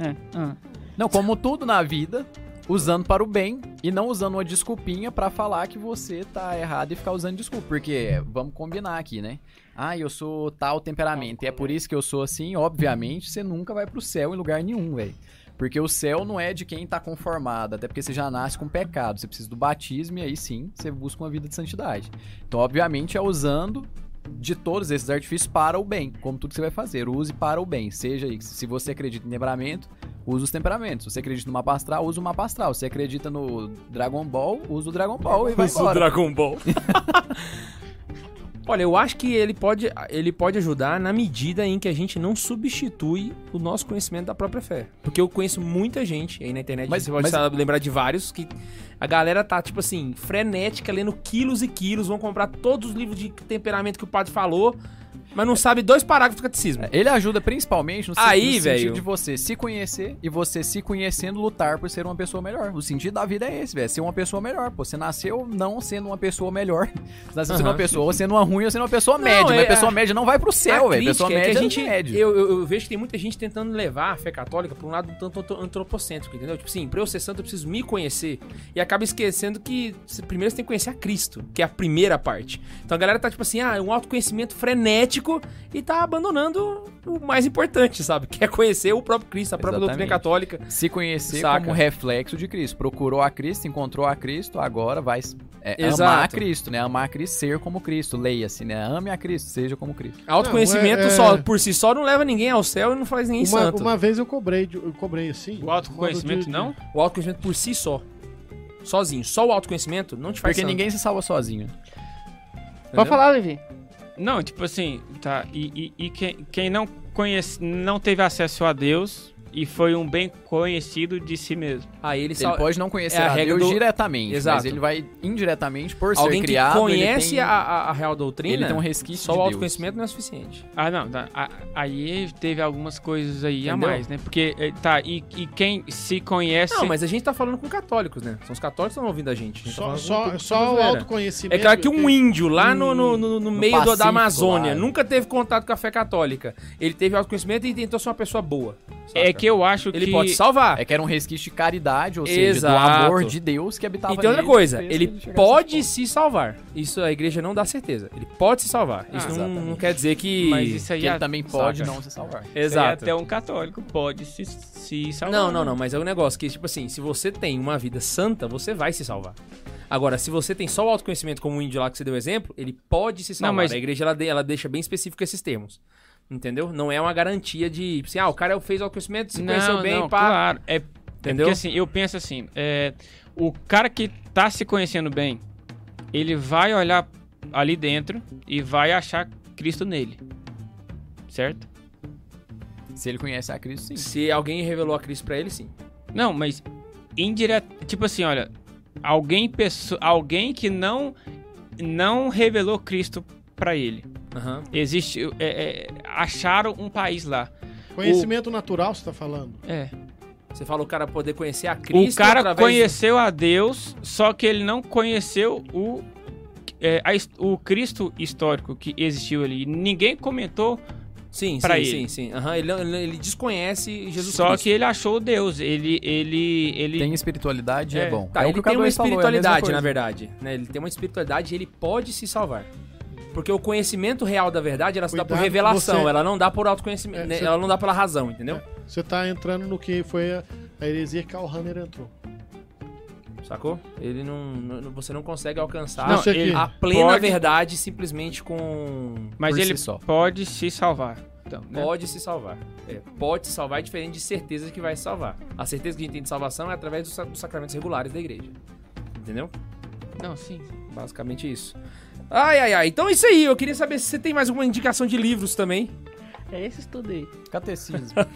S4: É. ah.
S5: Não, como tudo na vida, usando para o bem e não usando uma desculpinha pra falar que você tá errado e ficar usando desculpa. Porque vamos combinar aqui, né? Ah, eu sou tal temperamento. E é por isso que eu sou assim, obviamente, você nunca vai pro céu em lugar nenhum, velho. Porque o céu não é de quem tá conformado, até porque você já nasce com pecado. Você precisa do batismo e aí sim você busca uma vida de santidade. Então, obviamente, é usando de todos esses artifícios para o bem, como tudo que você vai fazer, use para o bem. Seja aí, se você acredita em temperamento, usa os temperamentos. Se você acredita no mapa astral, usa o mapa astral. Se você acredita no Dragon Ball, usa o Dragon Ball e vai
S2: Sou
S5: embora.
S2: Dragon Ball. Olha, eu acho que ele pode, ele pode ajudar na medida em que a gente não substitui o nosso conhecimento da própria fé. Porque eu conheço muita gente aí na internet,
S5: Mas-
S2: você pode
S5: mas-
S2: sabe, lembrar de vários, que a galera tá, tipo assim, frenética, lendo quilos e quilos, vão comprar todos os livros de temperamento que o padre falou, mas não sabe dois parágrafos do catecismo.
S5: Ele ajuda principalmente no, sen-
S2: Aí,
S5: no
S2: velho.
S5: sentido de você se conhecer e você se conhecendo lutar por ser uma pessoa melhor. O sentido da vida é esse, velho. Ser uma pessoa melhor. Pô, você nasceu não sendo uma pessoa melhor. Você nasceu sendo uma pessoa ou sendo uma ruim ou sendo uma pessoa média. Mas
S2: é-
S5: pessoa média não vai pro céu,
S2: A
S5: velho.
S2: crítica
S5: Pessoa
S2: é que
S5: média
S2: a gente,
S5: é média.
S2: Eu, eu- eu vejo que tem muita gente tentando levar a fé católica pra um lado um tanto antro- antropocêntrico, entendeu? Tipo assim, pra eu ser santo eu preciso me conhecer. E acaba esquecendo que se- primeiro você tem que conhecer a Cristo, que é a primeira parte. Então a galera tá tipo assim, ah, é um autoconhecimento frenético e tá abandonando o mais importante, sabe? Que é conhecer o próprio Cristo, a própria doutrina
S5: Exatamente.
S2: católica.
S5: Se conhecer
S2: Saca.
S5: como reflexo de Cristo. Procurou a Cristo, encontrou a Cristo, agora vai é, amar
S2: Exato.
S5: a Cristo, né? Amar a Cristo, ser como Cristo. Leia-se, né? Ame a Cristo, seja como Cristo.
S2: Autoconhecimento
S3: é- é-
S2: só por si só não leva ninguém ao céu e não faz ninguém
S3: Uma,
S2: santo.
S3: uma vez eu cobrei, de- eu cobrei assim.
S8: O autoconhecimento não?
S2: O autoconhecimento por si só. Sozinho, só o autoconhecimento não te faz
S5: Porque
S2: santo.
S5: ninguém se salva sozinho.
S4: Pode falar, Levi.
S8: Não, tipo assim, tá. E, e- e quem, quem não conhece, não teve acesso a Deus e foi um bem conhecido de si mesmo.
S2: Aí ele,
S5: Ele
S2: sal-
S5: pode não conhecer
S2: é a
S5: a,
S2: regra
S5: Deus
S2: do-
S5: diretamente, mas
S2: Exato.
S5: ele vai indiretamente, por
S2: Alguém
S5: ser criado,
S2: que conhece
S5: ele tem,
S2: a, a- a real doutrina,
S5: ele tem um resquício
S2: só
S5: de
S2: o
S5: Deus.
S2: autoconhecimento não é suficiente.
S8: Ah, não. tá, a- aí teve algumas coisas aí a
S2: Entendeu?
S8: mais, né? Porque, eh, tá, e, e quem se conhece.
S2: Não, mas a gente tá falando com católicos, né? São os católicos que estão ouvindo a gente. A gente tá
S3: Só,
S2: falando
S3: só,
S2: com-
S3: só o
S2: com-
S3: autoconhecimento.
S2: É claro que um índio lá no, no, no- no meio do- da
S5: Pacífico,
S2: Amazônia
S5: lá.
S2: nunca teve contato com a fé católica. Ele teve autoconhecimento e tentou ser uma pessoa boa.
S8: é
S2: saca?
S8: que eu acho
S2: ele
S8: que.
S2: pode salvar.
S5: É que era um resquício de caridade, ou seja,
S2: Exato.
S5: do amor de Deus que habitava
S2: Então, E tem outra
S5: nele,
S2: coisa,
S5: fez
S2: ele
S5: que chegasse
S2: pode
S5: nesse
S2: se salvar. Isso a igreja não dá certeza. Ele pode se salvar. Isso
S8: Ah,
S2: não, não
S5: exatamente.
S2: quer dizer que.
S8: Mas isso
S5: ponto,
S8: aí
S5: que
S8: é-
S5: ele também pode
S8: saca?
S5: não se salvar.
S8: Isso aí
S2: Exato.
S8: Até um católico pode se, se salvar.
S2: Não, não, não, mas é um negócio que, tipo assim, se você tem uma vida santa, você vai se salvar. Agora, se você tem só o autoconhecimento, como o índio lá que você deu exemplo, ele pode se salvar.
S8: mas-
S2: A igreja, ela, de- ela deixa bem específico esses termos. Entendeu? Não é uma garantia de, tipo assim, ah, o cara fez autoconhecimento, se conheceu
S8: Não,
S2: bem,
S8: não,
S2: pá.
S8: Claro. É
S2: Entendeu?
S8: Porque assim, eu penso assim, é, o cara que tá se conhecendo bem, ele vai olhar ali dentro e vai achar Cristo nele. Certo?
S5: Se ele conhece a Cristo, sim.
S2: Se alguém revelou a Cristo pra ele, sim.
S8: Não, mas indireto, tipo assim, olha, alguém pesso- alguém que não não revelou Cristo pra ele.
S2: Aham.
S8: Existe é, é, acharam um país lá.
S3: Conhecimento natural, você tá falando.
S8: É.
S2: Você fala o cara poder conhecer a Cristo
S8: o cara
S2: através do-
S8: conheceu a Deus, só que ele não conheceu o é, a his- o Cristo histórico que existiu ali, ninguém comentou,
S2: Sim,
S8: Pra
S2: sim,
S8: ele.
S2: sim, sim. Aham, ele, ele- ele desconhece Jesus
S8: só
S2: Cristo.
S8: que ele achou Deus. Ele, ele, ele
S5: Tem espiritualidade, é,
S8: É,
S5: bom.
S2: Tá,
S5: é o que
S2: ele
S5: o K2
S2: tem uma
S5: falou, é a mesma
S2: espiritualidade,
S5: coisa.
S2: na verdade. né? Ele tem uma espiritualidade e ele pode se salvar. Porque o conhecimento real da verdade, ela se dá por
S3: Cuidado,
S2: revelação,
S3: você-
S2: ela não dá por autoconhecimento,
S3: É,
S2: né?
S3: você-
S2: ela não dá pela razão, entendeu?
S3: Você tá entrando no que foi a, a heresia que Karl Rahner entrou.
S2: Sacou? Ele não, não- você não consegue alcançar
S3: Não, isso aqui.
S2: a plena
S8: Ah, pode-
S2: verdade simplesmente com
S8: Mas
S2: por
S8: ele
S2: si só.
S8: pode se salvar. Então, né?
S2: Pode se salvar. É, pode se salvar é diferente de certeza que vai se salvar. A certeza que a gente tem de salvação é através dos sa- dos sacramentos regulares da igreja. Entendeu?
S8: Não, sim.
S2: Basicamente isso. Ai, ai, ai. Então é isso aí. Eu queria saber se você tem mais alguma indicação de livros também.
S4: É esse estudo aí.
S5: Catecismo.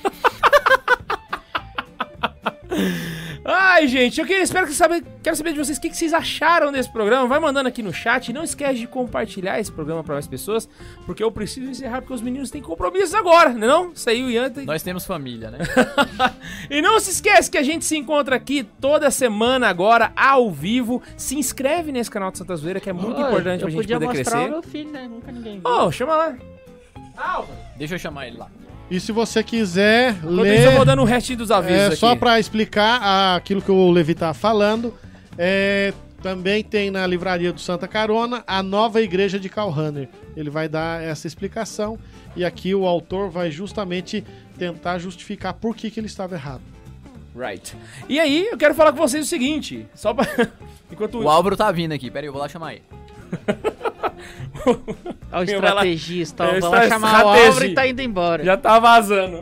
S2: Ai, gente, eu queria, espero que saber, quero saber de vocês o que, que vocês acharam desse programa. Vai mandando aqui no chat. Não esquece de compartilhar esse programa para mais pessoas, porque eu preciso encerrar, porque os meninos têm compromissos agora, né não? Saiu e antes.
S5: Nós temos família, né?
S2: E não se esquece que a gente se encontra aqui toda semana agora, ao vivo. Se inscreve nesse canal de Santa Zoeira, que é muito
S4: Ô,
S2: importante pra
S4: eu
S2: gente
S4: podia
S2: poder
S4: mostrar
S2: crescer.
S4: o meu filho, né? Nunca ninguém viu.
S2: Ô, chama lá.
S5: Deixa eu chamar ele lá.
S3: E se você quiser
S2: Enquanto isso, eu
S3: ler,
S2: vou dando o restinho dos avisos
S3: é,
S2: aqui.
S3: só para explicar a- aquilo que o Levi tá falando, é, também tem na livraria do Santa Carona a nova igreja de Karl Rahner. Ele vai dar essa explicação e aqui o autor vai justamente tentar justificar por que, que ele estava errado.
S2: Right. E aí, eu quero falar com vocês o seguinte, só pra... Enquanto
S5: O Álvaro tá vindo aqui, pera aí, eu vou lá chamar ele.
S4: Olha o
S2: Meu, vai lá.
S4: estrategista,
S2: É,
S4: ó, vai lá
S2: estra-
S4: chamar o
S2: estrategi.
S4: Álvaro e tá indo embora.
S2: já tá vazando.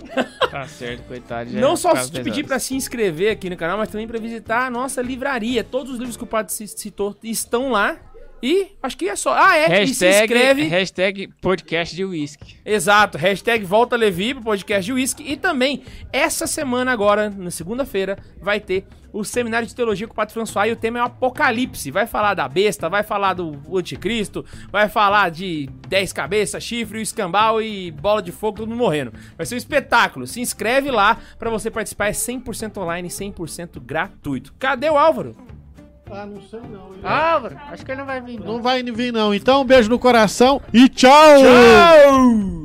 S8: Tá certo, coitado. já é
S2: Não só
S8: quase
S2: te
S8: dez
S2: pedir
S8: horas.
S2: pra se inscrever aqui no canal, mas também pra visitar a nossa livraria. Todos os livros que o Padre ci- citou estão lá. E acho que é só. Ah, é. e se
S8: Hashtag,
S2: inscreve.
S8: hashtag podcast de whisky.
S2: Exato, hashtag Volta Levi pro podcast de Whisky. E também, essa semana agora, na segunda-feira, vai ter o seminário de teologia com o Padre François e o tema é o Apocalipse. Vai falar da besta, vai falar do anticristo, vai falar de 10 cabeças, chifre, escambau e bola de fogo, todo mundo morrendo. Vai ser um espetáculo. Se inscreve lá pra você participar. É 100% online, 100% gratuito. Cadê o Álvaro?
S3: Ah, não sei não.
S4: Álvaro, acho que ele não vai vir. não.
S3: Não vai vir não. Então, um beijo no coração e tchau!
S2: Tchau!